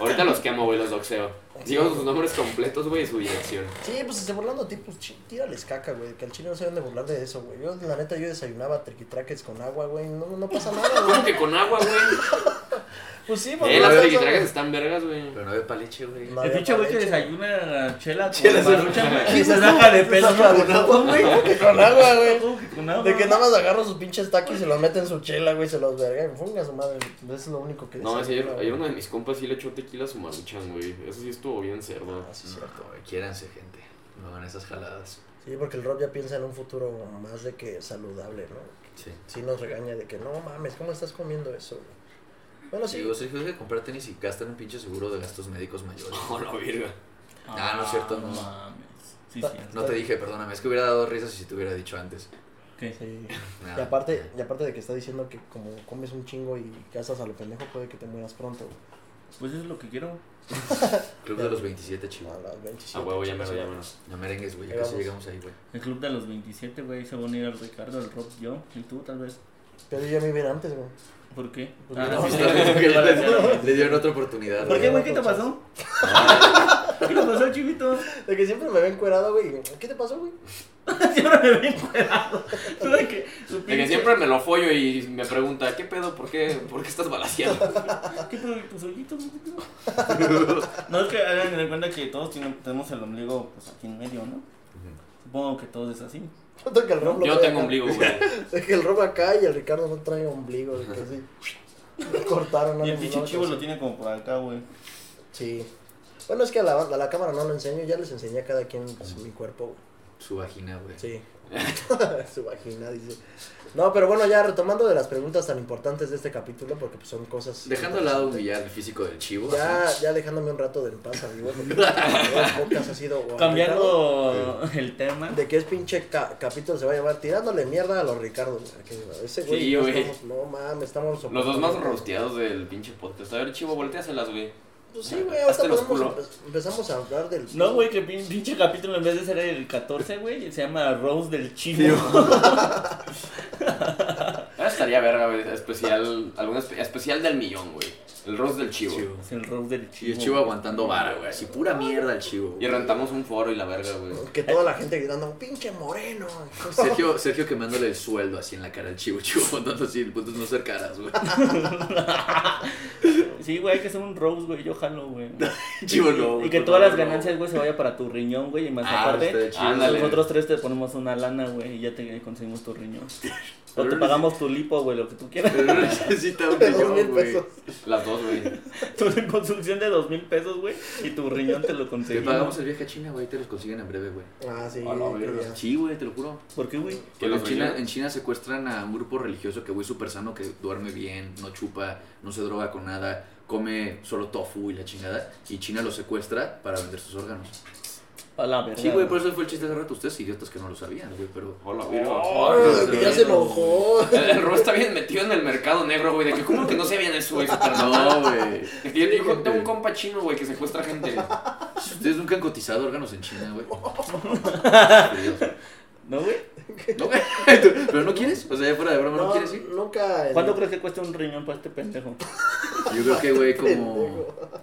D: Ahorita los quemo, güey, los doxeo. Digo sus nombres completos, güey, y su dirección.
A: Sí, pues se burlando de ti, pues chi- tírales caca, güey. Que al chile no se deben de burlar de eso, güey. Yo, la neta, yo desayunaba triquitraques con agua, güey. No, no pasa nada, güey.
D: ¿Cómo que con agua, güey?
A: Pues sí,
D: Eh,
A: porque
D: las
A: no pasa-
D: tragas están vergas, güey.
C: Pero no de paleche, güey.
A: No.
B: El pinche güey que desayuna chela
C: Chela,
B: con barucha,
A: Sí,
B: güey.
A: sí,
B: Se
A: sí,
B: saca de
A: se
B: pedo
A: saca de
B: con agua,
A: pedo,
B: güey.
A: güey, Con agua, güey.
B: Como que con agua.
A: De que nada más agarra sus pinches tacos y se los mete en su chela, güey, se los verga y funga su madre. Eso es lo único que
D: No, es ayer,
A: desayuna,
D: ayer
A: güey.
D: uno de mis compas sí le echó tequila a su maruchan, güey. Eso sí estuvo bien cerdo.
A: Ah, sí,
C: No,
A: cierto.
C: güey, quiéranse, gente. No hagan esas jaladas.
A: Sí, porque el Rob ya piensa en un futuro más de que saludable, ¿no?
C: Sí.
A: Sí nos regaña de que no mames, ¿cómo estás comiendo eso, güey? Bueno, sí.
C: Sí, o sea, hay que comprar tenis y gastan un pinche seguro de gastos médicos mayores.
D: Oh, la verga.
C: Ah, no es cierto, no.
B: mames. Sí, sí.
C: No te dije, perdóname, es que hubiera dado risas si te hubiera dicho antes.
B: ¿Qué?
A: sí.
C: Nah.
A: Y aparte, y aparte de que está diciendo que como comes un chingo y gastas a lo pendejo, puede que te mueras pronto, güey.
B: Pues es lo que quiero.
C: Club de los 27, chivo.
A: A las
D: A
A: 27.
D: huevo, ya me lo
A: chicos,
D: llaman.
C: No merengues, güey, ya
A: Ahí
C: casi
A: vamos.
C: llegamos ahí, güey.
B: El club de los 27, güey. Se van a ir al Ricardo, al Rob, yo y tú, tal vez.
A: Pero yo ya me iba a ir antes, güey.
B: ¿Por qué?
A: Pues
B: Ah,
A: no,
B: sí,
A: no,
B: sí, sí, para hacer-
C: Le dieron otra oportunidad,
B: ¿Por qué,
C: güey.
B: güey? ¿Qué te pasó? ¿Qué te pasó, chivito?
A: De que siempre me ven cuerado, güey. ¿Qué te pasó, güey?
B: Siempre me ven cuidado. De que su
D: De que
B: pinche-
D: siempre me lo follo y me pregunta, ¿qué pedo? ¿Por qué, ¿Por qué estás balaseado?
B: Ah, ¿Qué pedo? ¿Tus hoyitos? güey? No, es que hagan de cuenta que todos tienen- tenemos el ombligo pues, aquí en medio, ¿no? Supongo que todos es así.
A: Siento que el Rob lo
D: Yo no
A: trae
D: tengo
A: acá.
D: ombligo, güey.
A: Es que el roba acá y el Ricardo no trae ombligo, de que sí. Lo cortaron.
B: Y el
A: no,
B: pinche
A: no,
B: chivo
A: no,
B: lo tiene como por acá, güey.
A: Sí. Bueno, es que a la, a la cámara no lo enseño, ya les enseñé a cada quien pues, mi cuerpo. güey.
C: Su vagina, güey.
A: Sí. Su vagina, dice. No, pero bueno, ya retomando de las preguntas tan importantes de este capítulo, porque pues, son cosas.
C: Dejando al lado ya el físico del chivo.
A: Ya,
C: así.
A: ya dejándome un rato de en paz, amigo. Porque el podcast ha sido. guau,
B: Cambiando el tema.
A: De que es pinche ca- capítulo se va a llevar tirándole mierda a los Ricardo. güey, que Ese güey.
D: Sí,
A: no
D: güey.
A: estamos- No mames, estamos.
D: Los dos más rosteados del pinche podcast. A ver, chivo, volteaselas, güey.
A: Pues sí, güey, ahorita
D: Hazte los
A: podemos
D: culo.
A: empe- empezamos a hablar del.
B: No, güey, que pin- pinche capítulo en vez de ser el 14, güey, se llama Rose del Chivo.
D: Ahora estaría verga, güey. Especial, algún espe- especial del millón, güey. El roast del chivo.
C: Chivo.
B: Es el Rose del
C: Y
B: Chivo.
C: el chivo aguantando vara, güey. Así pura mierda el chivo. güey.
D: Y rentamos un foro y la verga, güey.
A: Que toda la gente gritando, pinche moreno.
C: Sergio, Sergio quemándole el sueldo así en la cara al chivo, chivo, tanto así, puntos no ser caras, güey.
B: Sí, güey, hay que hacer un Rose, güey, yo jalo, güey.
C: Chivo
B: Y-
C: no.
B: y que
C: no,
B: todas
C: no,
B: las
C: no.
B: ganancias, güey, se vaya para tu riñón, güey. Y más
C: Ah,
B: aparte,
C: estaría chido.
D: Ándale.
B: nosotros tres te ponemos una lana, güey, y ya te conseguimos tu riñón. O te pagamos tu lipo, güey, lo que tú quieras.
C: Pero no necesita un
A: Dos mil
C: millón, güey.
A: pesos.
D: Las dos, güey.
B: Tu reconstrucción de dos mil pesos, güey, y tu riñón te lo
C: Te
B: conseguimos.
C: pagamos el viaje a China, güey, te los consiguen en breve, güey.
A: Ah, sí.
D: A la verga.
A: ya.
C: Sí, güey, te lo juro.
B: ¿Por qué, güey?
D: Que
C: Porque
D: los
C: en China,
D: riñones.
C: en China secuestran a un grupo religioso que, güey, súper sano, que duerme bien, no chupa, no se droga con nada, come solo tofu y la chingada. Y China lo secuestra para vender sus órganos.
B: A la verga.
C: Sí, güey, pues- por eso fue el chiste de rato. Ustedes idiotas que no lo sabían, güey, pero...
D: Hola, güey.
A: Ay, que ya se enojó.
D: El roast está bien metido en el mercado negro, güey. De que, ¿cómo que no sabían eso, güey?
C: No, güey.
D: De que yo digo, tengo un compa chino, güey, que secuestra gente.
C: Ustedes nunca han cotizado órganos en China, güey.
B: ¿No, güey?
C: No, güey. Pero no quieres, o sea, ya fuera de broma, no,
A: No,
C: quieres ir.
A: Nunca. en-
B: ¿Cuánto crees que cuesta un riñón para este pendejo?
C: Yo creo que, güey, como.
A: Pendejo.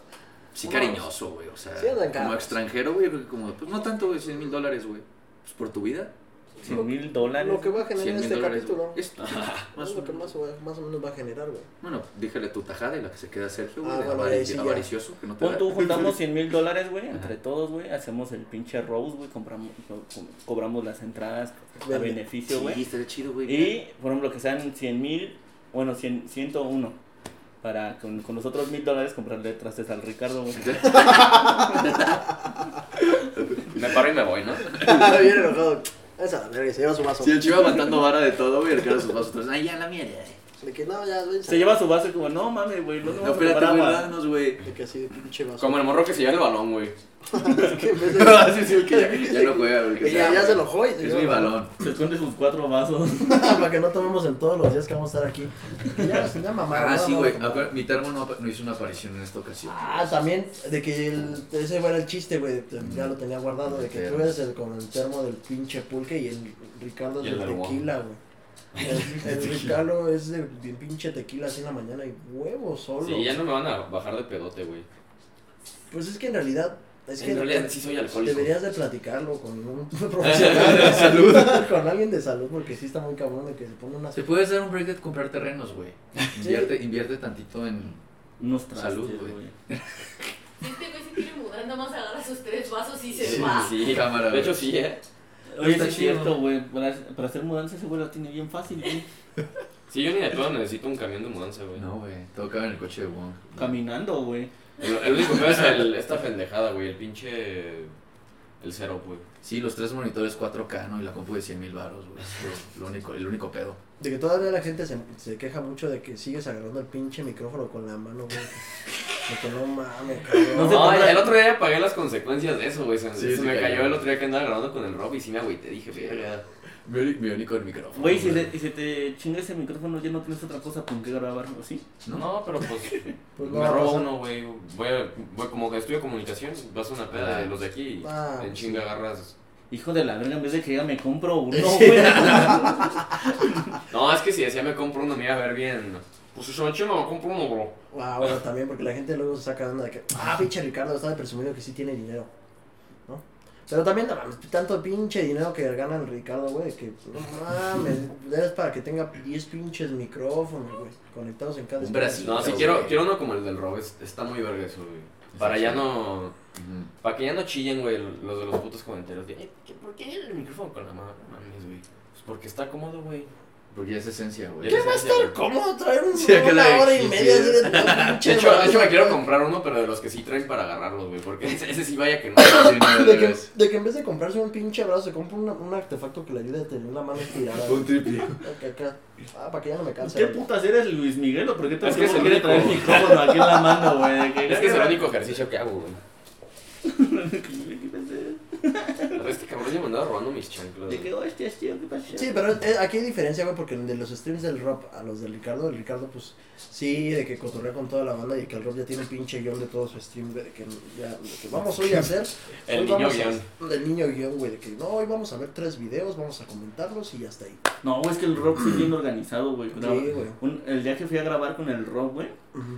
C: Sí, cariñoso, güey. O sea,
A: Sí, andan
C: como
A: caros.
C: extranjero, güey, yo creo que como. Pues no tanto, güey, 100 mil dólares, güey. Pues por tu vida,
B: ¿Cien mil dólares?
A: Lo que va a
C: 100
A: generar
C: mil
A: este
C: dólares. güey.
A: capítulo.
C: Es más
A: es
C: o
A: lo que
C: menos.
A: más, va- más o menos va a generar, güey.
C: Bueno, díjale tu tajada y la que se queda Sergio, güey,
A: Ah,
C: de
A: bueno,
C: avari-
A: ahí sí ya.
C: avaricioso, que no te
B: Pon
C: da.
B: tú, juntamos 100 mil dólares, güey, entre todos, güey, hacemos el pinche Rose, güey, compramos, co- co- cobramos las entradas a
A: Verde.
B: beneficio,
C: Sí,
B: güey.
C: estaría chido, güey.
B: Y, por ejemplo, que sean 100 mil, bueno, 100, 101, para con, con los otros mil dólares comprarle trastes al Ricardo, güey.
D: Me paro y me voy, ¿no?
A: Bien enojado. Esa la verga, y se lleva su vaso.
C: Sí, el chivo aguantando vara de todo, güey, el cara de sus vasos atrás. Ay, ya la mierda.
A: De que no, ya, güey.
B: Se lleva su vaso y como, no mames, güey, no te
C: No,
B: vamos
C: espérate,
B: a
C: güey,
B: comprar agua.
C: danos, güey.
A: De que así de pinche vaso.
D: Como el morro que se lleva el balón, güey.
A: Que en vez de-
C: Así Ah, sí, que ya, ya no juega, güey. que
A: que ya,
C: sea-
A: ya se enojó y se
C: Es
A: lleva
C: mi
A: el vaso.
C: balón.
B: Se esconde sus cuatro vasos.
A: Para que no tomemos en todos los días que vamos a estar aquí. Que Ya, ya mamaron,
C: Ah,
A: ya
C: sí,
A: mamaron
C: güey.
A: como-
C: acuérdate, Mi termo no, apa- no hizo una aparición en esta ocasión.
A: Ah, también, de que el, ese era el chiste, güey, ya lo tenía guardado, de que tú eres el, como el termo del pinche pulque y el Ricardo
D: Y
A: es
D: el
A: el
D: del guau.
A: tequila, güey. El, el Ricardo es de, de pinche tequila así en la mañana y huevo solo.
D: Sí, ya no me van a bajar de pedote, güey.
A: Pues es que en realidad, es que
D: En realidad sí soy alcohólico.
A: deberías de platicarlo con un profesional de salud, con alguien de salud, porque sí está muy cabrón de que se pone una...
C: ¿Se puede hacer un break de comprar terrenos, güey? Invierte, invierte tantito en.
B: Unos trastes,
C: Salud, güey.
B: güey.
E: Si este güey se quiere mudar, nada más agarra sus tres vasos y se
C: Sí,
E: va.
D: Sí,
C: Cámara,
D: De
C: güey.
D: hecho, sí, ¿eh?
B: Oye, sí
C: Está
B: es
C: chido.
B: cierto, güey, para, para hacer mudanza ese güey lo tiene bien fácil, güey.
D: Sí, yo ni de pedo necesito un camión de mudanza, güey.
C: No, güey. Todo cabe en el coche de Wong.
B: Caminando, güey.
D: El, el único peor es el- esta pendejada, güey. El pinche. El cero, güey.
C: Sí, los tres monitores 4K, ¿no? Y la compu de 100 mil baros, güey. Es lo- lo único, el único pedo.
A: De que todavía la gente se, se queja mucho de que sigues agarrando el pinche micrófono con la mano, güey. De que no mames, cabrón.
B: No
D: No,
B: se compra-
D: el otro día pagué las consecuencias de eso, güey. Se,
C: Sí,
D: se
C: sí
D: me
C: cayó.
D: cayó. el otro día que andaba grabando con el Rob y sí me agüité. Dije, verga.
C: Mi, uni- mi único el micrófono.
B: Güey, si, se- y se te chinga ese micrófono, ya no tienes otra cosa con qué grabar, ¿o sí?
C: ¿No?
D: No, pero pues.
A: Pues no
D: me
A: va a
D: robo
A: pasar.
D: uno, güey. Voy, a- voy como que estudio comunicación. Vas a una peda de los de aquí y
A: Ah,
D: en
A: sí.
D: chinga agarras.
B: Hijo de la verga, en vez de que diga me compro uno, güey.
D: No, es que si decía me compro uno, me iba a ver bien. Pues si se me chino, me compro uno, bro.
A: Ah, bueno, también porque la gente luego se saca de onda de que, ah, pinche Ricardo está de presumido que sí tiene dinero, ¿no? Pero también, no mames, tanto pinche dinero que gana el Ricardo, güey, que pues, no mames, es para que tenga 10 pinches micrófonos, güey, conectados en cada
C: Un
A: espacio.
C: Brasil.
D: No, sí,
C: Pero,
D: quiero,
C: güey.
D: quiero uno como el del Rob. es- Está muy verga eso, güey. Para
C: Sí,
D: ya
C: sí.
D: no.
C: Ujú.
D: Para que ya no chillen, güey, los de los putos comentarios. de, "Eh, ¿qué- ¿Por qué el micrófono con la mano? No mames, güey. Pues porque está cómodo, güey.
C: Porque ya es esencia, güey.
A: ¿Qué va a estar cómodo traer un,
C: Sí, acá
A: una
C: la de-
A: hora y media así de
D: De
A: pinche
D: hecho, de hecho, me
A: barrio?
D: quiero comprar uno, pero de los que sí traen para agarrarlos, güey. Porque ese, ese sí vaya que no.
C: Sí,
A: de
C: no, de
A: que,
C: veras.
A: de que en vez de comprarse un pinche brazo, se compra una- un artefacto que le ayude a tener la mano estirada.
C: Un triple.
A: Acá, acá. Ah, para que ya no me canse.
B: ¿Qué putas eres Luis Miguel o por qué te
D: Es que es el
B: quiere
D: único.
B: traer micrófono aquí en la mano, güey?
D: Es que es el único ejercicio que hago, güey.
B: De
D: Pero Este cabrón ya me andaba robando mis chanclas. güey.
B: que, hostias, tío, ¿qué pasa?
A: Sí, pero eh, aquí hay diferencia, güey, porque de los streams del Rob a los del Ricardo, el Ricardo, pues, sí, de que cotorrea con toda la banda y que el Rob ya tiene un pinche guión de todo su stream, güey, de que, ya, de que vamos hoy a hacer.
D: El
A: hoy
D: niño
A: vamos a- el niño guión, güey, de que no, hoy vamos a ver tres videos, vamos a comentarlos y hasta ahí.
B: No, güey, es que el rock sí es bien organizado, güey. Graba-
A: Sí, güey.
B: un- el día que fui a grabar con el rock, güey,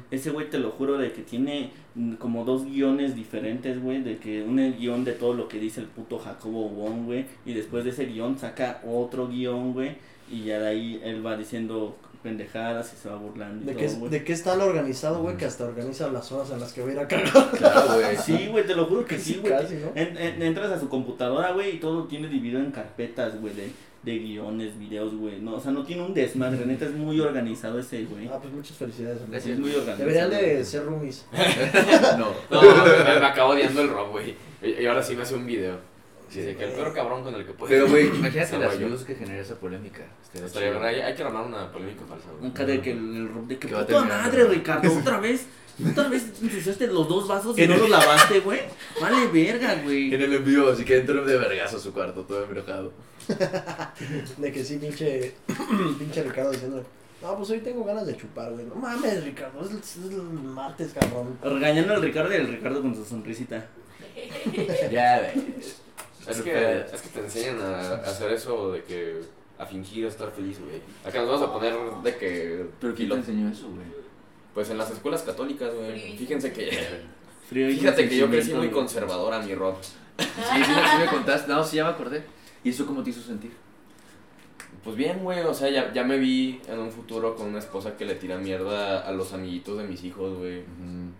B: ese güey te lo juro de que tiene mm, como dos guiones diferentes, güey. De que un guión de todo lo que dice el puto Jacobo Wong, güey. Y después de ese guión saca otro guión, güey. Y ya de ahí él va diciendo pendejadas y se va burlando. y
A: De,
B: todo,
A: que es,
B: güey.
A: de que es tan organizado, güey, que hasta organiza las horas en las que va a ir a cagar.
C: Claro, güey.
B: Sí, güey, te lo juro que sí, güey.
A: Casi, ¿no?
B: En- en- entras a su computadora, güey, y todo lo tiene dividido en carpetas, güey, de, de guiones, videos, güey. No, o sea, no tiene un desmadre, neta, es muy organizado ese, güey.
A: Ah, pues muchas felicidades. amigo.
B: Es muy organizado.
A: Deberían de ser roomies.
C: No.
D: No, me, me acabo odiando el rock, güey. Y y ahora sí me hace un video. Sí, de que el peor cabrón con el que puedes.
C: Pero, güey, imagínate
D: No,
C: las
D: güey, yo-
C: views que genera esa polémica. Estaría
D: Estaría
C: chido.
D: verdad, hay, hay que armar una polémica falsa, güey.
B: Acá de que el, el rock de que
C: Que va a
B: puta
C: terminar,
B: madre,
C: ¿no?
B: Ricardo, otra vez. Otra vez utilizaste los dos vasos y no los lavaste, güey. Vale verga, güey.
C: En el envío, así que entro de vergazo a su cuarto, todo embrujado.
A: De que sí, pinche, pinche Ricardo diciendo, no, pues hoy tengo ganas de chupar, güey. No mames, Ricardo, es el, es el martes, cabrón.
B: Regañando al Ricardo y el Ricardo con su sonrisita.
C: Ya, ves.
D: Es que, es que te enseñan a, a hacer eso de que. A fingir estar feliz, güey. Acá nos vamos a poner de que.
C: ¿Pero quién te enseñó eso, güey?
D: Pues en las escuelas católicas, güey. Fíjense que.
B: Frío y
D: Fíjate que yo crecí
B: sentimiento,
D: muy
B: güey.
D: conservadora, mi rock.
C: Sí, sí, me- sí me contaste. No, sí, ya me acordé. ¿Y eso cómo te hizo sentir?
D: Pues bien, güey, o sea, ya, ya me vi en un futuro con una esposa que le tira mierda a los amiguitos de mis hijos, güey.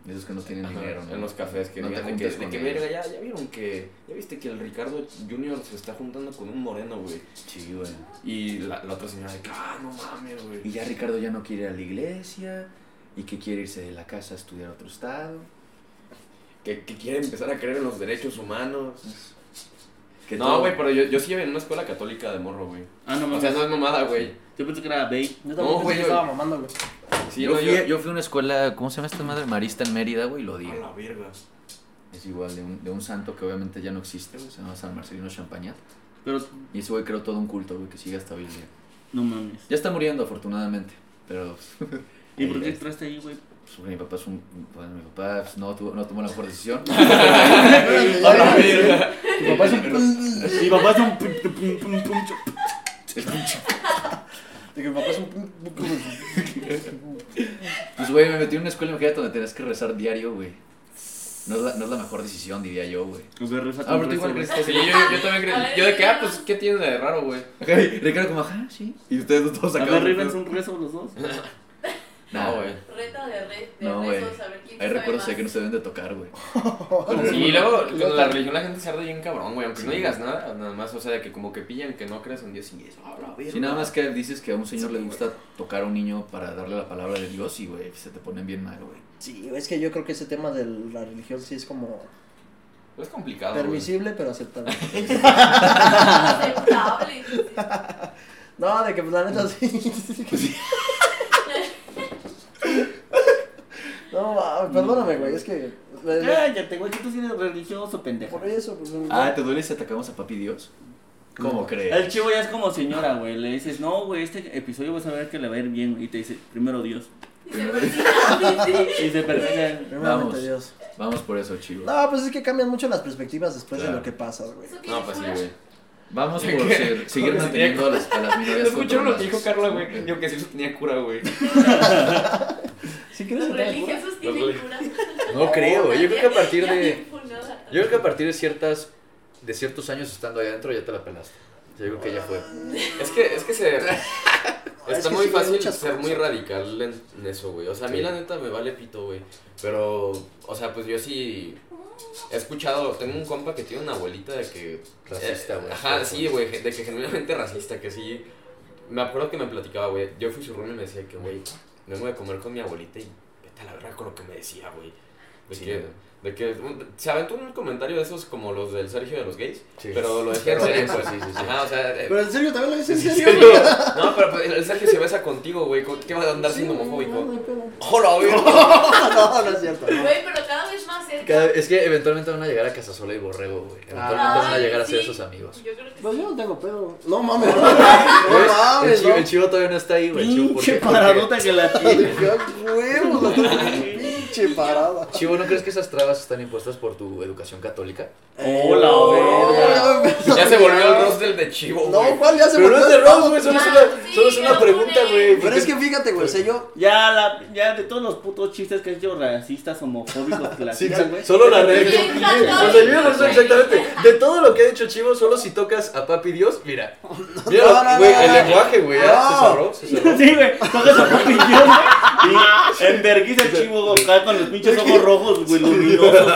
C: Esos que no tienen
D: Ajá,
C: dinero, ¿no?
D: En los cafés que
C: No te
D: digan de que,
C: juntes
D: de
C: con
D: que,
C: ellos.
D: verga, ya, ya vieron que, ya viste que el Ricardo Junior se está juntando con un moreno, güey.
C: Sí, güey.
D: Y la, la otra señora de que, ah, no mames, güey.
C: Y ya Ricardo ya no quiere ir a la iglesia y que quiere irse de la casa a estudiar a otro estado.
D: Que, que quiere empezar a creer en los derechos humanos.
C: Que
D: no,
C: todo-
D: güey, pero yo, yo sí iba en una escuela católica de morro, güey.
B: Ah, no
D: O
B: mames.
D: sea, no es mamada, güey.
B: Yo pensé que era bait.
A: Yo
D: No,
A: tampoco
D: güey,
A: pensé que
D: yo-
A: estaba mamando, güey.
D: Sí,
C: yo,
D: no,
C: fui, yo fui a una escuela, ¿cómo se llama esta madre? Marista en Mérida, güey, lo
D: A
C: dije.
D: la verga.
C: Es igual de un, de un santo que obviamente ya no existe, güey, se llama San Marcelino Champañat.
B: Pero
C: Y ese güey creó todo un culto, güey, que sigue hasta hoy en día.
B: no mames.
C: Ya está muriendo, afortunadamente, pero
B: ¿Y por qué
C: Ahí,
B: entraste ahí, güey?
C: pues, mi papá es un... bueno, mi papá pues, no, tuvo, no tomó la mejor decisión.
A: Mi papá es un...
B: Mi papá es un pum, pum, pum, pum, pum.
A: De que mi papá es un...
C: Pues, güey, me metí en una escuela, imagínate, donde tenías que rezar diario, güey. No es, la, no es la mejor decisión, diría yo, güey.
B: O sea, rezate
C: Ah,
B: un
C: pero tú
B: rezo,
C: igual
B: güey.
C: crees
D: Sí,
C: que
D: yo, yo, yo también
E: A
D: creí.
E: ver,
D: Yo de que, ah,
E: verga.
D: pues, ¿qué tiene de raro, güey?
C: Ajá, y Ricardo como, ajá, sí. Y ustedes dos todos
B: A ver,
C: sacados.
B: ríbanse un rezo los dos.
C: Nah,
D: No, güey.
E: Reta de red, de
C: No, güey.
E: rezos, a ver quién
C: Hay
E: sabe
C: recuerdos de
E: más.
C: que no se deben de tocar, güey.
D: Y luego con la religión la gente se arde bien cabrón, güey, aunque no digas nada, nada más, o sea, de que como que pillan que no creas en Dios y eso, a la verga.
C: Si nada más que dices que a un señor le gusta tocar a un niño para darle la palabra de Dios y, güey, se te ponen bien mal, güey.
A: Sí, es que yo creo que ese tema de la religión sí es como
D: Es complicado. güey.
A: permisible, pero aceptable.
E: Aceptable.
A: No, de que pues, la neta sí. No, ma, perdóname, güey, es que...
B: Cállate, güey, que tú sí eres religioso, pendejo.
A: Por eso, pues...
C: Ah, ¿te duele si atacamos a papi Dios? ¿Cómo
B: El
C: crees?
B: chivo ya es como señora, güey. Le dices, no, güey, este episodio vas a ver que le va a ir bien. güey. Y te dice, primero Dios.
E: "Ah,
B: Y se persiguen.
A: Primeramente,
C: Vamos.
A: Dios.
C: Vamos por eso, chivo.
A: No, pues es que cambian mucho las perspectivas después de
C: Claro.
A: lo que pasa, güey.
D: No, pues sí, güey.
C: Vamos por ser- seguir manteniendo a las, a las minorías
D: escucharon lo que dijo
C: controladas.
D: Carla, güey? Yo que sí, eso tenía cura, güey.
A: Si quieres
E: Los
A: entrar, güey.
E: religiosos tienen cura.
C: No creo, yo creo que a partir
E: Ya
C: de...
E: bien funada.
C: Yo creo que a partir de ciertas de ciertos años estando ahí adentro ya te la pelaste. Yo creo que ya fue.
D: Es que, es que se.
A: Es
D: Está
A: que
D: muy
A: sí,
D: fácil
A: muchas
D: ser
A: cosas.
D: muy radical en en eso, güey. O sea, a mí
C: Sí.
D: la neta me vale pito, güey. Pero, o sea, pues yo sí he escuchado. Tengo un compa que tiene una abuelita de que.
C: Racista,
D: Eh,
C: güey.
D: Ajá, sí, güey, de que genuinamente racista, que sí. Me acuerdo que me platicaba, güey. Yo fui su room y me decía que, güey, vengo de comer con mi abuelita y vete a la verga con lo que me decía, güey. De
C: Sí.
D: que, de que un- se aventó un comentario de esos como los del Sergio de los gays,
C: Sí.
D: pero lo decía en serio,
C: Eso,
D: güey.
C: sí, sí, sí.
D: Ajá, o sea, eh,
A: Pero en serio, también lo dice en
D: Sí,
A: serio.
D: güey. No, pero pues, el Sergio se besa contigo, güey. ¿Qué va a andar
A: Sí,
D: siendo
A: güey, no, no
D: homofóbico?
A: hay pedo.
D: ¡Hola, güey!
A: No, no es cierto. no.
E: Güey, pero cada vez más ¿eh? cerca.
C: Cada- es que eventualmente van a llegar a Casasola y Borrego, güey. Eventualmente
A: Ah,
C: van a llegar a ser
E: sí.
C: esos amigos. Pues,
E: Yo creo que
A: Pues
E: sí.
A: yo no tengo pedo. No mames. No mames.
C: el, chivo,
A: no.
C: el chivo todavía no está ahí, güey. el Chivo, ¿por qué?
B: Pinche
C: Porque-
B: paradota que la tiene.
A: Dije, "Ah, huevos, la tengo pinche parada.
C: Chivo, ¿no crees que esas trabas están impuestas por tu educación católica?
B: Hola, verga.
A: Oh, me
D: Ya se volvió el
A: empezó a
D: roast del de chivo, güey.
A: No, ¿cuál ya se
C: Pero no
A: volvió
C: es de
A: el
C: Rose, güey. Solo es una,
E: Ah, sí,
C: solo es una
E: ya
C: pregunta,
E: pone.
C: güey.
A: Pero es que fíjate, güey, o sea, yo...
B: Ya, la, ya de todos los putos chistes que has hecho racistas, homofóbicos,
C: Sí,
B: clasistas, güey.
C: solo la red.
E: Bien católico.
C: O sea, yo no sé exactamente. De todo lo que ha dicho Chivo, solo si tocas a Papi Dios, mira. Mira,
A: No, no,
C: güey,
A: no,
C: el
A: no. Ah.
C: lenguaje, güey. ya,
A: No.
C: Se cerró, se cerró.
B: Sí, güey, tocas a papi Dios, güey. Y enverguiza el chivo acá con los pinches ojos rojos, güey, luminosos.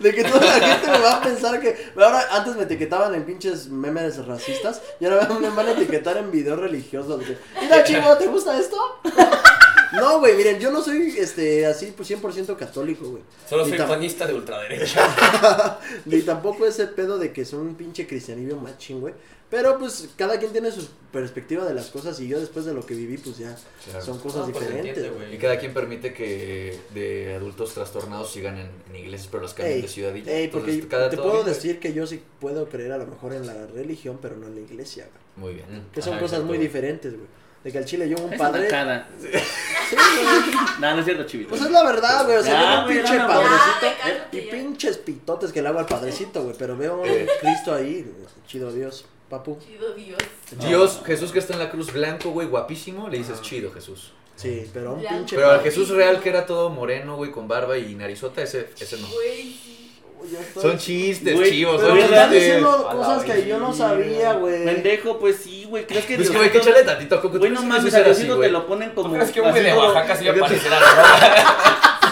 A: De que toda la gente me va a pensar que. Ahora, antes me etiquetaban en pinches memes racistas y ahora me van a etiquetar en videos religiosos. de, Mira, chivo, ¿te gusta esto? No, güey, miren, yo no soy este, así pues, 100% católico, güey.
D: Solo
A: Ni
D: soy
A: tam-
D: panista de ultraderecha.
A: Ni tampoco ese pedo de que soy un pinche cristianillo machín, güey. Pero pues cada quien tiene su perspectiva de las cosas y yo después de lo que viví, pues ya son cosas
D: No, pues, se
A: diferentes.
D: entiende,
A: güey.
C: Y
D: güey.
C: cada quien permite que de adultos trastornados sigan en, en iglesias, pero los cambian
A: Ey,
C: de ciudadita.
A: ey, porque
C: Entonces, cada
A: te
C: todo
A: puedo
C: bien, güey.
A: decir que yo sí puedo creer a lo mejor en la religión, pero no en la iglesia, güey.
C: Muy bien.
A: Que son
D: Ajá,
A: cosas
D: exacto,
A: muy
D: güey.
A: diferentes, güey. De que al chile yo un
B: Es
A: padre.
B: una cara.
A: Sí, güey.
B: No, no es cierto, chivito.
A: Pues es la verdad, güey. O sea,
B: Ya,
A: yo veo un
B: güey,
A: pinche
B: ya me
A: padrecito.
E: Ya, cállate
A: Y
E: ya.
A: pinches pitotes que le hago al padrecito, güey. Pero veo a
C: Eh.
A: Cristo ahí. Chido Dios, papu.
E: Chido Dios.
C: Dios, Jesús que está en la cruz blanco, güey, guapísimo, le dices chido, Jesús.
A: Sí, pero a un
E: Ya.
A: pinche
C: Pero al
A: Ah. padre.
C: Jesús real que era todo moreno, güey, con barba y narizota, ese, ese no.
E: Güey, sí.
A: Uy, ya estoy-
C: Son chistes,
B: Güey,
C: chivos,
A: pues, Pero
C: son
A: me están
C: chistes. Pues,
A: diciendo
D: A la
A: cosas que yo no sabía, güey.
B: Pendejo, pues sí, güey. ¿Crees que
C: Pues,
B: Diosito-
C: güey, que échale tantito, Coco. ¿tú
B: Güey,
C: crees
B: no
C: que
B: mames,
C: Jesús
B: a
C: era así,
B: Diosito
C: güey?
B: te lo ponen como.
D: ¿Crees que un güey de
B: así como-
D: Oaxaca se iba a parecer a la roba?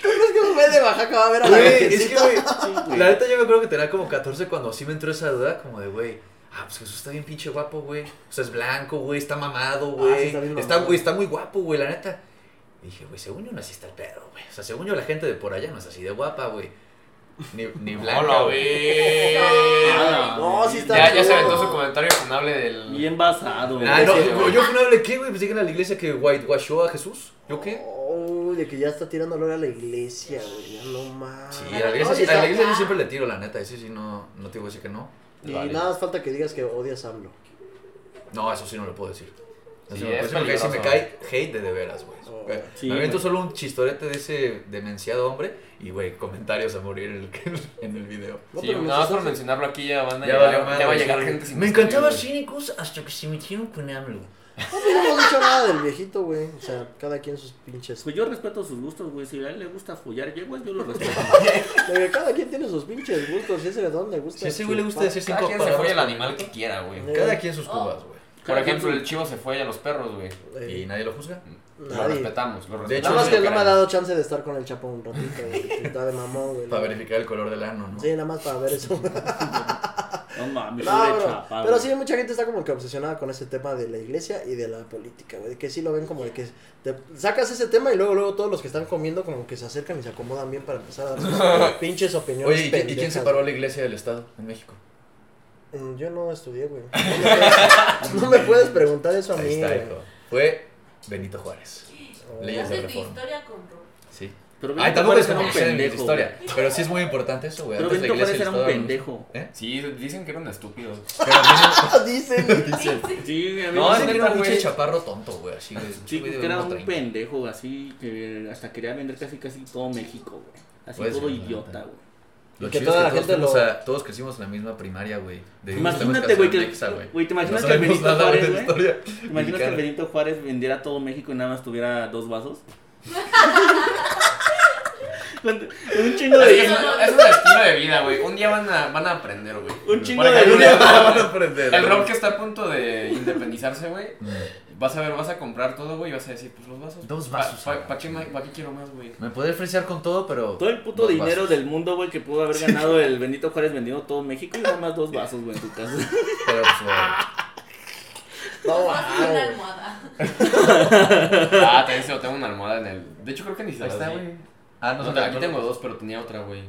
A: ¿Tú crees que un güey de Oaxaca va a ver a la
C: Güey, es que,
A: virgencita?
C: güey,
B: Sí, güey.
C: la neta yo me acuerdo que tenía como 14 cuando sí me entró esa duda, como de, güey, ah, pues Jesús está bien pinche guapo, güey. O sea, es blanco, güey, está mamado, güey.
A: sí, está
C: está,
A: bien mamado.
C: güey, está muy guapo, güey, la neta. Y dije, güey, según yo no así está el pedo, güey. O sea, según yo la gente de por allá no es así de guapa, güey. Ni, ni blanca,
D: Hola,
C: güey.
D: güey.
A: Ah, No, sí está
D: Ya, ya se
A: chido.
D: aventó su comentario funable del.
B: Bien basado, güey.
C: Ah, no,
D: Sí, güey.
C: yo no hablé, ¿qué, güey? Pues dije en la iglesia que whitewashó a Jesús. ¿Yo qué?
A: Uy, de que ya está tirando olor a la iglesia, güey. Ya no mames.
C: Sí, a la iglesia,
A: No,
C: sí-
A: y
C: a la
A: está-
C: iglesia yo siempre le tiro, la neta. Ese sí no, no te voy a decir que no.
A: Y
D: Vale.
A: nada más falta que digas que odias a AMLO.
C: No, eso sí no lo puedo decir. Eso
D: Sí,
C: no lo puedo
D: es
C: decir, porque ahí sí me
D: peligroso.
C: cae hate de de veras, güey.
A: Oh.
C: Güey,
B: Sí,
C: me aviento
B: güey.
C: solo un chistorete de ese demenciado hombre y, güey, comentarios a morir en el, en el video.
A: No,
D: Sí,
A: pero
D: nada más
A: nosotros-
D: por mencionarlo aquí ya van a
C: Ya
D: llegar,
C: valió madre,
D: ya va a
C: sí,
D: llegar
C: güey.
D: gente sin
C: Me encantaba
D: estudio,
C: cínicos hasta que se metieron con AMLO.
A: No, pues no hemos dicho nada del viejito, güey. O sea, cada quien sus pinches.
B: Pues yo respeto sus gustos, güey. Si a él le gusta follar, yo igual yo lo respeto.
A: De que Cada quien tiene sus pinches gustos. Ese de dónde le gusta.
C: Si a ese güey le gusta
A: chupar.
C: decir
D: güey. Cada
C: cinco
D: quien se fue Oh. el
C: palabras.
D: animal que quiera, güey.
A: Sí.
C: Cada quien sus cubas, güey.
D: Por ejemplo, el chivo se fue a los perros, güey.
C: Y
A: Eh,
C: nadie lo juzga.
D: Lo
A: Nadie.
D: respetamos, lo respetamos.
C: De hecho,
A: Nada más
C: sí,
A: que no me ha
D: queremos.
A: dado chance de estar con el chapo un ratito, güey. Está de mamón, güey.
C: Para verificar el color del ano, ¿no?
A: Sí, nada más para ver eso.
B: No mames,
A: No,
B: no,
A: pero,
B: chapa,
A: pero
B: güey.
A: sí, mucha gente está como que obsesionada con ese tema de la iglesia y de la política, güey. de Que sí lo ven como de que te sacas ese tema y luego, luego todos los que están comiendo como que se acercan y se acomodan bien para empezar a dar sus pinches opiniones.
C: Oye, ¿y, quién- y quién
A: pendejas,
C: separó la iglesia del Estado en México?
A: güey. Mm, Yo no estudié, güey. No me puedes- No me puedes preguntar eso a mí.
C: Ahí está,
A: güey.
C: hijo. Fue Benito Juárez.
A: Oh.
C: Leyes
E: Hace
C: de
E: tu
C: reforma.
E: historia compro.
C: Sí.
B: Pero
C: Ay,
B: Benito
C: tampoco
B: Juárez
C: es que
B: era
C: me
B: un
C: sé de mi
B: pendejo,
C: historia.
B: güey.
C: Pero sí es muy importante eso, güey.
B: Pero
C: Antes la
B: Benito Juárez
C: iglesia
B: era
C: del
B: un
C: Estado,
B: pendejo.
C: ¿Eh?
D: Sí, dicen que era un estúpido.
C: Pero a mí no-
A: Dicen.
B: Sí, a mí
C: No,
B: me
C: es que
B: parece
C: era un
D: güey.
C: pinche chaparro tonto, güey. Así güey,
B: Sí,
C: güey de
B: que era un
C: 1.30.
B: pendejo, así que hasta quería vender casi casi todo México, güey. Así
C: Pues,
B: todo
C: sí,
B: idiota,
C: la
B: güey.
C: Lo
A: Y que
C: chido es
A: toda la
C: que todos
A: gente
C: fuimos
A: lo-
C: a- Todos crecimos en la misma primaria, güey. De-
B: Imagínate, güey, que-
C: Nexa,
B: güey, ¿te imaginas
C: No
B: que
C: sabemos
B: Benito
C: nada,
B: Juárez,
C: güey, de
B: güey?
C: historia
B: ¿Te imaginas que
C: mexicana.
B: Benito Juárez vendiera todo México y nada más tuviera dos vasos? con, con un chingo
D: Es, que es
B: de
D: un- es un estilo de vida, güey. Un día van a, van a aprender, güey.
B: Un chingo
D: Por ejemplo,
B: de
C: Ya
B: vida.
C: van a aprender,
D: El
C: güey.
D: Rob que está a punto de independizarse, güey.
C: Mm.
D: Vas a ver, vas a comprar todo, güey, y vas a decir, pues los vasos.
C: Dos vasos,
D: ¿Para
C: ah,
D: qué, ma- pa' qué quiero más, güey?
C: Me podría ofrecer con todo, pero.
B: todo el puto
C: dos
B: dinero
C: vasos.
B: del mundo, güey, que pudo haber ganado el Benito Juárez vendiendo todo México y nada más dos vasos, güey, en tu casa.
C: Pero, pues, güey,
A: No,
E: Más
A: Oh,
E: que una
A: wow.
E: almohada.
D: Ah, también se- tengo una almohada en el. De hecho, creo que ni se
C: Ahí
D: las
C: está,
D: di.
C: güey. Ah, no,
D: No,
C: no,
D: aquí tengo dos, pero tenía otra, güey.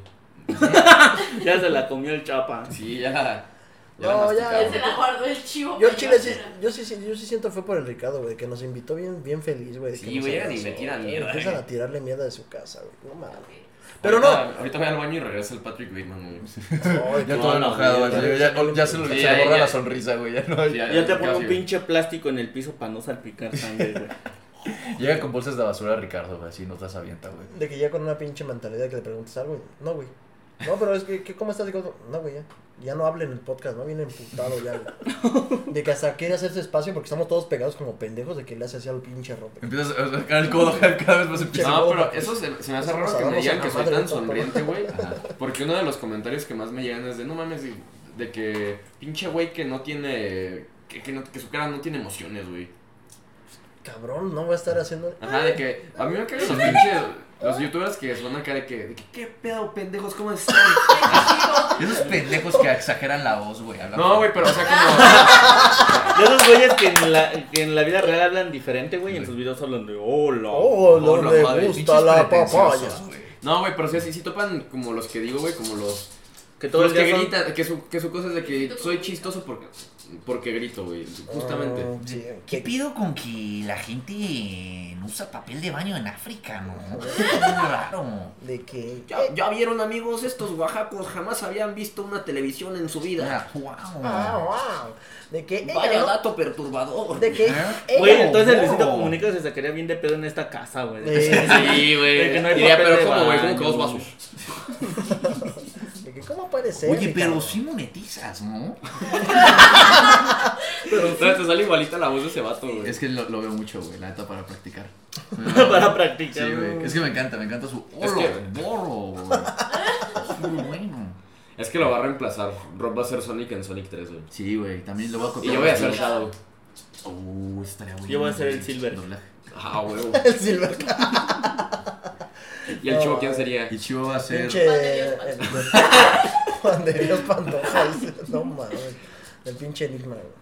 B: Ya se la comió el chapa.
D: Sí, ya la.
A: No,
D: la
A: ya,
D: masticaba.
E: Se la guardó el chivo.
A: Yo
E: que
A: al chile
E: iba a
A: sí,
E: hacer.
A: yo sí, sí- yo sí siento fue por el Ricardo, güey, que nos invitó bien, bien feliz, güey. de que
D: Sí,
A: nos
D: güey, llegan y
A: abrazó,
D: me tiran
A: güey,
D: mierda,
A: Empiezan
D: güey.
A: a tirarle mierda de su casa, güey. No mames. Pero no.
D: Ahorita- Ahorita voy al baño y regresa el Patrick Bateman, güey.
A: Ay,
C: Ya
A: qué
C: todo
B: No, no,
C: enojado,
A: ya,
C: güey.
A: ya.
C: Ya, ya, ya se, lo-
D: Sí,
C: se
D: ya,
C: le borra
D: ya.
C: la sonrisa, güey. Ya no,
B: Ya te pone
D: casi,
B: un
D: güey.
B: pinche plástico en el piso para no salpicar sangre, güey.
C: Llega con bolsas de basura Ricardo, güey. Así nos das avienta, güey.
A: De que ya con una pinche mentalidad que le preguntas algo, güey. No, güey. No, pero es que, que ¿cómo estás? Digo, no, güey, ya. Ya no hablen en el podcast, no viene emputado ya, güey. De que hasta quiere hacerse espacio porque estamos todos pegados como pendejos de que le hace así al pinche rope.
C: Empiezas a sacar el codo cada vez más empieza.
D: No, pero eso se, se me hace raro que me
A: Vamos a
D: digan que soy
A: madre,
D: tan
A: papá.
D: sonriente, güey. Porque uno de los comentarios que más me llegan es de no mames, de, de que pinche güey que no tiene. Que, que, no- que su cara no tiene emociones, güey.
A: Cabrón, no voy a estar haciendo.
D: Ajá, de que. A mí me caen los pinches. Los youtubers que son acá de que, de que, ¿Qué pedo, pendejos? ¿Cóos están?
C: Esos pendejos que exageran la voz, güey. hablan-
D: No, güey, pero o sea, como.
B: De esos güeyes que en la, que en la vida real hablan diferente, güey, y en sus videos hablan de hola.
A: Oh, no
D: Hola,
A: le
D: madre,
A: gusta
C: Pinches
A: la
C: pretenciosos,
A: papaya.
C: güey.
D: No, güey, pero sí, sí, sí topan como los que digo, güey, como los.
B: que todo
D: Los
B: el
D: que
B: día son-
D: gritan, que su, que su cosa es de que soy chistoso porque, porque grito, güey. Justamente.
A: Ah, sí,
F: ¿Qué
A: que-
F: pido con que la gente no usa papel de baño en África, no? Es muy raro.
A: De que.
D: Ya, ya vieron amigos, estos oaxacos jamás habían visto una televisión en su vida.
F: Ah, wow.
A: Ah, wow. De que. ella
D: Ah, Vaya
A: no-
D: dato perturbador.
A: De que.
F: ¿Eh?
A: ella-
B: Güey, entonces
F: wow.
B: Luisito Comunica se sacaría bien de pedo en esta casa, güey.
A: Eh,
D: Sí,
B: De que no hay
D: Diría,
B: papel de
D: pero como, güey, como
B: baño.
D: que dos vasos.
A: de que, ¿Cómo puede ser?
F: Oye, pero
A: Ricardo?
F: sí monetizas, ¿no?
D: Pero te sale igualita la voz de ese vato, güey.
C: Es que lo, lo veo mucho, güey, la neta, para practicar.
B: Para practicar.
C: Sí, güey. Es que me encanta, me encanta su
D: Es
C: oro,
D: que-
C: borro, güey.
F: Es muy bueno.
D: Es que lo va a reemplazar. Rob va a ser Sonic en Sonic 3, güey.
C: Sí, güey, también lo voy a
D: Y
C: copiar.
D: yo voy a ser Shadow.
C: Oh, estaría bueno.
B: Yo voy a ser el
C: güey.
B: Silver.
C: Doblaje.
D: Ah, huevo.
A: El Silver Cup,
D: ¿Y el chivo quién sería?
C: Y Chivo va a ser.
A: pinche.
E: Juan de Dios
A: el- Juan de Dios Pantoja. dice, No mames. El pinche enigma, güey.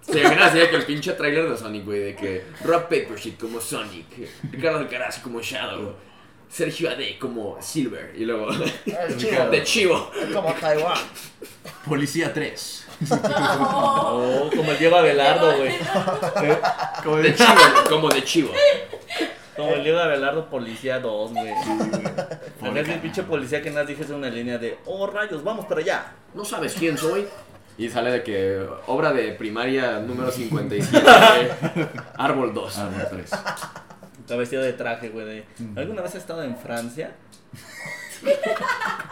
D: Se imagina así de que el pinche trailer de Sonic, güey, de que Rob Papershit como Sonic, Ricardo Alcaraz como Shadow, Sergio Ade como Silver, y luego
A: El chivo.
D: de Chivo.
A: Como Taiwán.
C: Policía 3.
E: No.
B: Oh, como el Diego Abelardo, güey.
C: Como
D: De Chivo, como de Chivo.
B: Como el Diego Abelardo, policía 2, güey. También
C: Pobre
B: el pinche policía que nada dije es una línea de, oh, rayos, vamos para allá.
D: ¿No sabes quién soy? Y sale de que obra de primaria número 57, de Árbol 2.
C: Árbol 3.
B: Está vestido de traje, güey. de, ¿Alguna vez has estado en Francia?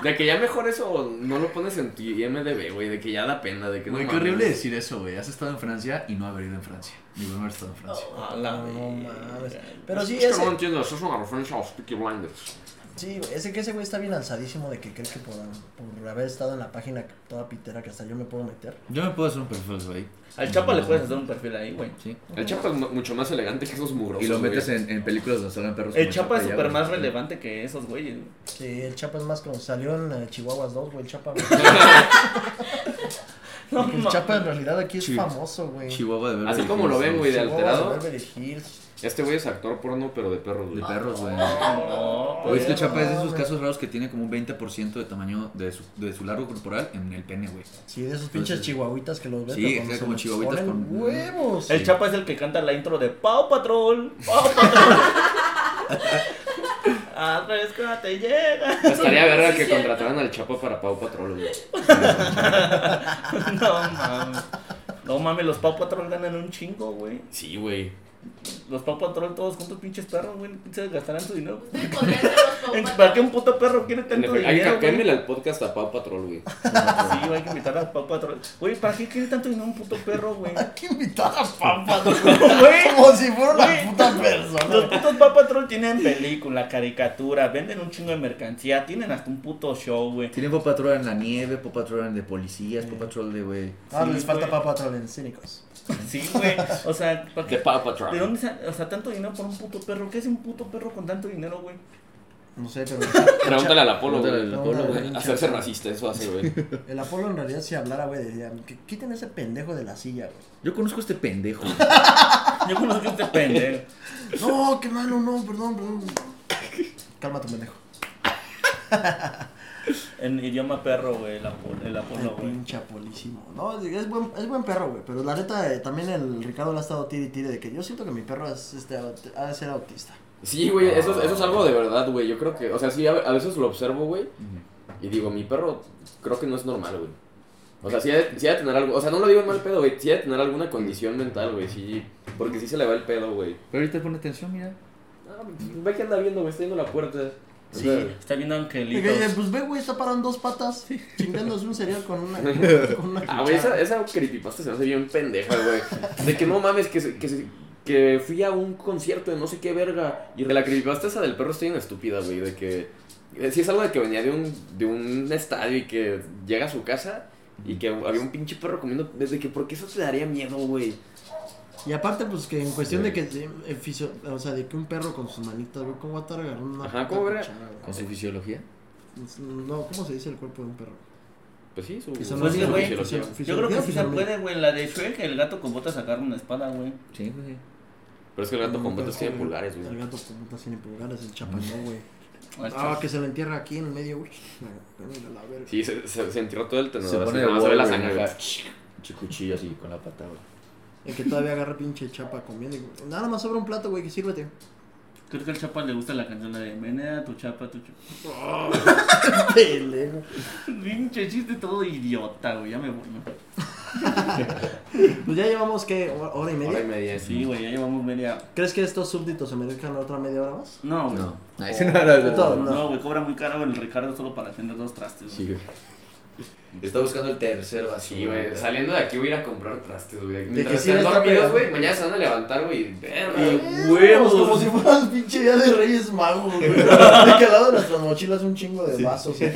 D: De que ya mejor eso no lo pones en tu IMDB, güey, de que ya da pena, de que no
C: Güey, qué
D: mames.
C: horrible decir eso, güey. Has estado en Francia y no haber ido en Francia. Digo, no haber estado en Francia.
B: A la
A: No
B: verga.
A: mames. Pero sí,
D: Es que no lo
A: ese.
D: entiendo, eso es una referencia a los Peaky Blinders.
A: Sí, güey, ese que ese güey está bien alzadísimo de que cree que por, por haber estado en la página toda pitera que hasta yo me puedo meter.
C: Yo me puedo hacer un perfil, güey.
B: Al Chapa le puedes hacer un perfil ahí, güey.
C: Sí.
D: El chapa es mu- mucho más elegante que esos muros.
C: Y lo metes en, en películas donde salen perros.
B: El
C: como
B: Chapa es
C: y ya,
B: súper
C: güey.
B: más relevante que esos güeyes, güey.
A: Sí, el Chapa es más como salió en eh, Chihuahuas 2, güey, el Chapa. güey.
B: No,
A: Porque el
B: ma-
A: Chapa en realidad aquí es
C: Chi-
A: famoso, güey.
C: Chihuahua de
D: Así como lo ven,
C: ven,
D: güey, de
A: Chihuahuas,
D: alterado.
A: Beverly Hills.
D: Este güey es actor porno, pero de perros,
C: De
D: güey.
C: perros, güey.
B: No,
C: O es que
B: Ah, güey.
C: Chapa es de esos casos raros que tiene como un 20% de tamaño de su, de su largo corporal en el pene, güey.
A: Sí, de esos pinches
C: Entonces-
A: chihuahuitas que los ves.
C: Pues Sí,
A: pero cuando
C: exacto,
A: se
C: como
A: les
C: chihuahuitas
A: ponen
C: con-
A: huevos.
B: El Chapa es el que canta la intro de Pau Patrol, Pau Patrol. Ah, rescate, llega.
D: Ah, Estaría verga
E: Sí,
D: que
E: cierto.
D: contrataran al Chapa para Pau Patrol, güey.
B: No mames. No mames, los Pau Patrol ganan un chingo, güey.
D: Sí, güey.
B: Los Pau Patrol todos juntos pinches perros, güey. Se gastarán su dinero.
E: Ustedes podrían ser los
B: En-
E: compas.
B: ¿Para qué un puto perro quiere
D: En
B: tanto
D: efecto, Hay que
B: dinero? güey?
D: cambiarle al podcast a Pau Patrol, güey.
B: Sí, güey, hay que invitar a Pau Patrol. Güey, ¿para qué quiere tanto dinero un puto perro, güey?
A: Qué invitada,
B: Pau Patrol, güey.
A: Como si fuera
B: Güey.
A: una puta
B: Los
A: persona.
B: putos Paw Patrol tienen película, caricatura, venden un chingo de mercancía, tienen hasta un puto show, güey.
C: Tiene Pop Patrol en la nieve, Pop Patrol en de policías, Pop Patrol de, güey.
A: Ah, les
B: Sí,
A: falta
B: güey.
A: papá otra vez, cínicos.
B: Sí, güey. O sea, ¿para
D: De
B: qué?
D: Pau
B: ¿De
D: Patrol.
B: dónde sale? O sea, tanto dinero por un puto perro. ¿Qué hace un puto perro con tanto dinero, güey?
A: No sé, pero
D: Pregúntale al Apolo, güey.
C: Pregúntale al
A: Apolo, güey.
D: Hacerse racista, eso hace, güey.
A: el Apolo en realidad si hablara, güey, diría, "Qu- quiten ese pendejo de la silla, güey.
C: Yo conozco a este pendejo.
B: Yo conozco a este pendejo.
A: No, qué malo, no, perdón, perdón. Calma tu pendejo.
B: En idioma perro, güey, el Apolo, el
A: El
B: Apolo, güey.
A: pinche apolísimo. No, es buen, es buen perro, güey. Pero la neta, eh, también el Ricardo le ha estado tire y tire de que yo siento que mi perro es, este, aut- ha de ser autista.
D: Sí, güey, eso, es- eso es algo de verdad, güey. Yo creo que, o sea, sí, a, a veces lo observo, güey. Y digo, mi perro creo que no es normal, güey. O sea, sí ha, de, sí ha de tener algo, o sea, no lo digo en mal pedo, güey. Sí ha de tener alguna condición mental, güey. Sí, porque sí se le va el pedo, güey.
C: Pero ahorita pone atención, mira.
D: Ah, Ve que anda viendo, güey, está yendo a la puerta. O
B: Sí,
D: sea,
B: está viendo
A: Y que, eh,
B: angelitos.
A: pues ve, güey, está parando dos patas chingándose un cereal con una. Con una
D: Ah, güey, esa,
A: cuchara.
D: esa creepypasta se me hace bien pendeja, güey. De que no mames, que, se- que, se- que fui a un concierto de no sé qué verga. Y de la creepypasta esa del perro estoy bien estúpida, güey. De que. eh, Sí, es algo de que venía de un, de un estadio y que llega a su casa y que había un pinche perro comiendo. Desde que, ¿por qué eso te daría miedo, güey?
A: Y aparte, pues que en cuestión de que, eh, eh, fisio- o sea, de que un perro con sus manitas, güey, ¿cómo va a estar agarrando una
D: Ajá,
A: puta
D: ¿cómo verga?
A: cuchara, güey?
C: Con su fisiología.
A: No, ¿cómo se dice el cuerpo de un perro?
D: Pues sí, su.
A: Que
D: su
A: son
B: Pues sí, güey.
D: fisiología.
B: Yo creo que sí se puede, güey. La de Shrek, el gato con botas sacaron una espada, güey.
C: Sí, güey.
D: Pero es que el gato con botas
A: Sí,
B: Mm,
D: tiene pulgares, güey. Mm.
A: El gato con botas tiene pulgares, el chapanó, güey.
B: Ahí está.
A: Ah, que se lo entierra aquí en el medio, güey. Venga, la verga.
D: Sí, se, se, se enterró todo el tenedor.
C: Se
D: así,
C: pone de
D: nada más se ve la
C: Wolverine,
D: sangre,
C: güey.
D: güey.
C: Che cuchillo así con la pata, güey.
A: El que todavía agarra pinche chapa comiendo. y, güey, Nada más sobra un plato, güey, que sírvete.
B: Creo que al Chapa le gusta la canción la de Menea tu chapa, tu chapa.
A: Pelego.
B: Pinche chiste todo idiota, güey. Ya me voy. me voy.
A: Pues ya llevamos, ¿qué? ¿Hora hora y media?
D: Hora y media.
B: Sí, güey, ya llevamos media.
A: ¿Crees que estos súbditos se merezcan otra media hora más?
B: No, güey.
C: No. Ahí se no era de
A: No,
C: todo.
A: no.
B: No, güey, cobra muy caro el Ricardo solo para tener dos trastes.
C: Sí,
B: güey.
C: güey. Está buscando el tercer vacío.
D: Sí, güey, saliendo de aquí voy a ir a comprar trastes, güey.
A: que
D: Mientras
A: sí
D: estén
A: me está
D: dormidos,
A: pegando.
D: güey, mañana se van a levantar, güey. y verga,
A: Eh,
D: huevos.
A: Como si fueras pinche día de Reyes Magos, güey. De que al lado de nuestras mochilas un chingo de vasos. güey.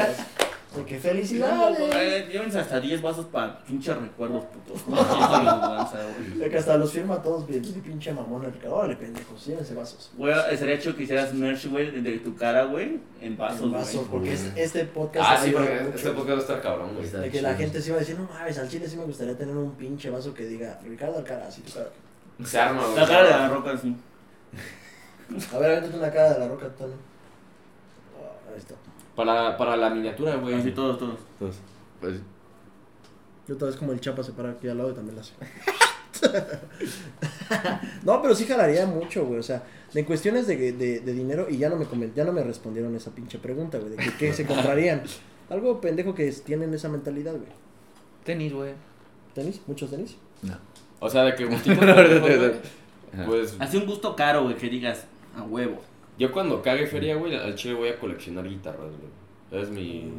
A: Porque felicidades.
B: Eh, Llévense hasta 10 vasos para pinches recuerdos putos. Pinche vergüenza, güey.
A: De que hasta los firma todos bien, bien pinche mamón. El que, órale, pendejos, llévense vasos.
B: Güey, estaría hecho que hicieras merch, güey, de- de tu cara, güey, en vasos,
A: En vasos,
B: güey.
A: porque es- este podcast.
D: Ah, sí,
A: ayuda
D: porque
A: mucho.
D: este podcast va a estar cabrón, güey.
C: Está
A: De que la
C: chido.
A: gente se iba a decir, no mames, al chile sí me gustaría tener un pinche vaso que diga Ricardo Alcaraz y tu cara.
D: Se arma, güey.
B: La cara de la roca, sí.
A: A ver, avéntate una cara de la roca, Tony. Ah, ahí está.
D: Para, para la miniatura, güey.
B: Así todos, todos.
C: Entonces, pues,
A: Yo otra vez como el Chapa se para aquí al lado y también la hace. no, pero sí jalaría mucho, güey. O sea, en cuestiones de, de- de dinero, y ya no me comen- ya no me respondieron esa pinche pregunta, güey, de que qué se comprarían. Algo pendejo que es- tienen esa mentalidad, güey.
C: Tenis, güey.
A: ¿Tenis? ¿Muchos tenis?
C: No.
D: O sea, de que
C: No,
D: gustitos,
C: no, no,
D: güey,
C: no. Ajá.
D: Pues
B: Así un gusto caro, güey, que digas a huevo.
D: yo cuando cague feria, güey, al chile voy a coleccionar guitarras, güey. Es mi.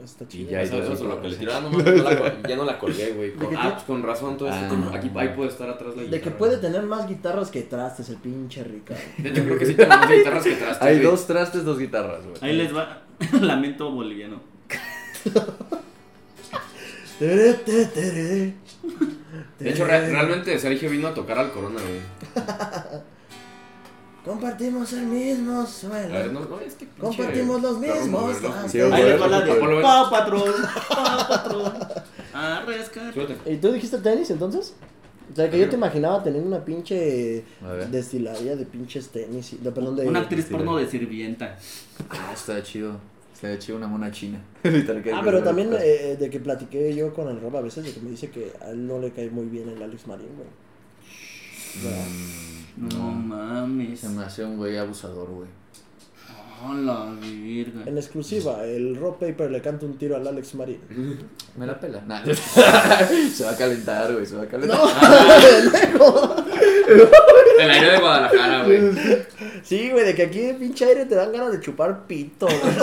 A: Ah, está
C: Y
A: chido.
C: ya,
D: Eso,
C: ya,
D: eso
C: ya,
D: es lo
C: ya.
D: que le tiraba, no, mames, no la col- ya no la colgué, güey. Con-
A: ¿De qué
D: Ah, pues con razón, todo esto.
C: Ah.
D: como- Aquí, ahí puede estar atrás la guitarra.
A: De que puede tener más guitarras que trastes, el pinche Ricardo.
D: De hecho, creo que sí tenemos más guitarras que trastes.
C: Hay
D: güey.
C: dos trastes, dos guitarras, güey.
B: Ahí les va. Lamento boliviano.
A: Tere, tere, tere.
D: De hecho, re- realmente Sergio vino a tocar al corona, güey.
A: Compartimos el mismo suelo.
D: A ver, no, no, es que pinche-
A: Compartimos los
D: perro
A: mismos,
D: mover, ¿no?
A: ah,
C: Sí,
D: Ahí
C: güey.
D: les va la de- Apolo, ven.
B: Pau patrón, pau patrón. A rescatar.
D: Súbete.
A: ¿Y tú dijiste tenis entonces? O sea, que yo te imaginaba tener una
D: ¿Eh?
A: pinche
C: A ver.
A: destilaría de pinches tenis. y- De, perdón, de.
B: Una actriz
C: sí,
B: porno
C: güey.
B: de sirvienta.
C: Ah, está chido. Está chido una mona china. Literal, que-
A: Ah, pero también eh, de que platiqué yo con el Rob a veces, de que me dice que a él no le cae muy bien el Alex Marín, güey.
D: Mm.
A: O
B: No,
C: Mm, No.
B: mames.
C: Se me hace un güey abusador, güey.
B: Hola,
A: sea,
B: virga.
A: En exclusiva, el Rob Paper le canta un tiro al Alex Marín.
C: Me la pela. Nah. se va a calentar, güey. Se va a calentar.
D: El aire de Guadalajara, güey.
A: Sí, güey, de que aquí de pinche aire te dan ganas de chupar pito, güey.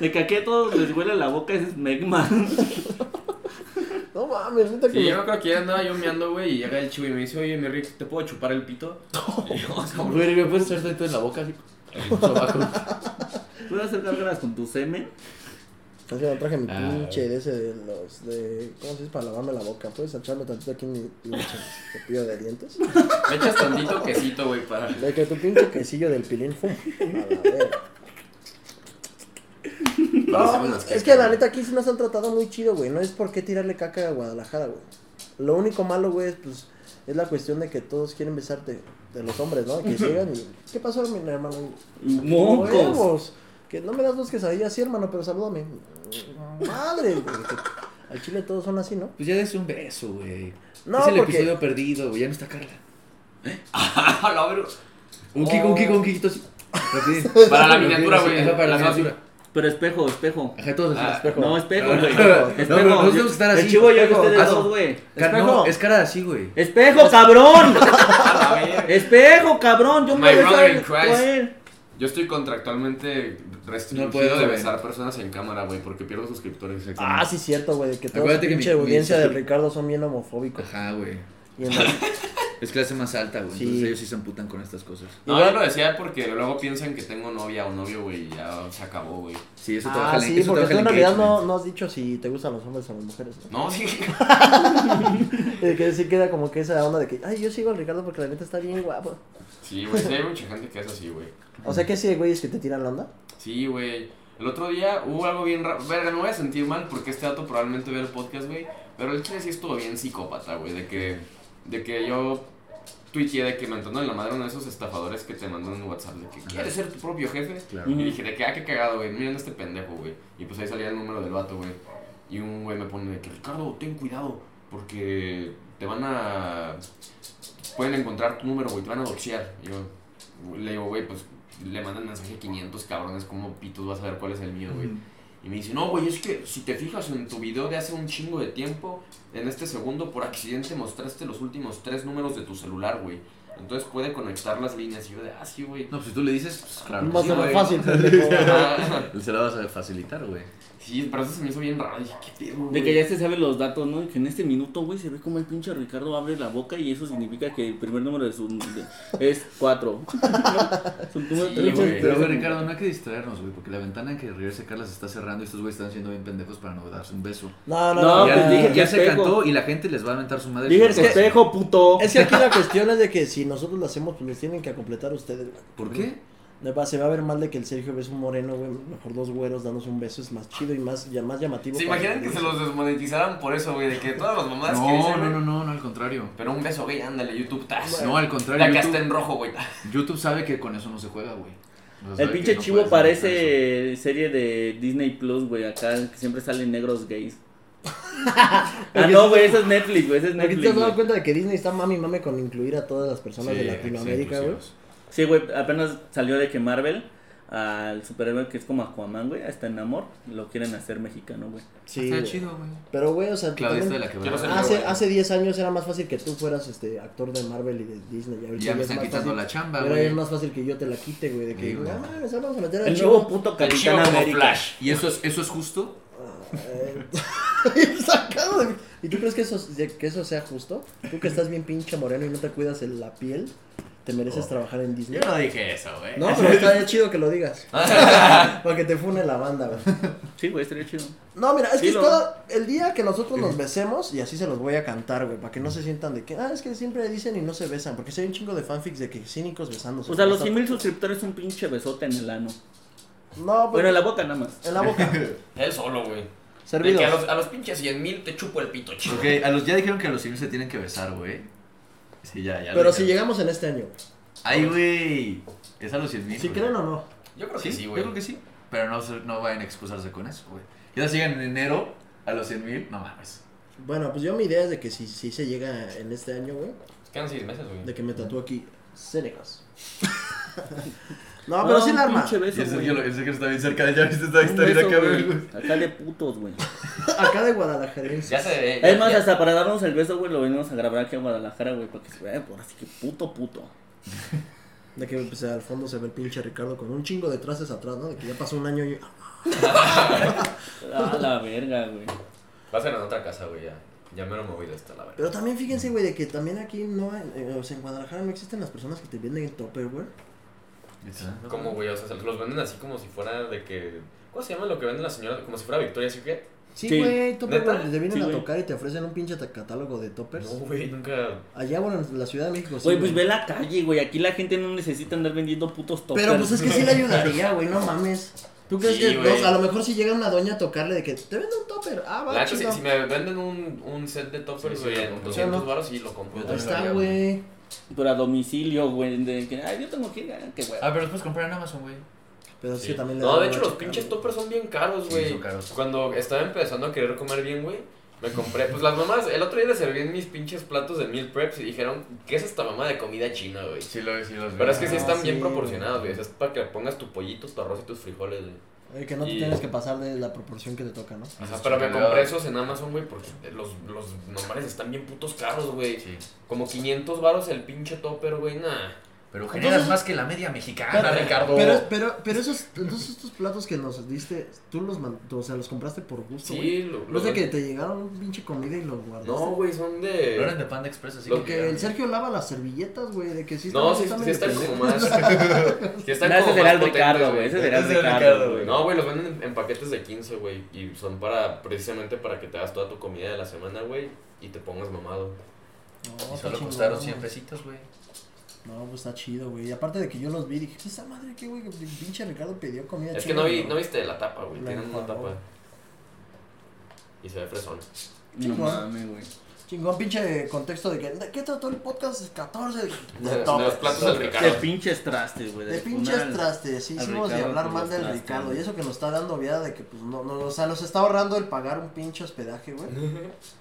B: De que aquí a todos les huele la boca ese es Megman.
A: No mames, neta que.
D: Sí, yo me
A: me-
D: acuerdo que ya andaba yo meando, güey, y llega el chivo y me dice, oye, mi Rick, ¿te puedo chupar el pito? Y yo,
C: Güey, güey, ¿me puedes echarte todo en la boca así?
B: ¿Puedes hacer gárgaras con tu semen?
A: Es que no traje mi
C: Ah.
A: pinche de ese de los de. ¿Cómo se dice? Para lavarme la boca. ¿Puedes echarme tantito aquí mi pinche cepillo de dientes?
D: Me echas tantito quesito, güey, para.
A: De que tu pinche quesillo del pilín fum. A la verga.
G: Parecemos
A: No,
G: las
A: es que la
G: cáscaras.
A: neta aquí sí nos han tratado muy chido, güey. No es por qué tirarle caca a Guadalajara, güey. Lo único malo, güey, es pues es la cuestión de que todos quieren besarte de los hombres, ¿no? Que llegan y ¿qué pasó, mi hermano?
C: pues.
B: ¡Mocos!
A: Huevos. Que no me das dos quesadillas, sí, hermano, pero salúdame. Madre, güey. que Al chile todos son así, ¿no?
C: Pues ya des un beso, güey.
A: No,
C: es el
A: porque-
C: episodio perdido, güey. Ya no está Carla.
D: Ah, la ver-
C: Un kiko, un
A: Oh.
C: kiko, un kiko así. Rapidín.
D: Para la miniatura, güey.
C: Ajá, para la miniatura.
B: Pero espejo, espejo.
C: Ajá, todos así.
D: Ah,
C: espejo.
B: No, espejo, güey.
C: Ah, No,
B: Espejo.
C: pero no tenemos que estar así.
B: El chivo ya que
C: Espejo.
B: ustedes
C: Caso.
B: dos, güey.
C: Ca-
B: Espejo.
C: No, es cara así, güey.
B: Espejo, cabrón.
D: A la ver-
B: Espejo, cabrón. Yo me
D: My
B: voy a
D: brother
B: besar
D: in Christ.
B: con él.
D: Yo estoy contractualmente restringido
C: No puedo,
D: de
C: güey.
D: besar personas en cámara, güey, porque pierdo suscriptores.
A: Ah, sí, cierto, güey. de Que toda la
C: Acuérdate que
A: pinche
C: mi- mi-
A: audiencia del Ricardo son bien homofóbicos.
C: Ajá, güey.
A: Y en la-
C: Es clase más alta, güey.
A: Sí.
C: Entonces ellos sí se amputan con estas cosas.
D: No, yo lo decía porque luego piensan que tengo novia o novio, güey, y ya se acabó, güey.
C: Sí, eso trabaja
A: Ah,
C: el-
A: sí,
C: eso
A: porque
C: trabaja
A: tú en
C: el
A: realidad no,
C: engagement.
A: no has dicho si te gustan los hombres o las mujeres, ¿no?
D: No, sí.
A: Eh, que sí queda como que esa onda de que, ay, yo sigo al Ricardo porque la neta está bien guapo.
D: Sí, güey, sí, hay mucha gente que es así, güey.
A: O sea que sí, güey, es que te tiran la onda.
D: Sí, güey. El otro día hubo algo bien raro. Verga, no me voy a sentir mal porque este dato probablemente ve el podcast, güey. Pero el chile sí estuvo bien psicópata, güey. De que, de que yo tuiteé de que me entrando en la madre uno de esos estafadores que te mandan en WhatsApp. De que quieres ser tu propio jefe.
C: Claro.
D: Y dije, de que, ah, qué cagado, güey. Miren este pendejo, güey. Y pues ahí salía el número del vato, güey. Y un güey me pone de que, Ricardo, ten cuidado. Porque te van a. Pueden encontrar tu número, güey. Te van a doxear. Y yo le digo, güey, pues le mandan mensaje a 500 cabrones. ¿Cómo pitos vas a ver cuál es el mío, güey? Y me dice, no, güey, es que si te fijas en tu video de hace un chingo de tiempo, en este segundo por accidente mostraste los últimos tres números de tu celular, güey. Entonces puede conectar las líneas. Y yo de, ah, sí, güey.
C: No, pues si tú le dices, pues claro.
A: Más
C: sí,
A: o menos
C: güey.
A: fácil. pendejo.
D: Ajá.
C: Se la vas a facilitar, güey.
D: Sí, pero eso se me hizo bien raro. Dije, qué pedo,
B: De
D: güey?
B: que ya se saben los datos, ¿no? Y que en este minuto, güey, se ve como el pinche Ricardo abre la boca y eso significa que el primer número de su de- es 4. Su número de
D: Sí,
B: teléfono
D: güey.
B: es
C: Pero, güey,
B: cuatro.
C: Ricardo, no hay que distraernos, güey, porque la ventana en que regresa Carla se está cerrando y estos güeyes están siendo bien pendejos para no darse un beso.
A: No, no,
B: No,
A: no.
C: ya
B: pues dije
C: ya
B: que
C: se
B: espejo.
C: cantó y la gente les va a aventar su madre.
B: Dije
C: Es
B: que
C: que-
B: espejo, puto.
A: Es que aquí la cuestión es de que si nosotros lo hacemos, pues les tienen que completar ustedes, güey.
C: ¿Por qué?
A: Me va- Se va a ver mal de que el Sergio ves un moreno, güey. Mejor dos güeros dándose un beso es más chido y más, ya, más llamativo.
D: ¿Se
A: para
D: imaginan que se los desmonetizaran por eso, güey? De que todas las mamás que
C: No,
D: dicen,
C: no,
D: güey,
C: no, no, no, al contrario.
D: Pero un beso, güey, ándale, YouTube, tas.
C: No, al
D: La
C: contrario.
D: que está en
C: YouTube,
D: rojo, güey.
C: YouTube sabe que con eso no se juega, güey. O sea, sabe Pues
B: El
C: que
B: pinche
C: no
B: chivo
C: puedes hacer
B: parece serie de Disney Plus, güey, acá, que siempre salen negros gays. ah, no, güey, eso es Netflix, güey, eso es
A: Porque te
B: Netflix.
A: has dado
B: güey.
A: cuenta de que Disney está mami mame con incluir a todas las
C: eso.
A: personas
C: Sí, pues,
A: de
C: hay que ser
A: Latinoamérica, güey.
C: inclusivos.
B: Sí, güey, apenas salió de que Marvel, al superhéroe que es como Aquaman, güey, hasta en amor, lo quieren hacer mexicano, güey.
A: Sí.
C: Está
A: güey.
C: chido, güey.
A: Pero, güey, o sea,
C: Claudia está
A: también-
C: de la
D: Quiero ser
C: quebrada.
A: hace,
D: güey.
A: hace 10 años era más fácil que tú fueras este actor de Marvel y de Disney. Y ahorita
C: Ya me
A: es
C: están
A: más
C: quitando
A: fácil-
C: la chamba,
A: Pero es
C: güey.
A: más fácil que yo te la quite, güey. De que,
C: Sí, güey.
A: no mames, vamos a meter al
B: El
A: chivo.
B: nuevo puto
D: El chivo
B: Capitán
D: como
B: América.
D: Flash.
C: ¿Y eso es, eso es justo?
A: Eh, sacado de- ¿Y tú crees que eso, que eso sea justo? Tú que estás bien pinche moreno y no te cuidas en la piel, ¿te mereces
C: Oh.
A: trabajar en Disney?
D: no dije eso, güey.
A: No, pero está chido que lo digas. Para que te fune la banda, güey.
B: Sí, güey, estaría chido.
A: No, mira, es que
B: Dilo.
A: todo el día que nosotros nos besemos, y así se los voy a cantar, güey, para que no se sientan de que, ah, es que siempre dicen y no se besan, porque si hay un chingo de fanfics de que cínicos besándose.
B: O sea, los
A: Está-
B: 100 mil suscriptores un pinche besote en el ano.
A: No,
B: Bueno,
A: pero
B: en la boca nada más.
A: en la boca.
D: Él solo, güey. De
A: Servido.
D: que a los, a los pinches 100 mil te chupo el pito, chico.
C: Ok, a los, ya dijeron que a los civiles se tienen que besar, güey. Sí, ya, ya. lo
A: Pero si
C: dijeron.
A: llegamos en este año, güey.
C: Ay, güey. Es a los 100 mil.
A: si creen o no.
D: Yo creo
C: Sí,
D: que sí, güey.
C: Yo creo que sí. Pero no, se- no vayan a excusarse con eso, güey. Ya si llegan en enero a los 100 mil, no mames.
A: Bueno, pues yo mi idea es de que si, si se llega en este año, güey,
D: Quedan 6 meses,
A: de
D: güey.
A: que me tatúo aquí, Cenecas. no, Ah, pero sí
B: un
A: la arma.
B: pinche
C: Y
B: beso,
C: el
B: güey.
C: Sergio, lo- el Sergio está bien cerca de ya viste esta
B: Un
C: historia
B: beso,
C: acá,
B: güey.
C: güey.
B: Acá de putos, güey.
A: Acá de Guadalajara.
D: Ya se ve. ya-
B: Es más,
D: ya-
B: hasta para darnos el beso, güey, lo venimos a grabar aquí a Guadalajara, güey, para que se vea, por así que puto, puto.
A: De que pues, al fondo se ve el pinche Ricardo con un chingo de traces atrás, ¿no? De que ya pasó un año y...
B: A la verga, güey.
D: Va a ser en otra casa, güey, ya. Ya me lo moví de esta, la verdad.
A: Pero también fíjense, güey, de que también aquí no hay, eh, o sea, en Guadalajara no existen las personas que te venden en Topperware.
D: ¿Cómo, güey? O sea, se los venden así como si fuera de que. ¿Cómo se llama lo que venden las señoras? Como si fuera Victoria Secret.
A: Sí,
B: Sí.
A: güey, tú
D: ¿Neta?
A: te vienen
B: Sí,
A: a
B: güey.
A: tocar y te ofrecen un pinche ta- catálogo de toppers.
D: No, güey, nunca.
A: Allá, bueno, en la Ciudad de México sí.
B: Güey, pues ve la calle, güey. Aquí la gente no necesita andar vendiendo putos toppers.
A: Pero pues es que sí le ayudaría, güey, no mames. ¿Tú crees
D: Sí,
A: que
D: güey.
A: no, a lo mejor si llega una doña a tocarle de que te vendo un topper? Ah,
D: La
A: va,
D: neta, si,
A: chido.
D: si me venden un, un set de toppers,
H: Sí,
D: güey,
H: sí, lo
D: en
H: compro.
D: 200
A: Sí,
D: baros, sí lo compro.
H: Yo
A: Ahí
H: también.
A: está, güey.
B: Pero a domicilio, güey. De que, ay, yo tengo que ir. ah, Qué güey.
H: Ah, pero los puedes comprar en Amazon, güey.
A: Pero es que
H: Sí.
A: también le
D: No,
A: da
D: de
A: hueva
D: hecho, los
A: checar,
D: pinches
A: güey.
D: toppers son bien caros, güey.
H: Sí, son caros.
D: Cuando estaba empezando a querer comer bien, güey, me compré. Pues las mamás, el otro día les serví en mis pinches platos de meal preps y dijeron, ¿qué es esta mamá de comida china, güey?
H: Sí, lo, sí los
D: Pero es que sí
A: Ah,
D: están
A: sí,
D: bien
A: güey.
D: proporcionados, güey. O sea, es para que pongas tu pollito, tu arroz y tus frijoles, güey.
A: Eh, que no te
D: Y-
A: tienes que pasar de la proporción que te toca, ¿no?
D: Ajá, pero me compré esos en Amazon, güey, porque los, los normales están bien putos caros, güey.
H: Sí.
D: Como 500 varos el pinche topper, güey, nah.
H: Pero generas
A: Entonces-
H: más que la media mexicana,
D: Anda,
A: Pero-
H: Ricardo.
A: Pero, pero, pero esos, entonces estos platos que nos diste, tú los, man- o sea, los compraste por gusto, güey.
D: Sí, lo,
A: No
D: lo-
A: es de que te llegaron un pinche comida y los guardaste.
D: No, güey, son
H: No eran
D: de...
H: de Panda Express, así
D: Lo
H: que.
A: Que el Sergio lava las servilletas, güey, de que sí
D: No,
A: sí
D: sí, sí están
A: medio
D: como
A: pendejo.
D: más... sí están
B: No, ese
D: como
B: será
D: más
B: el Ricardo,
D: potentes,
B: güey. Ese será el
H: Ese es el
B: Ricardo,
H: Ricardo,
B: güey.
D: No, güey, los venden en, en paquetes de 15, güey. Y son para, precisamente para que te hagas toda tu comida de la semana, güey. Y te pongas mamado.
A: No,
H: Y
A: está
H: solo
A: chingón.
H: costaron 100 pesitos, güey.
A: No, pues está chido, güey. Y aparte de que yo los vi, dije, ¿qué esa madre qué, güey? que Pinche Ricardo pidió comida
D: Es que
A: china,
D: no, vi, no viste la tapa, güey.
A: La
D: Tienen una
A: embarró.
D: tapa. Y se ve fresón.
B: No mames, güey.
A: Chingón, pinche contexto de que, ¿de qué trató el podcast 14? De,
D: De, de
A: top.
D: los platos del
B: De
D: Ricardo.
B: pinches trastes, güey.
A: De
B: poner
A: pinches
B: al-
A: trastes, sí,
B: al
A: hicimos de
B: Ricardo
A: hablar
B: por
A: mal
B: los
A: del
B: trastes,
A: Ricardo.
B: güey.
A: Y eso que nos está dando viada de que, pues, no, no, o sea, nos está ahorrando el pagar un pinche hospedaje, güey.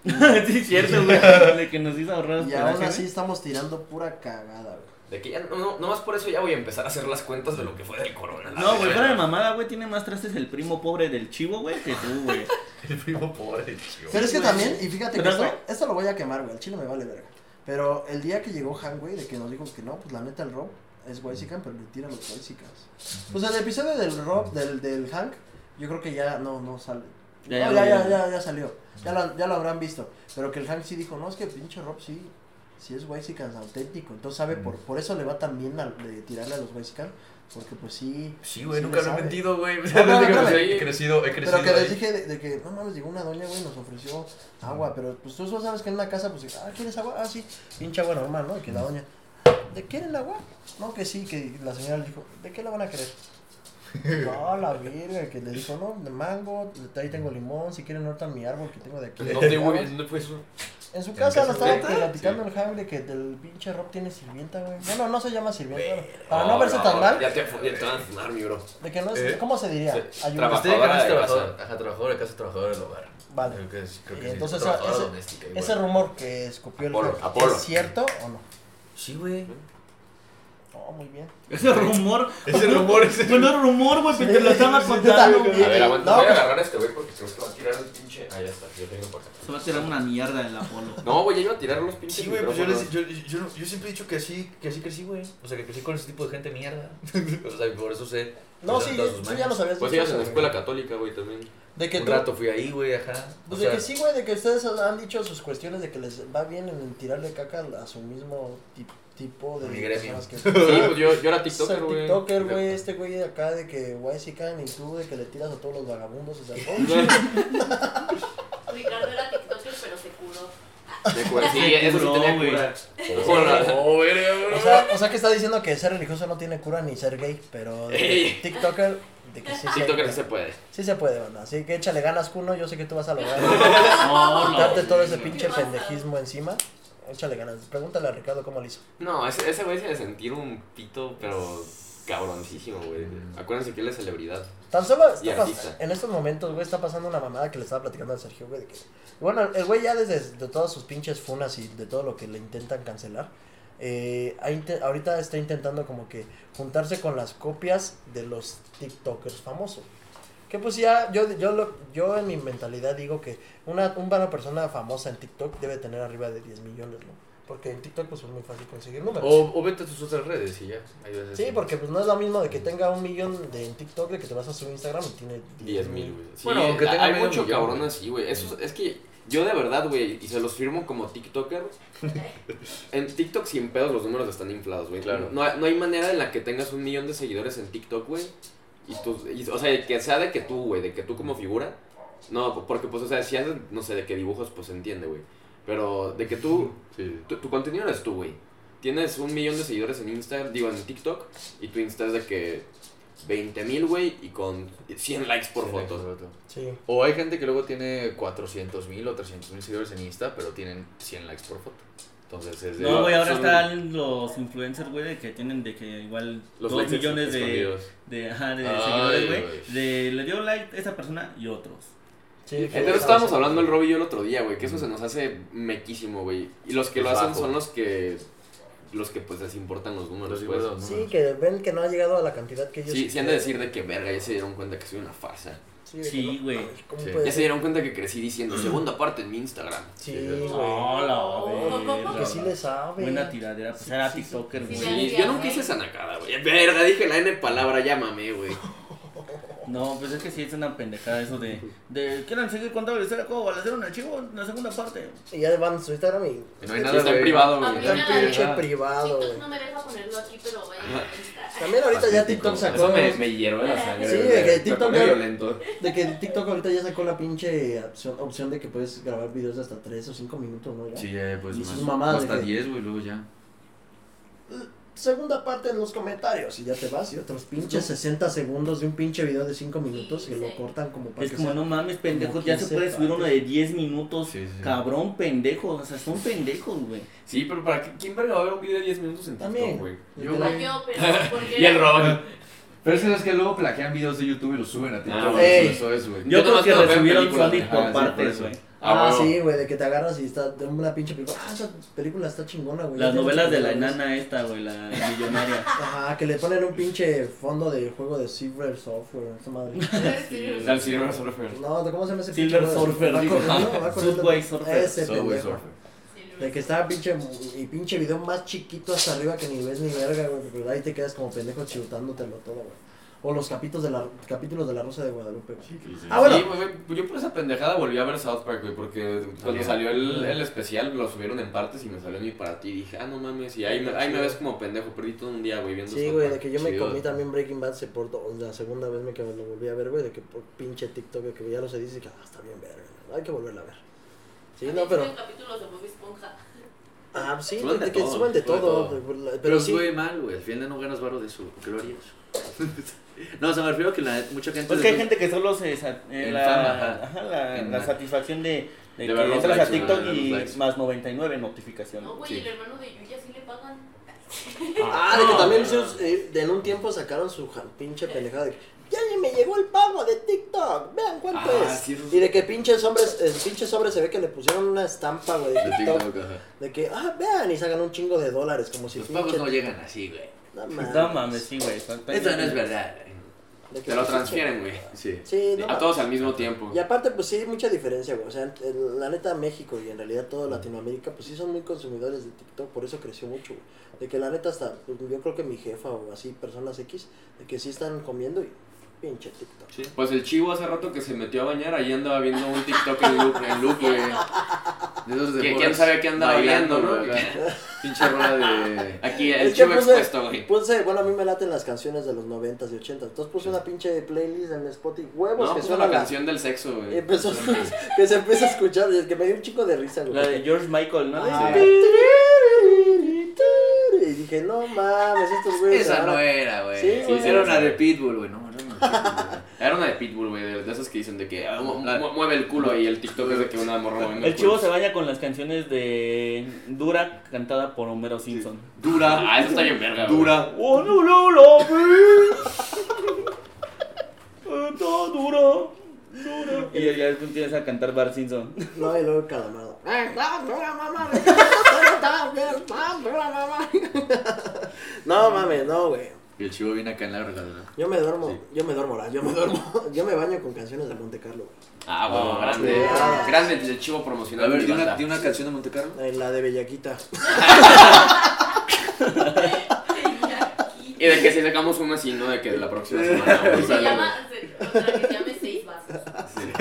B: sí, es cierto, güey. De que nos hizo ahorrar
A: Y aún
B: hospedaje,
A: así estamos tirando pura cagada, güey.
D: De que ya, no, no, nomás por eso ya voy a empezar a hacer las cuentas de lo que fue del corona. la
B: No, güey,
D: verga.
B: fuera de mamada, güey, tiene más trastes el primo pobre del chivo, güey, que tú, güey.
H: El primo pobre, chido.
A: Pero es que
B: güey.
A: también, y fíjate que
B: ¿Verdad,
A: esto,
B: güey?
A: esto lo voy a quemar, güey. El chile me vale verga. Pero el día que llegó Han, güey, de que nos dijo que no, pues la neta el Rob es Waisican, pero le tiran los Waisicans. Pues el episodio del Rob, del, del Hank, yo creo que ya no, no sale. No, Ya,
B: lo
A: ya, ya,
B: vieron.
A: ya salió. Ya lo, ya lo habrán visto. Pero que el Hank sí dijo, no, es que el pinche Rob sí, sí es Waisican auténtico. Entonces sabe, por, por eso le va tan bien al- de tirarle a los Waisican. Porque pues sí.
H: Sí, güey,
A: sí
H: nunca
A: le
H: lo he
A: sabe.
H: mentido, güey. O
A: No, no,
H: sea, les digo,
A: espérame.
H: pues, he crecido, he crecido.
A: Pero que les
H: ahí.
A: dije de, de que, no mames, llegó una doña, güey, nos ofreció agua, pero pues tú solo sabes que en una casa, pues, ah, ¿quieres agua? Ah, sí, pinche agua normal, ¿no? Y que la doña, ¿de qué era el agua? No, que sí, que la señora le dijo, ¿de qué la van a querer? No, la verga, que le dijo, no, de mango, de- ahí tengo limón, si quieren ahorita mi árbol que tengo de aquí.
D: No te güey, ¿dónde fue eso?
A: En su casa
H: ¿En
A: lo
H: casa?
A: estaba platicando el hambre que del pinche Rob tiene sirvienta, güey. Bueno, no se llama sirvienta, bueno, para no verse tan mal,
D: Ya te, ya te van a fumar, mi bro.
A: de que no es,
H: Eh,
A: ¿cómo se diría?
D: se-
A: Ayuda.
D: trabaja. Eh,
H: Usted que no
D: Trabajadora
H: es
D: de
H: trabajador. Ajá, trabajador de casa, trabajador del hogar.
A: Vale.
H: Creo que es, creo que
A: Y
H: sí.
A: entonces,
H: trabajadora
A: ese-
H: doméstica, igual.
A: Ese rumor que escupió el
D: Eh, Apolo,
A: Fer,
D: Apolo.
A: ¿es cierto o no?
H: Sí, güey.
A: No, muy bien.
D: Pues
B: Ese rumor.
H: Ese rumor, ese
B: Pues no es rumor, güey, pero te lo estaba contando,
A: Sí,
B: güey.
D: A ver, aguanta,
A: no,
D: voy a
A: pues-
D: agarrar a este güey porque creo que va a tirar el pinche. Ah, ya está, yo tengo por acá.
B: Se va a tirar una mierda del Apolo.
D: No, güey, ya iba a tirar los pinches.
H: Sí, güey, pues yo, les,
D: micrófonos.
H: yo, yo, no- yo siempre he dicho que así, que así crecí, güey. O sea, que crecí con ese tipo de gente mierda. o sea, y por eso sé.
A: No,
H: pues,
A: sí, eh,
H: todas sus
A: tú
H: mañas.
A: ya lo sabías.
D: Pues
A: dicho,
D: ibas en la
A: güey.
D: escuela católica, güey, también.
A: De que
H: Un
A: tú-
H: rato fui ahí, güey, ajá.
A: Pues
H: O
A: de
H: sea,
A: que sí, güey, de que ustedes han dicho sus cuestiones de que les va bien en tirarle caca a su mismo ti- tipo de
H: Mi gremio.
A: personas que-
D: Sí, pues yo, yo era
A: Ser
D: TikToker, güey.
A: TikToker, güey, este güey de acá de que guay si caen y tú de que le tiras a todos los vagabundos, o sea, ¿no?
E: Ricardo era TikToker, pero se curó.
D: De acuerdo, Sí, eso sí
B: No,
D: tenía
B: güey.
D: cura. Hola.
H: Oh, verga, güey.
A: o, sea, o sea que está diciendo que ser religioso no tiene cura ni ser gay, pero de que
D: Ey.
A: TikToker, de que sí se-
D: TikToker sí se puede.
A: Sí se puede, banda. Así que échale ganas, Cuno. Yo sé que tú vas a lograr
B: No, no.
A: quitarte todo
B: güey,
A: ese
B: no.
A: pinche pendejismo encima. Échale ganas. Pregúntale a Ricardo cómo lo hizo.
D: No, ese ese güey se de sentir un pito, pero cabroncísimo, güey. Acuérdense que él es celebridad.
A: Tan solo está
D: Y
A: pas-
D: artista.
A: en estos momentos, güey, está pasando una mamada que le estaba platicando a Sergio, güey. de que- Bueno, el güey ya desde de todas sus pinches funas y de todo lo que le intentan cancelar, eh, ha inte- ahorita está intentando como que juntarse con las copias de los TikTokers famosos. Que pues ya, yo, yo, lo, yo en mi mentalidad digo que una, una persona famosa en TikTok debe tener arriba de 10 millones, ¿no? Porque en TikTok pues es muy fácil conseguir números.
D: O, o vete a tus otras redes y ya. Ahí vas a
A: Sí,
D: decir,
A: porque pues no es lo mismo de que tenga un millón de en TikTok de que te vas a su Instagram y tiene
D: 10 mil, güey. Sí,
H: Bueno, aunque tenga
D: hay
H: medio
D: mucho
H: millón,
D: cabrón
H: güey.
D: así, güey. Eso es que Yo de verdad, güey, y se los firmo como TikToker. En TikTok sin pedos los números están inflados, güey.
C: Claro.
D: No, hay- no hay manera en la que tengas un millón de seguidores en TikTok, güey. Y tus- y, o sea, que sea de que tú, güey, de que tú como figura. No, porque pues, o sea, si haces, no sé, de que dibujos, pues entiende, güey. Pero de que tú,
C: Sí.
D: tu, tu contenido eres tú, güey. Tienes un millón de seguidores en Insta, digo, en TikTok. Y tu Insta es de que 20 mil, güey, y con 100 likes por foto.
A: Sí.
C: O hay gente que luego tiene 400 mil o 300 mil seguidores en Insta, pero tienen 100 likes por foto. Entonces es de.
B: No, güey, ahora
D: son-
B: están los influencers, güey, de que tienen de que igual
D: Los
B: dos
D: likes
B: millones de,
D: escondidos.
B: de, ajá, de
C: Ay,
B: seguidores, güey.
C: güey.
B: De le dio like a esa persona y otros.
A: sí que-
D: Entonces estábamos hablando el Robbie y yo el otro día, güey, que eso se nos hace mequísimo, güey. Y los que lo
C: Es
D: hacen
C: bajo.
D: son los que los que pues les importan los números,
C: Los
D: pues.
C: números, ¿no?
A: Sí, que ven que no ha llegado a la cantidad que ellos.
D: Sí, sí han de decir de que verga, ya se dieron cuenta que soy una farsa.
A: Sí, de que
B: Sí,
A: no,
B: güey.
A: ay, ¿Cómo
C: Sí.
A: puede
D: Ya se
A: ser?
D: dieron cuenta que crecí diciendo segunda parte en mi Instagram.
A: Sí, güey.
B: la
A: que sí le sabe.
B: Buena tiradera, pues era TikToker,
E: sí,
B: güey.
E: ya
D: Sí,
E: decía,
D: yo nunca hice
E: güey.
D: esa nacada, güey. Verga, dije la N palabra, llámame, güey.
B: No, pues es que sí es una pendejada eso de, de quieren seguir contando la historia como al hacer un archivo en la segunda parte.
A: Y ya van a su Instagram y.
C: No hay
D: Sí,
C: nada
D: está en
C: de.
D: privado,
E: Ah,
A: Está
D: güey.
E: mira.
A: en pinche
C: Ah.
A: privado,
E: TikTok
A: güey.
E: no me deja ponerlo aquí, pero vayan a Insta.
A: También ahorita ya TikTok sacó.
D: Eso me, me hierve la sangre.
A: Sí,
D: güey.
A: de que
D: Me
A: TikTok
D: pone
A: ya-
D: violento.
A: De que TikTok ahorita ya sacó la pinche opción, opción de que puedes grabar videos de hasta 3 o 5 minutos, ¿no? Ya?
H: Sí, eh, pues
A: Y sus
H: más.
A: mamadas
H: hasta
A: de que-
H: 10, güey, luego ya.
A: Segunda parte en los comentarios y ya te vas. Y otros pinches 60 segundos de un pinche video de 5 minutos que lo cortan como para
B: Es
A: que
B: como,
A: sea-
B: no mames, pendejo,
A: como
B: ya se
A: 15
B: puede subir uno de 10 minutos.
H: Sí, sí, sí.
B: Cabrón, pendejo, o sea, son pendejos, güey.
D: Sí, pero para qué, quién verga va a ver un video de 10 minutos en
A: También.
D: TikTok, güey.
A: Yo,
E: Ah,
A: güey.
E: Yo, pero porque...
D: Y el Robbie.
H: Pero es que sabes que luego plaquean videos de YouTube y los suben a TikTok.
D: Ah,
H: güey,
A: ey.
H: Eso es, güey.
B: Yo,
D: Yo
B: creo
D: nomás
B: que
D: cuando veo
B: recibieron
D: películas,
B: Sonic
H: ajá,
B: por
H: sí, por
B: partes,
H: eso.
B: güey.
A: Ah,
D: bueno.
A: sí, güey, de que te agarras y está de una pinche película. Ah, esa película está chingona, güey.
B: Las
A: Ya tiene
B: novelas
A: ocho
B: de la
A: millones.
B: enana esta, güey, la millonaria.
A: Ajá, que le ponen un pinche fondo de juego de Silver Software, esa madre.
E: Sí.
D: Al Silver Surfer.
A: No, ¿de ¿cómo se llama ese
B: Silver
A: pinche juego?
B: Surfer,
A: Va
B: dijo.
A: corriendo, va corriendo.
B: Subway Surfer.
A: Ese
H: Subway
A: pendejo.
H: Surfer.
A: De que estaba pinche y pinche video más chiquito hasta arriba que ni ves ni verga, güey, pero ahí te quedas como pendejo chivutándotelo todo, güey. O los capítulos de la capítulos de la Rosa de Guadalupe. güey. Ah, bueno.
D: Sí, pues, güey, güey, yo por esa pendejada volví a ver South Park, güey, porque cuando salió el, el especial lo subieron en partes y me salió ni para ti. Dije, ah, no mames, y ahí me, ahí me ves como pendejo, perdí todo un día, güey, viendo
A: Sí,
D: South
A: güey, de
D: Park.
A: que yo me
C: chido.
A: comí también Breaking Bad se por do- la segunda vez me que lo volví a ver, güey, de que por pinche TikTok güey, que ya lo se dice que ah, está bien verga. güey, Hay que volverla a ver.
C: Ah,
A: Sí, no, pero
E: capítulos de Bob Esponja.
A: ah, sí,
C: Suben de
A: de que
C: todo,
A: suben de
C: suben de
A: todo,
C: todo.
A: de- pero,
C: Pero
A: sí.
C: sube mal, güey. Al final no ganas varo de eso. ¿Por qué lo harías? no, o sea, me refiero que la, mucha gente.
B: Pues que hay gente que solo se. sa- eh,
C: Enfama,
B: la,
C: ajá.
B: ajá, la,
C: En
B: la
C: la-
B: satisfacción de, de
C: de
B: que
C: ver los
B: entras a
C: likes, de
B: TikTok
C: ver los
B: y
C: likes.
B: más 99 notificaciones.
E: No, güey,
C: Sí.
E: el hermano de Yuya sí le pagan.
A: Ah, de que también sus- eh, de en un tiempo sacaron su ja- pinche pendejada de que, ya le me llegó el pago de TikTok, vean cuánto
D: Ah,
A: es.
D: sí, eso es-
A: Y de que pinches hombres, el pinche sobre se ve que le pusieron una estampa, güey, de
C: De
A: TikTok,
C: TikTok, ajá.
A: de que, ah, vean, y sacan un chingo de dólares, como si
C: Los
A: pinche-
C: pagos no llegan así, güey.
A: No mames.
B: Pues, No mames, sí, güey. son-
C: Eso no es verdad. güey.
A: De que
D: Te lo
A: pinche-
D: transfieren, güey.
C: Sí.
A: Sí, no
D: A todos al mismo tiempo.
A: Y aparte, pues sí, hay mucha diferencia, güey. O sea, en- en la neta, México y en realidad toda Latinoamérica, pues sí son muy consumidores de TikTok, por eso creció mucho, güey. De que la neta, hasta pues, yo creo que mi jefa o así, personas X, de que sí están comiendo y pinche TikTok.
D: Pues el chivo hace rato que se metió a bañar, ahí andaba viendo un TikTok en loop, en loop, güey.
C: De esos de
D: Que
C: morras
D: quién sabe qué andaba
C: bailando,
D: viendo,
C: güey,
D: ¿no?
C: acá. Pinche rola de.
D: Aquí
A: Es
D: el
A: que
D: chivo
A: puse-
D: expuesto, güey.
A: Puse, Pues, eh, bueno, a mí me laten las canciones de los 90s y 80s. Entonces puse una pinche playlist en Spotify, huevos,
D: No,
A: que
D: puso
A: suena
D: la
A: la-
D: canción del sexo,
A: y
D: güey.
A: Empezó, que se empieza a escuchar, y es que me dio un chico de risa, güey.
B: La de George Michael, ¿no?
A: Ah,
B: Sí.
A: Y dije, no mames, estos güeyes. se
C: Esa
A: van a-
C: no era, güey.
A: Sí, güey.
C: era una de Pitbull, güey. No, era una de Pitbull, güey.
D: Era una de Pitbull, güey, de de esas que dicen de que ah, mu-
C: La-
D: mu- mueve el culo y el TikTok es de que una morra moviendo
B: El
D: culo.
B: chivo se baña con las canciones de Dura cantada por Homero Simpson.
D: Dura. Ah, eso está bien verga, güey.
C: Dura.
B: Oh, no, no, no, no. Está dura, dura. Y ya después empiezas a cantar Bart Simpson.
A: No, y luego calamardo. No mames, no, güey.
C: Y el chivo viene acá en la regadera.
A: Yo me duermo,
C: Sí.
A: yo me duermo, ahora, yo me duermo, yo me baño con canciones de Monte Carlo. güey.
D: Ah, bueno,
C: Ah,
D: grande.
A: sí.
D: Grande el el chivo promocional.
C: A ver,
D: mi
C: ¿tiene una,
D: banda.
C: ¿tiene una canción de Monte Carlo?
A: Eh, La de Bellaquita.
E: Y
D: Y de que si sacamos una así, ¿no? De que de la próxima semana. güey,
E: Se
D: sale,
E: llama, se, o sea, que se llame seis bases.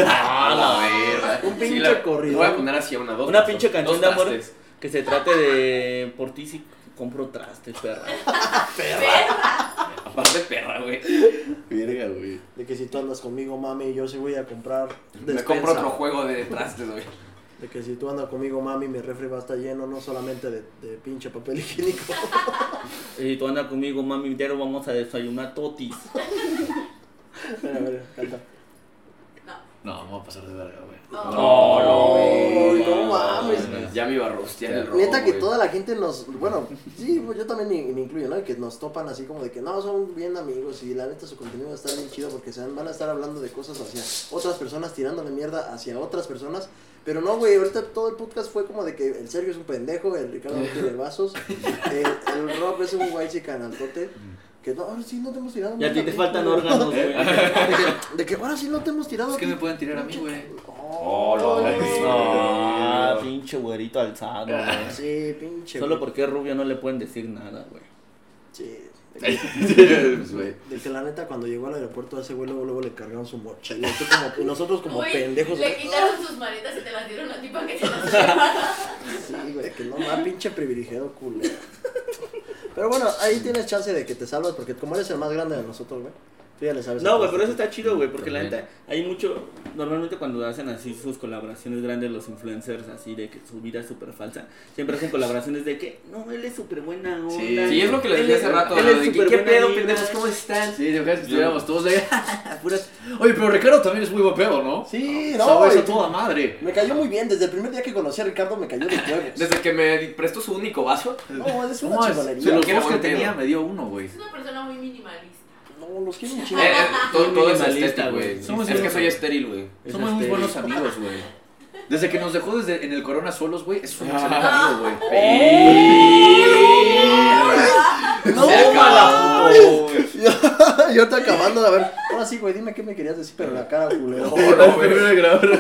C: Ah, la verga.
A: Un pinche
D: la-
A: corrido.
D: Voy a poner así una, dos.
B: Una
D: dos,
B: pinche
D: dos
B: canción de amor
D: trastes.
B: que se trate de por ti si compro trastes, perra.
D: Aparte perra, güey.
C: Verga, güey.
A: De que si tú andas conmigo, mami, yo sí voy a comprar
D: Me
A: despensa.
D: compro otro juego de trastes, güey.
A: De que si tú andas conmigo, mami, mi refri va a estar lleno no solamente de, de pinche papel higiénico.
B: Y tú andas conmigo, mami, ya no vamos a desayunar totis.
A: Mira, mira, canta.
H: No, vamos a pasar de verga, güey.
B: No,
A: Uy,
D: güey.
A: no mames.
D: Ya me iba a rostear el rojo.
A: Neta que
D: güey.
A: toda la gente nos, bueno, sí, pues yo también me, me incluyo, ¿no? Y Que nos topan así como de que no, son bien amigos y la neta su contenido va a estar bien chido porque se van van a estar hablando de cosas hacia otras personas, tirándole mierda hacia otras personas. Pero no, güey, ahorita todo el podcast fue como de que el Sergio es un pendejo, el Ricardo no tiene vasos, el, el Rob es un guay canaltote. Que no, ahora sí no te hemos tirado.
B: Y a ti
A: nada,
B: te
A: güey.
B: faltan órganos, güey.
A: De que, de que ahora sí no te hemos tirado.
H: Es que
A: aquí.
H: me pueden tirar a mí, güey.
A: Oh,
D: Oh, la
A: güey.
B: Ah, pinche güerito alzado, güey.
A: Sí, pinche.
B: Solo
A: güey.
B: porque es rubio no le pueden decir nada, güey.
A: Sí. De que-
C: Pues, güey.
A: De que la neta, cuando llegó al aeropuerto a ese güey, luego, luego le cargaron su mochila. Y, tú como- y nosotros como
E: Güey,
A: pendejos.
E: Le quitaron sus maletas y te las dieron a ti para que te las llevara.
A: Sí, güey, que no más pinche privilegiado culero. Pero bueno, ahí tienes chance de que te salvas, porque como eres el más grande de nosotros, güey, tú ya le
D: Pues,
A: sabes.
B: No, güey, pero eso está chido, güey, porque la neta, hay mucho, normalmente cuando hacen así sus colaboraciones grandes los influencers, así de que su vida es súper falsa, siempre hacen colaboraciones de que, no, él es súper buena onda.
H: Sí.
D: Sí, es lo que les
B: Él
D: dije hace
B: es-
D: rato.
B: él
D: lo
B: es
D: de que,
B: súper
D: ¿Qué
B: buena
D: pedo,
B: vibra".
D: pendejos? ¿Cómo están?
H: Sí, yo creo que estuviéramos todos ahí. puras- Oye, pero Ricardo también es muy buen pedo, ¿no?
A: Sí,
H: O sea,
A: no,
H: güey, es
A: güey.
H: a toda madre.
A: Me cayó muy bien. Desde el primer día que conocí a Ricardo, me cayó de huevos.
D: Desde que me prestó su único vaso.
A: No, es
H: ¿Cómo
A: una
H: es?
A: chingonería.
H: Se los
D: Qué
H: dos que
D: buen pedo.
H: tenía me dio uno, güey.
E: Es una persona muy minimalista.
A: No, los quiero un
D: Eh,
A: chingo.
D: eh, todo,
B: Muy
D: todo es
B: minimalista,
D: estético,
B: güey.
D: güey.
H: Somos
D: Es que
H: unos-
D: soy estéril, güey.
H: Somos muy
B: este-
H: buenos amigos, güey. Desde que nos dejó desde en el Corona Solos, güey, es un excelente amigo, güey.
A: ¡Eh! No,
D: Cerca, güey.
A: yo, yo te acabando de ver. Ahora sí, güey, dime qué me querías decir, pero la cara culero.
E: Qué grabando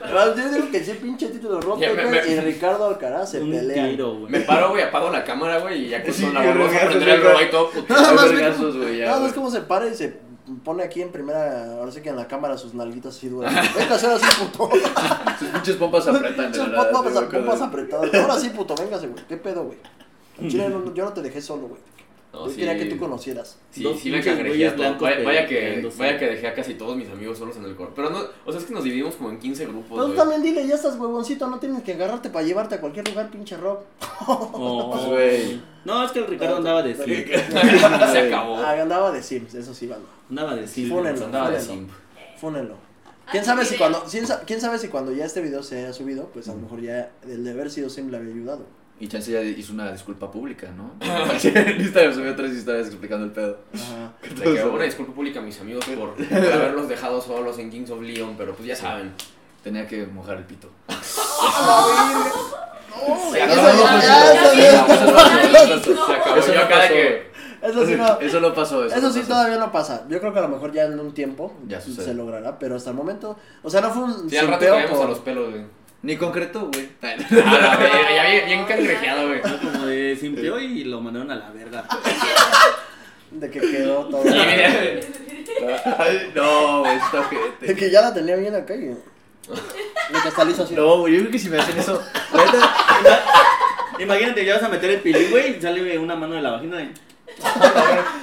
E: para-
A: Yo digo que sí, pinche título roto,
D: Ya, me-
A: güey,
D: me-
A: y Ricardo Alcaraz se
B: Un
A: pelean.
B: tiro, güey.
D: Me paro, güey, apago la cámara, güey, y ya con
H: Sí,
D: todo la
H: qué
D: voz a
H: vergazos,
D: prender el
H: güey.
D: robo y todo
A: Nada
D: puteado.
A: más, ve
H: vergazos,
A: cómo-
H: güey, ya,
A: nada más
H: güey.
A: como se para y se pone aquí en primera, ahora sí que en la cámara sus nalguitas así duras. Venga a hacer así, puto.
H: Sus pinches pompas apretan. de
A: Sus
H: la nada,
A: pompas-
H: güey, cuando-
A: pompas apretadas. Ahora sí, puto, véngase, güey. ¿Qué pedo, güey? Al chile no- yo no te dejé solo, güey.
D: No,
A: yo
D: sí.
A: quería que tú conocieras.
D: Sí,
B: Dos
D: sí me
B: pinches
D: cangrejé
B: güeyes
D: a todos.
B: blancos
D: Vaya, vaya que,
B: peleándose.
D: vaya que dejé a casi todos mis amigos solos en el coro. Pero no, o sea, es que nos dividimos como en 15 grupos,
A: Pero tú
D: Pues, güey.
A: también dile, ya estás huevoncito, no tienes que agarrarte para llevarte a cualquier lugar, pinche Rob.
D: pues,
B: No,
H: Güey.
B: No, es que el Ricardo andaba de silk.
D: Se acabó.
A: Ah, andaba de Sims, eso sí, banda.
B: Andaba de silk.
A: Fúnenlo,
D: Andaba de
A: fúnenlo.
D: simp.
A: Fúnenlo. ¿Quién sabe, si cuando, quién, sa- quién sabe si cuando ya este video se haya subido, pues a lo mejor ya el de haber sido Sim le había ayudado.
H: Y Chance ya hizo una disculpa pública, ¿no? en Instagram subió tres historias explicando el pedo.
A: Ajá.
D: Le quedó una disculpa pública a mis amigos por, por haberlos dejado solos en Kings of Leon, pero pues ya saben.
H: Tenía que mojar el pito.
D: Se
A: eso
D: acabó.
A: ya-
D: Ya
A: ya-
D: acabó.
H: eso
D: Se acabó.
H: Eso
D: Yo
H: no
D: cada
H: pasó,
D: que-
H: güey.
A: Eso sí, no-
H: Eso no pasó. Eso,
A: eso
H: no
A: sí
H: pasó.
A: todavía no pasa. Yo creo que a lo mejor ya en un tiempo
H: Ya sucede.
A: se logrará, pero hasta el momento. O sea, no fue un.
D: Sí, al rato
A: simpeo
D: caemos a
A: por-
D: los pelos, güey.
H: Ni concreto, güey.
D: A la verga, ya bien, bien cangrejeado, güey.
B: Fue Como de simpió y lo mandaron a la verga.
A: De que quedó todo.
D: Y
A: de
D: mira,
H: Ay, no, güey, esta gente.
A: que ya la tenía bien acá y. De que hasta le hizo así.
H: No, güey, yo creo que si me hacen eso. la neta,
B: Imagínate, ya vas a meter el pilín, güey, y sale una mano de la vagina y...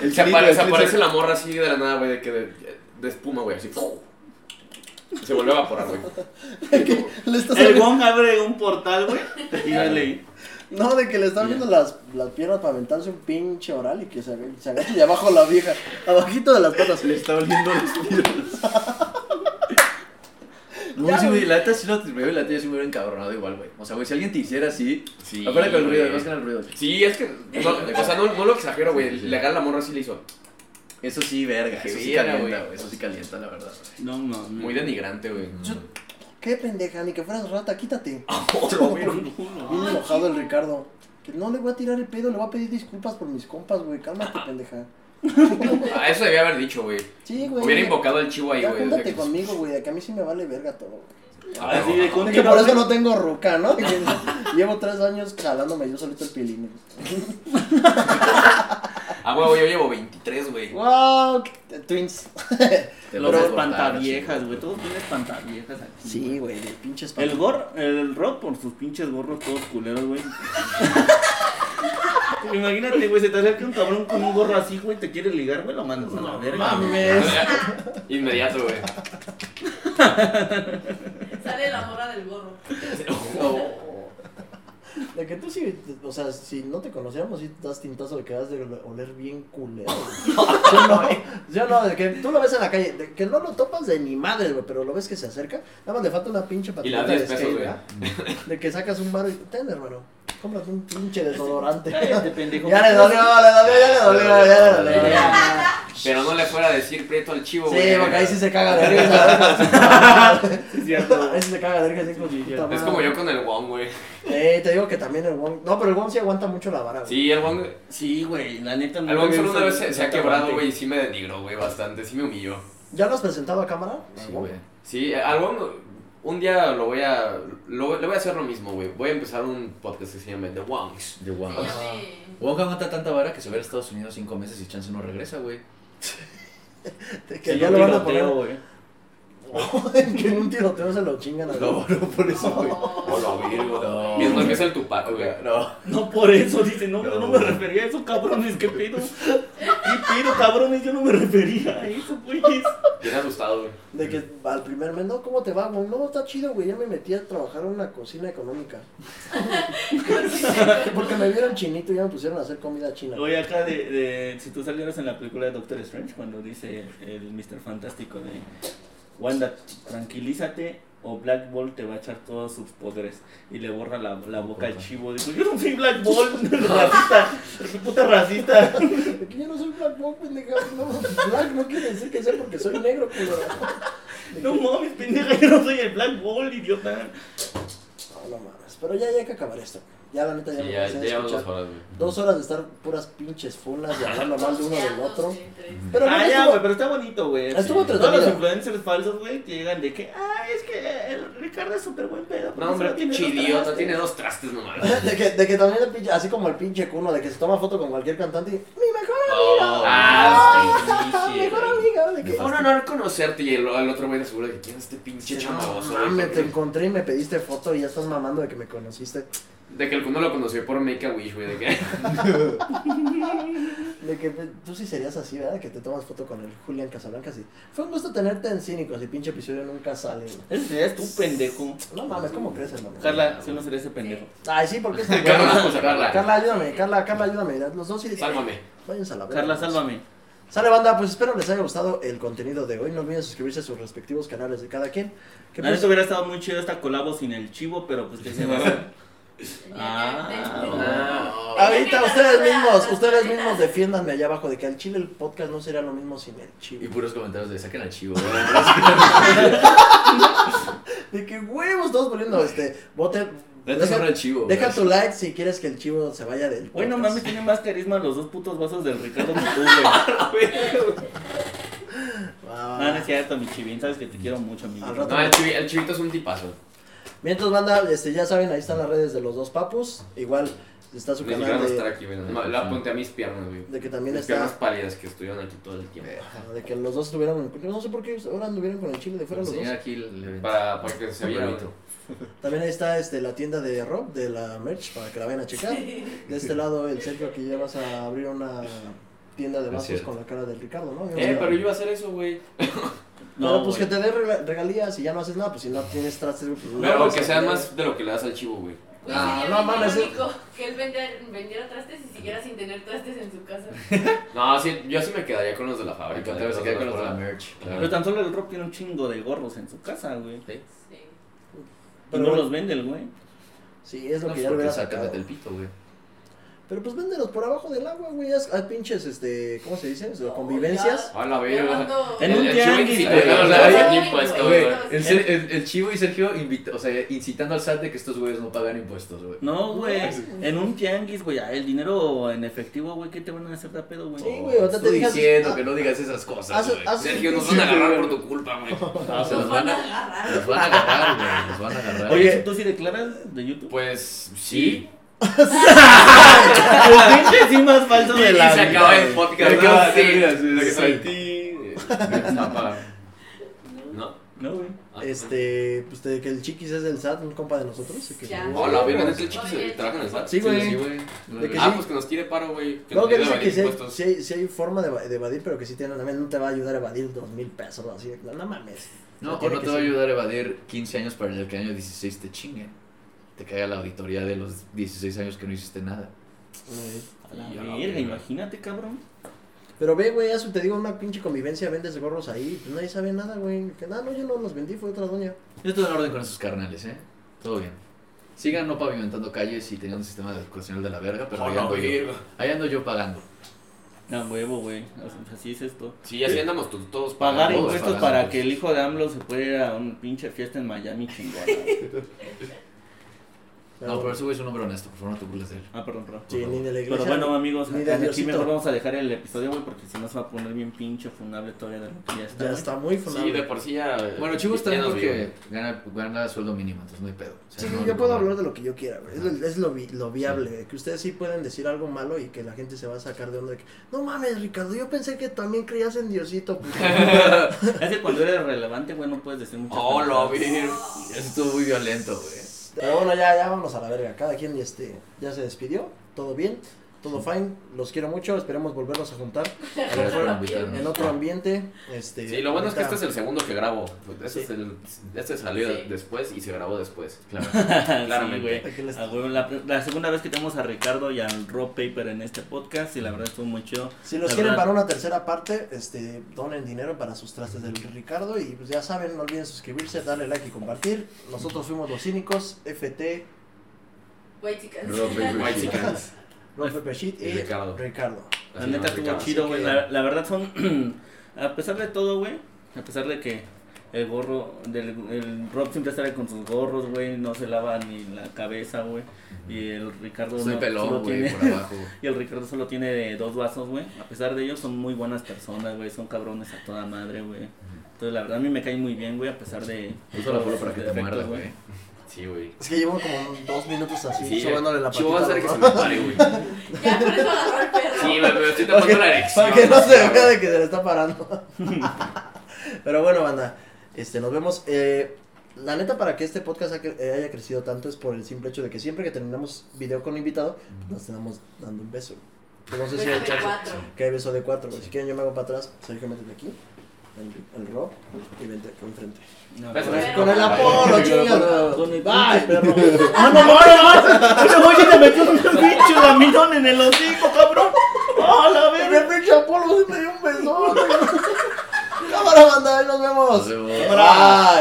H: el
D: Se
H: clítoris, el
D: aparece, aparece
H: clítoris.
D: la morra así de la nada, güey, de que de, de espuma, güey, así. Se vuelve a evaporar, güey.
A: De que le está
B: El
A: saliendo-
B: Wong abre un portal, güey, y dale.
A: No, de que le están viendo las, las piernas para aventarse un pinche oral y que se, ag- se agacha y abajo la vieja. Abajito de las patas.
H: Le está oliendo los pies. No, sí, güey, la neta sí lo veo y la neta yo sí me hubiera encabronado igual, güey. O sea, güey, si alguien te hiciera así.
D: Sí.
H: Aparte con el ruido,
D: güey.
H: más que nada el ruido.
D: Sí, es que. no, o sea, no, no lo exagero, güey. Legal la morra sí le hizo.
H: Eso sí, verga.
D: Qué
H: Eso sí
D: verga,
H: calienta,
D: güey.
H: güey. Eso sí calienta, la verdad.
B: No, mames.
D: Muy denigrante, güey.
A: Qué pendeja, ni que fueras rata, quítate.
B: No,
A: Bien enojado el Ricardo. Que no le voy a tirar el pedo, le voy a pedir disculpas por mis compas, güey. Cálmate, pendeja.
D: A Ah, eso debía haber dicho, güey.
A: Sí, güey.
D: Hubiera invocado al chivo ahí,
A: Ya
D: güey. desde
A: júntate
D: que-
A: conmigo, güey, de que a mí sí me vale verga todo. güey.
D: Ah,
B: Así de
A: De
B: con
A: que por eso no tengo ruca, ¿no? De que Llevo tres años jalándome yo solito el pilín.
D: Ah, güey, yo llevo 23, güey.
A: ¡Wow! Twins.
C: Te
B: Los
C: vas a cortar,
B: espantaviejas,
C: así.
B: güey. Todos tienen espantaviejas aquí.
A: Sí, güey, de pinches
B: El gor, el rock por sus pinches gorros todos culeros, güey. Imagínate, güey, se te acerca un cabrón con un gorro así, güey, te quiere ligar, güey, lo mandas a la verga. güey.
A: Mames.
D: Inmediato, güey.
E: Sale la morra del gorro.
A: De que tú sí, o sea, si no te conocíamos, sí te das tintazo de que vas de oler bien culero. güey. yo no, yo no, de que tú lo ves en la calle, de que no lo topas de ni madre, güey, pero lo ves que se acerca, nada más le falta una pinche
D: Y le das
A: patineta
D: 10
A: de skate,
D: pesos, güey.
A: ¿verdad? De que sacas un bar y ten, hermano, cómprate un pinche desodorante.
B: Cállate, pendejo.
A: ya le dolió, le dolió, ya le dolió, ya le dolió.
D: Pero no le fuera a decir prieto al chivo,
A: Sí,
D: güey.
A: porque ahí sí se caga de verga.
B: Sí, es cierto.
A: Ahí sí se caga de verga, así como su puta
D: Es
A: madre.
D: como yo con el Wong, güey.
A: Eh, te digo que también el Wong. No, pero el Wong sí aguanta mucho la vara, güey.
D: Sí, el Wong.
B: Sí, güey, la neta no
D: El Wong
B: me
D: solo
B: gusta
D: una vez
B: el-
D: se,
B: el
D: se ha quebrado,
B: restaurante.
D: güey, y sí me denigró, güey, bastante. Sí me humilló.
A: ¿Ya lo has presentado a cámara?
C: Sí, güey.
D: Sí, al Wong. Un día lo voy a. lo- le voy a hacer lo mismo, güey. Voy a empezar un podcast que se llama The Wongs.
C: De
E: Se
C: guamas.
E: llame-
H: Wong aguanta tanta vara que se va a Estados Unidos cinco meses y chance no regresa, güey.
A: Que
B: Sí,
A: ya
B: un
A: lo van a
B: tiroteo,
A: poner.
B: güey.
A: que en un tiroteo se lo chingan a
H: No, no por eso, güey.
E: Oh.
D: Hola, Virgo.
H: No.
D: Mientras que es el Tupac, güey.
H: No.
B: No por eso, dice, no,
H: No.
B: yo no me refería a eso, cabrones, qué pedo. Qué pedo, cabrones, yo no me refería a eso, pues. güey.
D: Bien asustado, güey.
A: De que al primer mes, no, ¿cómo te va, güey? No, está chido, güey. Ya me metí a trabajar en una cocina económica. Porque me vieron chinito y ya me pusieron a hacer comida china.
B: Oye, acá de, de- si tú salieras en la película de Doctor Strange, cuando dice el, el Mr. Fantástico de Wanda, tranquilízate o Black Ball te va a echar todos sus poderes y le borra la, la boca al chivo. Dijo, yo no soy Black Ball, racista, soy puta racista.
A: De que yo no soy black, no, pendeja. No, black no quiere decir que sea porque soy negro, culo. De que-
B: No mames, pendeja, yo no soy el Black Ball, idiota.
A: No, no mames. Pero ya, ya hay que acabar esto. Ya, la neta, ya
D: Sí,
A: me
D: ya,
A: cansé
D: ya
A: de
D: llevamos
A: escuchar.
D: dos horas, güey.
A: Dos horas de estar puras pinches funas y hablando mal de uno del otro.
E: Entre-
A: Pero no
B: ah, ya,
A: estuvo-
B: güey, pero está bonito, güey.
A: Estuvo entretenido.
B: Todos los influencers falsos, güey, que llegan de que, ah, es que el Ricardo es súper buen pedo. porque
D: No, hombre,
B: solo tiene
D: pinche
B: dos
D: idiota.
B: trastes".
D: Tiene dos trastes nomás.
A: De que, de que también el pinche, así como el pinche cuno, de que se toma foto con cualquier cantante y mi mejor
D: Oh,
A: amiga,
D: ah, sí, sí,
A: mejor
D: güey.
A: amiga, de que
D: Fue un honor conocerte y el, el otro güey de seguro de que quién es este pinche
A: no,
D: chamagoso.
A: mames, te
D: güey?"
A: encontré y me pediste foto y ya estás mamando de que me conociste.
D: De que el cuno lo conoció por Make a Wish, güey. De que
A: De que pues, tú sí serías así, ¿verdad? Que te tomas foto con el Julián Casablancas y fue un gusto tenerte en Cínicos y pinche episodio nunca sale. güey.
B: Ese serías tú, pendejo.
A: No mames, ¿cómo crees, hermano?
B: Carla, si no sería ese pendejo.
A: Ay, sí, porque es que-
D: Carla, vamos a Carla.
A: Carla, ayúdame, Carla, Carla, ayúdame. Los dos sí.
D: sálvame.
A: Váyanse a pues, la verga.
B: Carla, sálvame.
A: Sale banda, pues espero les haya gustado el contenido de hoy. No olviden suscribirse a sus respectivos canales de cada quien. Que
B: La
A: pues-
B: neta hubiera estado muy chido esta colabo sin el chivo, pero pues que se va a hacer. Ah,
D: Ah,
A: ahorita ustedes mismos, ustedes mismos defiéndanme allá abajo de que al chile el podcast no sería lo mismo sin el
H: Y
A: chile.
H: puros comentarios de saquen al chivo,
A: De que huevos todos poniendo este bote.
H: Neta
A: Deja,
H: sobra el chivo. güey.
A: deja tu like si quieres que el chivo se vaya del podcast.
B: Güey, no mames, tiene más carisma los dos putos vasos del Ricardo que tú, güey.
A: Va, va,
B: No, no
A: va.
B: es cierto, mi chivín, sabes que te quiero mucho, amigo.
A: Al rato.
D: No, el, chivi- el chivito es un tipazo.
A: Mientras banda, este, ya saben, ahí están las redes de los dos papus. Igual está su
D: Ni
A: canal
D: siquiera no estar
A: de,
D: aquí, güey. No, La apunté a mis piernas, güey.
A: de que también
D: Mis piernas
A: está.
D: pálidas que estuvieron aquí todo el tiempo.
A: De que los dos estuvieron. No sé por qué ahora anduvieron con el chile de fuera los dos.
H: Enseñar aquí el evento.
D: Para, para que se viera. güey.
A: También ahí está este, la tienda de Rob, de la merch, para que la vayan a checar. De este lado, el Sergio, que ya vas a abrir una tienda de vasos
H: cierto.
A: con la cara del Ricardo, ¿no? Yo
D: Eh,
A: no-
D: pero yo iba a hacer eso, güey.
A: Pero, pues
B: güey.
A: que te den rega- regalías y ya no haces nada, pues si no tienes trastes, güey, pues, no
D: Pero
A: vas
D: que
A: a
D: sea
A: tener-
D: más de lo que le das al chivo, güey.
E: Güey,
A: Ah,
E: sería
A: no
E: bien
A: mames,
E: irónico Que él vende- vendiera trastes y siguiera sin tener trastes en su casa.
D: No, sí, yo sí me quedaría con los de la
H: Ahorita
D: fábrica.
H: te vas
D: Se
H: a
D: queda con los de
H: la
D: la
H: merch.
B: Pero tan solo el Rob tiene un chingo de gorros en su casa, güey.
E: Sí.
B: Y
A: Pero
B: no
A: bueno.
B: los vende el güey.
A: Sí, es lo
H: No,
A: que
H: porque
A: ya lo hubieras
H: sácate
A: sacado.
H: del pito, güey.
A: Pero pues véndelos por abajo del agua, güey. haz- haz pinches, este, ¿cómo se dice? O convivencias.
D: A la verga.
E: Llevando-
B: En un
D: El chivo
B: tianguis,
D: incita-
H: güey.
D: No, la-
E: Ay,
D: ni impuesto, güey.
E: güey. Güey.
H: El, Ser- el- el Chivo y Sergio invita- o sea, incitando al SAT de que estos güeyes no pagan impuestos, güey.
B: No, güey. En un tianguis, güey. ah, El dinero en efectivo, güey. ¿Qué te van a hacer de pedo, güey?
A: Sí, güey, ahorita
H: Estoy
A: te dijas-
H: diciendo
A: ah,
H: que no digas esas cosas,
A: haz-
H: güey.
A: haz-
D: Sergio, nos van a agarrar por tu culpa, güey.
H: Ah, se los
E: Van
H: van
E: a
H: a,
E: agarrar.
H: los van a agarrar, güey. Los van a agarrar.
B: Oye, ¿tú sí declaras de YouTube?
D: Pues sí.
B: el pinche sí más falso
D: Y
B: de la
D: se acaba
B: vida,
D: el
B: güey.
D: podcast.
H: Acaba-
D: ¿no? ah, Sí.
H: mira, sí,
D: Lo que
H: sí.
D: sentí. eh, me tapa.
B: No, güey.
D: Ah.
A: Este, pues de que el chiquis es del SAT, un compa de nosotros. y que-
E: Ya.
D: Hola, verga, neta, el chico se trabaja en el SAT.
A: Sí, güey.
H: güey.
A: De que
D: Ah,
A: sí.
D: pues que nos tire paro, güey.
A: No,
D: nos
A: que
D: ayude a
A: dice que
D: evadir
A: sí hay,
D: impuestos.
A: sí hay- sí hay forma de, eva- de evadir, pero que sí tiene, también no te va a ayudar a evadir dos mil pesos, así, no, no mames.
H: No, o
A: Tiene
H: no
A: que
H: te va a
A: ser.
H: ayudar a evadir 15 años para el que año 16 te chingue. Te caiga la auditoría de los 16 años que no hiciste nada.
B: A la
D: Y a la
B: verga,
D: verga.
B: imagínate, cabrón.
A: Pero ve, güey, eso te digo, una pinche convivencia, vendes gorros ahí, pues nadie sabe nada, güey. Que nada, no, yo no los vendí, fue otra doña.
H: Yo estoy en orden con esos carnales, ¿eh? Todo bien. Sigan no pavimentando calles y teniendo un sistema de educacional de la verga, pero ahí
D: Hola,
H: ando, yo,
D: verga.
H: ahí ando yo pagando.
B: A huevo, güey. pues, Así- Así es esto.
D: Sí, así andamos to- todos
B: Pagar
H: Todos
B: impuestos
H: pagamos.
B: para que el hijo de AMLO se pueda ir a una pinche fiesta en Miami chingona. güey.
H: No, pero ese güey es un hombre honesto, por favor no te burles de él.
D: Eh,
B: Ah, perdón, perdón.
A: Sí, ni de la iglesia.
B: Pero bueno, amigos,
A: ni de
B: hasta aquí
A: Diosito.
B: mejor vamos a dejar el episodio, güey, porque si no se va a poner bien pinche funable todavía de lo que ya está.
A: ya
B: güey.
A: está muy
D: Sí, de
A: funable.
D: por sí ya.
H: Bueno, Chivo está
D: ya
H: bien
D: nos
H: porque
D: vio.
H: gana, gana sueldo mínimo, entonces no hay pedo. O sea,
A: Sí,
H: no-
A: yo
H: no
A: puedo
H: hay
A: hablar
H: problema.
A: de lo que yo quiera, güey. Es, lo, es lo vi- lo viable. Que ustedes sí pueden decir algo malo y que la gente se va a sacar de onda. de que, no mames, Ricardo, yo pensé que también creías en Diosito. pues". puto".
B: Es que cuando eres relevante, güey, no puedes decir muchas
D: Hola,
B: pendejadas.
D: verga.
H: Eso estuvo muy violento, güey.
A: Pero bueno, ya, ya vámonos a la verga. Cada quien este, ya se despidió. Todo bien, todo fine. Los quiero mucho. Esperemos volvernos a juntar
H: Gracias por invitarnos.
A: en otro ambiente. Este,
D: Sí, lo bueno es que este
A: ahorita-
D: es el segundo que grabo. Este, es
A: Sí.
D: el, este salió
E: Sí.
D: después y se grabó después.
H: Claro.
B: Claramente.
A: Aquí les-
D: Ah,
B: la, la segunda vez que tenemos a Ricardo y al Rob Paper en este podcast, y la verdad estuvo muy chido.
A: Si los
B: La
A: quieren
B: verdad-
A: para una tercera parte, este, donen dinero para sus trastes del Ricardo. Y pues ya saben, no olviden suscribirse, darle like y compartir. Nosotros fuimos los cínicos, FT,
E: Güey, chicas.
D: White Chickens.
A: Rob Pepper Shit y,
D: Y Ricardo.
A: Ricardo.
B: La neta estuvo chido, güey. La, la verdad son. a pesar de todo, güey. A pesar de que el gorro. Del, el Rob siempre sale con sus gorros, güey. No se lava ni la cabeza, güey. Y el Ricardo.
H: Estoy
B: no-
H: pelón,
B: solo
H: güey,
B: tiene-
H: por abajo.
B: Y el Ricardo solo tiene dos vasos, güey. A pesar de ellos, son muy buenas personas, güey. Son cabrones a toda madre, güey. Entonces, la verdad, a mí me cae muy bien, güey. A pesar de.
H: Usa la polo para que te
B: defectos,
H: muerda, güey.
D: Sí, güey.
A: Es que llevo como dos minutos así,
D: Sí,
A: sobándole la
D: Chivo va a
A: patita.
D: hacer que
A: ¿no?
D: se me pare, güey.
E: Ya, por eso agarró el perro.
D: Sí, güey, pero estoy tapando la erección.
A: Para que no se vea de que se le está parando. Pero bueno, banda, este, nos vemos. Eh, la neta, para que este podcast ha cre- eh, haya crecido tanto es por el simple hecho de que siempre que terminamos video con invitado, nos tenemos dando un beso. No sé si hay
E: Beso de
A: chance
E: cuatro.
A: que hay beso de cuatro. güey. Si quieren, yo me hago para atrás. Sergio, métete aquí. El, el rock y vente aquí enfrente.
B: No,
D: Besos.
B: güey.
A: Con el Apolo, chingas.
B: Con el
A: Bye,
B: pinche
A: perro.
B: ¡Ah, no mames! ¡Ese güey se te metió un pinche laminón en el hocico, cabrón! ¡Ah, la verga!
A: El pinche Apolo sí me dio un beso. Cámara, banda, ahí nos vemos.
H: Nos vemos.
A: Bye.